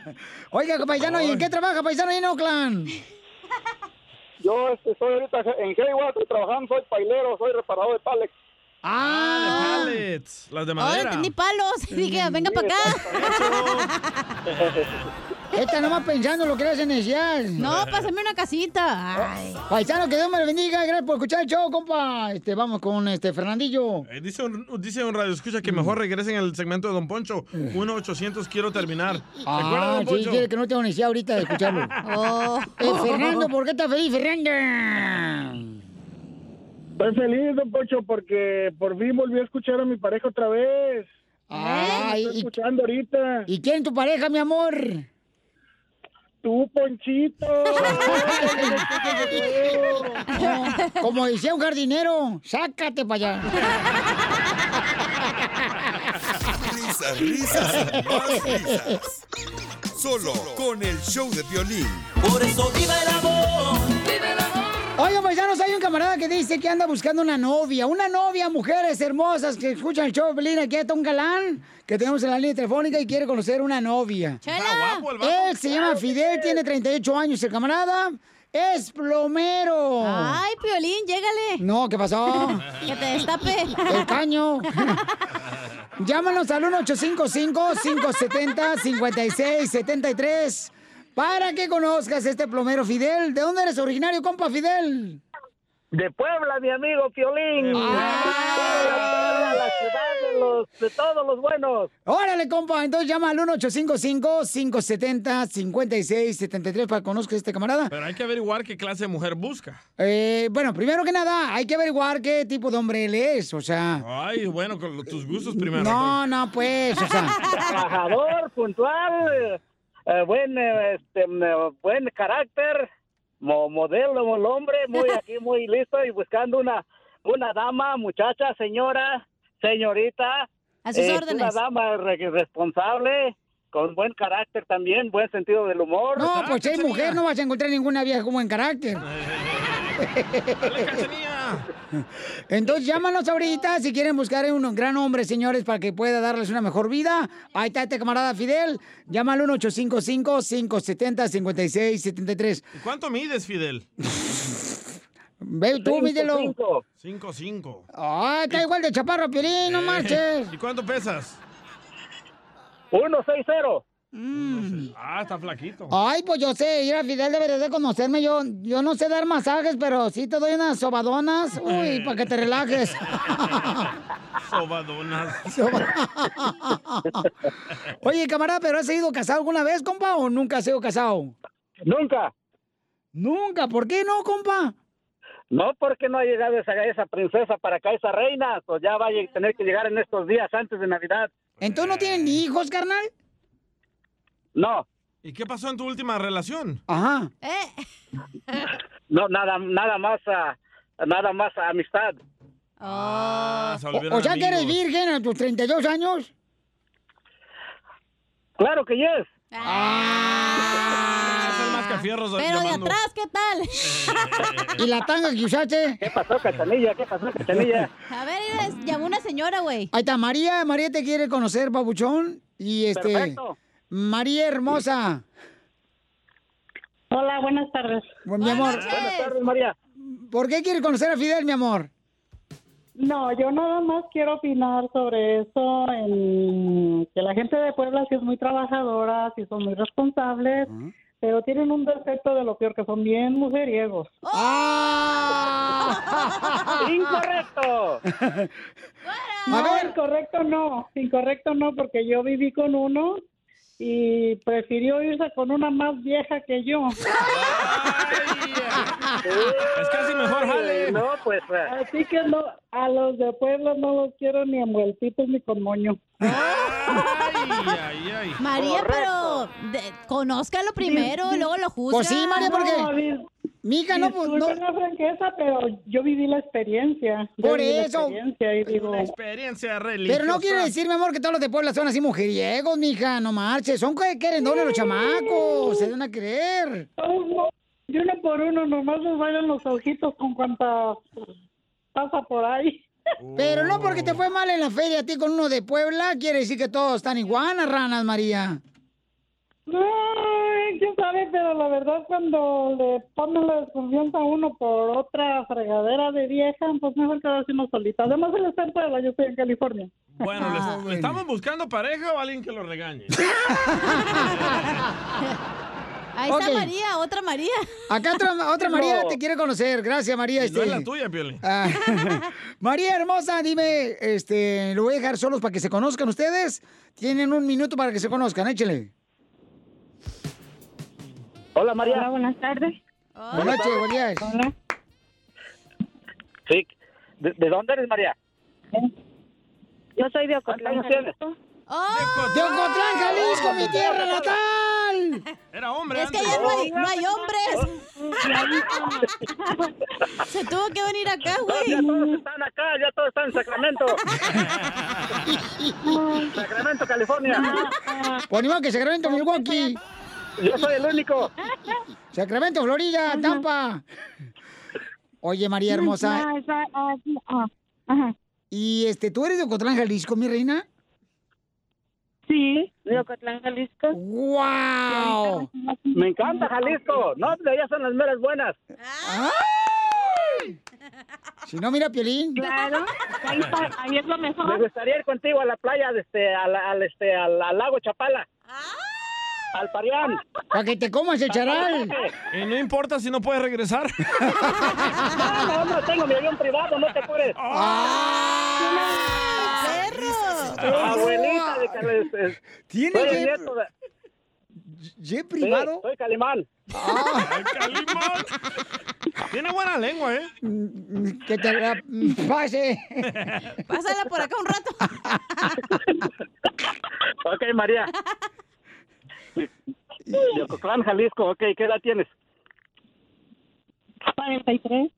[SPEAKER 1] Oiga, paisano, ¿y en qué trabaja, paisano, ahí en Oakland?
[SPEAKER 24] Yo este, estoy ahorita en Hayward, estoy trabajando, soy pailero, soy reparador de pallets.
[SPEAKER 3] Ah, de pallets. Las de
[SPEAKER 2] Ahora
[SPEAKER 3] madera.
[SPEAKER 21] (laughs)
[SPEAKER 2] entendí palos. Dije, venga para acá.
[SPEAKER 1] Esta nomás pensando lo que le hace necesidad.
[SPEAKER 2] No, pásame una casita. Ay.
[SPEAKER 1] Paisano, que Dios me lo bendiga. Gracias por escuchar el show, compa. Este, vamos con este Fernandillo.
[SPEAKER 3] Eh, Dice un, dice un radio escucha
[SPEAKER 1] Mm.
[SPEAKER 3] que mejor regresen al segmento de Don Poncho. 1-800 quiero terminar. ¿Recuerda,
[SPEAKER 1] Ah,
[SPEAKER 3] Don
[SPEAKER 1] sí,
[SPEAKER 3] Poncho?
[SPEAKER 1] quiere que no tengo necesidad ahorita de escucharlo. Eh, Fernando, ¿por qué estás feliz, Fernando?
[SPEAKER 24] Estoy feliz, don Pocho, porque por fin volví a escuchar a mi pareja otra vez.
[SPEAKER 1] Ah,
[SPEAKER 24] estoy escuchando ahorita.
[SPEAKER 1] ¿Y quién es tu pareja, mi amor?
[SPEAKER 24] Tú, Ponchito.
[SPEAKER 1] Como decía un jardinero, sácate para allá.
[SPEAKER 10] Risas, risas, más risas. Solo con el show de violín. Por eso viva el amor.
[SPEAKER 1] Oigan, paisanos, hay un camarada que dice que anda buscando una novia. Una novia, mujeres hermosas que escuchan el show de Pelín. Aquí está un galán que tenemos en la línea telefónica y quiere conocer una novia.
[SPEAKER 2] Ah,
[SPEAKER 1] Él se llama Fidel, tiene 38 años. El camarada es plomero.
[SPEAKER 2] Ay, Piolín, llégale.
[SPEAKER 1] No, ¿qué pasó?
[SPEAKER 2] (laughs) que te destape.
[SPEAKER 1] El caño. Llámanos al 1-855-570-5673 para que conozcas este plomero Fidel. ¿De dónde eres originario, compa Fidel?
[SPEAKER 22] De Puebla, mi amigo Piolín.
[SPEAKER 1] Ah.
[SPEAKER 22] Puebla, la ciudad de, los, de todos los buenos.
[SPEAKER 1] Órale, compa. Entonces llama al 1-855-570-5673 para que conozcas a este camarada.
[SPEAKER 3] Pero hay que averiguar qué clase de mujer busca.
[SPEAKER 1] Eh, bueno, primero que nada, hay que averiguar qué tipo de hombre él es, o sea...
[SPEAKER 3] Ay, bueno, con lo- tus gustos primero.
[SPEAKER 1] No, no, pues, o sea...
[SPEAKER 22] Trabajador, puntual, eh, buen, eh, este, eh, buen carácter, mo- modelo, el hombre, muy aquí, muy listo y buscando una, una dama, muchacha, señora, señorita.
[SPEAKER 2] A sus
[SPEAKER 22] eh, Una
[SPEAKER 2] órdenes.
[SPEAKER 22] dama re- responsable, con buen carácter también, buen sentido del humor.
[SPEAKER 1] No, pues si hay mujer no vas a encontrar ninguna vieja con buen carácter. Entonces llámanos ahorita si quieren buscar un gran hombre, señores, para que pueda darles una mejor vida. Ahí está este camarada Fidel. Llámalo 1-855-570-5673.
[SPEAKER 3] ¿Cuánto mides, Fidel?
[SPEAKER 1] Ve (laughs) tú, mídelo.
[SPEAKER 3] 5, 5.
[SPEAKER 1] Ah, está igual de chaparro, Piolín, no marches.
[SPEAKER 3] ¿Y cuánto pesas?
[SPEAKER 22] 160.
[SPEAKER 1] Mm.
[SPEAKER 3] Ah, está flaquito.
[SPEAKER 1] Ay, pues yo sé, mira, Fidel debería de conocerme. Yo, yo no sé dar masajes, pero sí te doy unas sobadonas. Uy, para que te relajes.
[SPEAKER 3] Sobadonas.
[SPEAKER 1] (laughs) Oye, camarada, ¿pero has sido casado alguna vez, compa, o nunca has sido casado?
[SPEAKER 22] Nunca.
[SPEAKER 1] Nunca, ¿por qué no, compa?
[SPEAKER 22] No, porque no ha llegado esa, esa princesa para acá, esa reina. Pues ya va a lleg- tener que llegar en estos días antes de Navidad. Eh.
[SPEAKER 1] ¿Entonces no tienen ni hijos, carnal?
[SPEAKER 22] No.
[SPEAKER 3] ¿Y qué pasó en tu última relación?
[SPEAKER 1] Ajá.
[SPEAKER 22] No, nada, nada más, ah, nada más amistad.
[SPEAKER 3] Ah, se
[SPEAKER 1] O, o sea que eres virgen a tus 32 años.
[SPEAKER 22] Claro que yes.
[SPEAKER 3] Ah,
[SPEAKER 2] Pero de atrás, ¿qué
[SPEAKER 3] (laughs)
[SPEAKER 2] tal?
[SPEAKER 1] ¿Y la tanga que usaste?
[SPEAKER 22] ¿Qué pasó, Cachanilla? ¿Qué pasó, Cachanilla?
[SPEAKER 2] A ver, mira, llamó
[SPEAKER 1] (laughs)
[SPEAKER 2] una señora, güey.
[SPEAKER 1] Ahí está, María. María te quiere conocer, papuchón. Y este.
[SPEAKER 2] Perfecto.
[SPEAKER 1] María hermosa.
[SPEAKER 25] Hola, buenas tardes.
[SPEAKER 1] Pues, mi amor.
[SPEAKER 25] Buenas
[SPEAKER 22] tardes, María.
[SPEAKER 1] ¿Por qué quiere conocer a Fidel, mi amor?
[SPEAKER 25] No, yo nada más quiero opinar sobre eso, en que la gente de Puebla sí es muy trabajadora, sí son muy responsables, pero tienen un defecto de lo peor, que son bien mujeriegos.
[SPEAKER 1] ¡Ah!
[SPEAKER 22] ¡Incorrecto!
[SPEAKER 25] No, incorrecto no, incorrecto no, porque yo viví con uno y prefirió irse con una más vieja que yo.
[SPEAKER 3] Es casi mejor, jale.
[SPEAKER 22] No, pues.
[SPEAKER 25] Así que no, a los de Puebla no los quiero ni envueltitos ni con moño.
[SPEAKER 2] María, pero de- conózcalo primero,
[SPEAKER 25] Dis- dis-
[SPEAKER 2] luego lo juzga.
[SPEAKER 25] Pues sí, María, porque- No, dis-
[SPEAKER 1] Mija,
[SPEAKER 25] no, pues no. la franqueza, pero yo viví la experiencia. Yo
[SPEAKER 1] Por
[SPEAKER 25] viví la
[SPEAKER 1] eso.
[SPEAKER 25] experiencia y digo,
[SPEAKER 3] Una experiencia religiosa.
[SPEAKER 1] Pero no quiere decir, mi amor, que todos los de Puebla son así mujeriegos, mija. No marches. Son que quieren doble los chamacos. Se dan a creer.
[SPEAKER 25] uno- de uno por uno, nomás les bailan los ojitos con cuanta pasa por ahí.
[SPEAKER 1] Pero no porque
[SPEAKER 3] Uh.
[SPEAKER 1] te fue mal en la feria a ti con uno de Puebla, quiere decir que todos están iguanas, ranas, María.
[SPEAKER 25] Ay, quién sabe, pero la verdad cuando le ponen la desconfianza a uno por otra fregadera de vieja, pues mejor quedarse uno solita. Además él está en Puebla, yo estoy en California.
[SPEAKER 3] Bueno,
[SPEAKER 1] Ah,
[SPEAKER 25] Ah,
[SPEAKER 3] ¿les- ¿estamos buscando pareja o alguien que lo
[SPEAKER 1] (laughs)
[SPEAKER 3] regañe?
[SPEAKER 2] Ahí
[SPEAKER 1] Ok.
[SPEAKER 2] está María, otra María.
[SPEAKER 1] Acá otra,
[SPEAKER 3] (laughs)
[SPEAKER 1] otra María te quiere conocer. Gracias, María.
[SPEAKER 3] Y no
[SPEAKER 1] este.
[SPEAKER 3] es la tuya, Piolín.
[SPEAKER 1] Ah, (laughs) María hermosa, dime, este, lo voy a dejar solos para que se conozcan ustedes. Tienen un minuto para que se conozcan, échele.
[SPEAKER 25] Hola María. Hola, buenas tardes.
[SPEAKER 1] Buenas noches, buenos días.
[SPEAKER 25] Hola.
[SPEAKER 22] Sí. ¿De, de dónde eres, María?
[SPEAKER 25] Yo soy de Ocotlán,
[SPEAKER 22] ¿Cuántos años
[SPEAKER 25] Jalisco.
[SPEAKER 1] ¡Oh! ¡De Ocotlán, Jalisco, mi tierra natal!
[SPEAKER 3] Era hombre
[SPEAKER 2] Es que
[SPEAKER 3] antes.
[SPEAKER 2] allá no hay,
[SPEAKER 3] (laughs)
[SPEAKER 2] no hay
[SPEAKER 1] (laughs)
[SPEAKER 2] hombres. Se tuvo que venir acá, güey.
[SPEAKER 22] Ya todos están acá, ya todos están en Sacramento. Sacramento, California.
[SPEAKER 1] Ponimos Pues, que Sacramento, Milwaukee.
[SPEAKER 22] Yo soy el único.
[SPEAKER 1] Sacramento, Florida, Tampa. Oye, María hermosa.
[SPEAKER 22] No,
[SPEAKER 1] ¿Y este, tú eres de Ocotlán, Jalisco, mi reina?
[SPEAKER 25] Sí, de Ocotlán, Jalisco.
[SPEAKER 1] ¡Wow!
[SPEAKER 25] Me encanta Jalisco. No, de allá son las meras buenas.
[SPEAKER 1] Si no, mira, Piolín.
[SPEAKER 25] Claro. Ahí, está, ahí es lo mejor.
[SPEAKER 11] Me gustaría ir contigo a la playa, de este, al, al, este, al, al lago Chapala. Al Parián.
[SPEAKER 1] Para que te comas el charal.
[SPEAKER 3] Y no importa si no puedes regresar.
[SPEAKER 22] Ah,
[SPEAKER 11] No, no, no, tengo mi avión privado, no te apures.
[SPEAKER 1] Ah.
[SPEAKER 11] Abuelita de Carles.
[SPEAKER 1] ¿Tiene
[SPEAKER 11] soy
[SPEAKER 1] jet-
[SPEAKER 11] nieto de-
[SPEAKER 1] ¿Jet privado?
[SPEAKER 11] Sí, soy Calimán.
[SPEAKER 3] Tiene buena lengua, ¿eh?
[SPEAKER 1] Mm, Que te la pase.
[SPEAKER 2] Pásala por acá un rato.
[SPEAKER 11] (laughs) Ok, María. De Ocotlán, Jalisco. Ok, ¿qué edad tienes?
[SPEAKER 25] 43.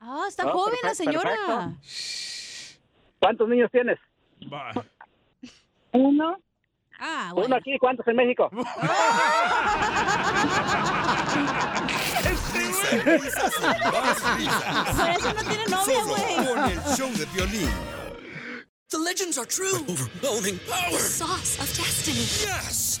[SPEAKER 2] Ah, está
[SPEAKER 11] Ah,
[SPEAKER 2] joven la
[SPEAKER 11] perfecto,
[SPEAKER 2] señora.
[SPEAKER 11] perfecto. ¿Cuántos niños tienes?
[SPEAKER 25] Uno.
[SPEAKER 2] Ah,
[SPEAKER 11] Uno aquí, ¿cuántos
[SPEAKER 2] (laughs)
[SPEAKER 11] en México?
[SPEAKER 22] (laughs) Por eso no tiene novia,
[SPEAKER 10] Solo
[SPEAKER 22] güey.
[SPEAKER 10] con el show de violín.
[SPEAKER 22] The legends are true. overwhelming power. sauce of destiny. Yes.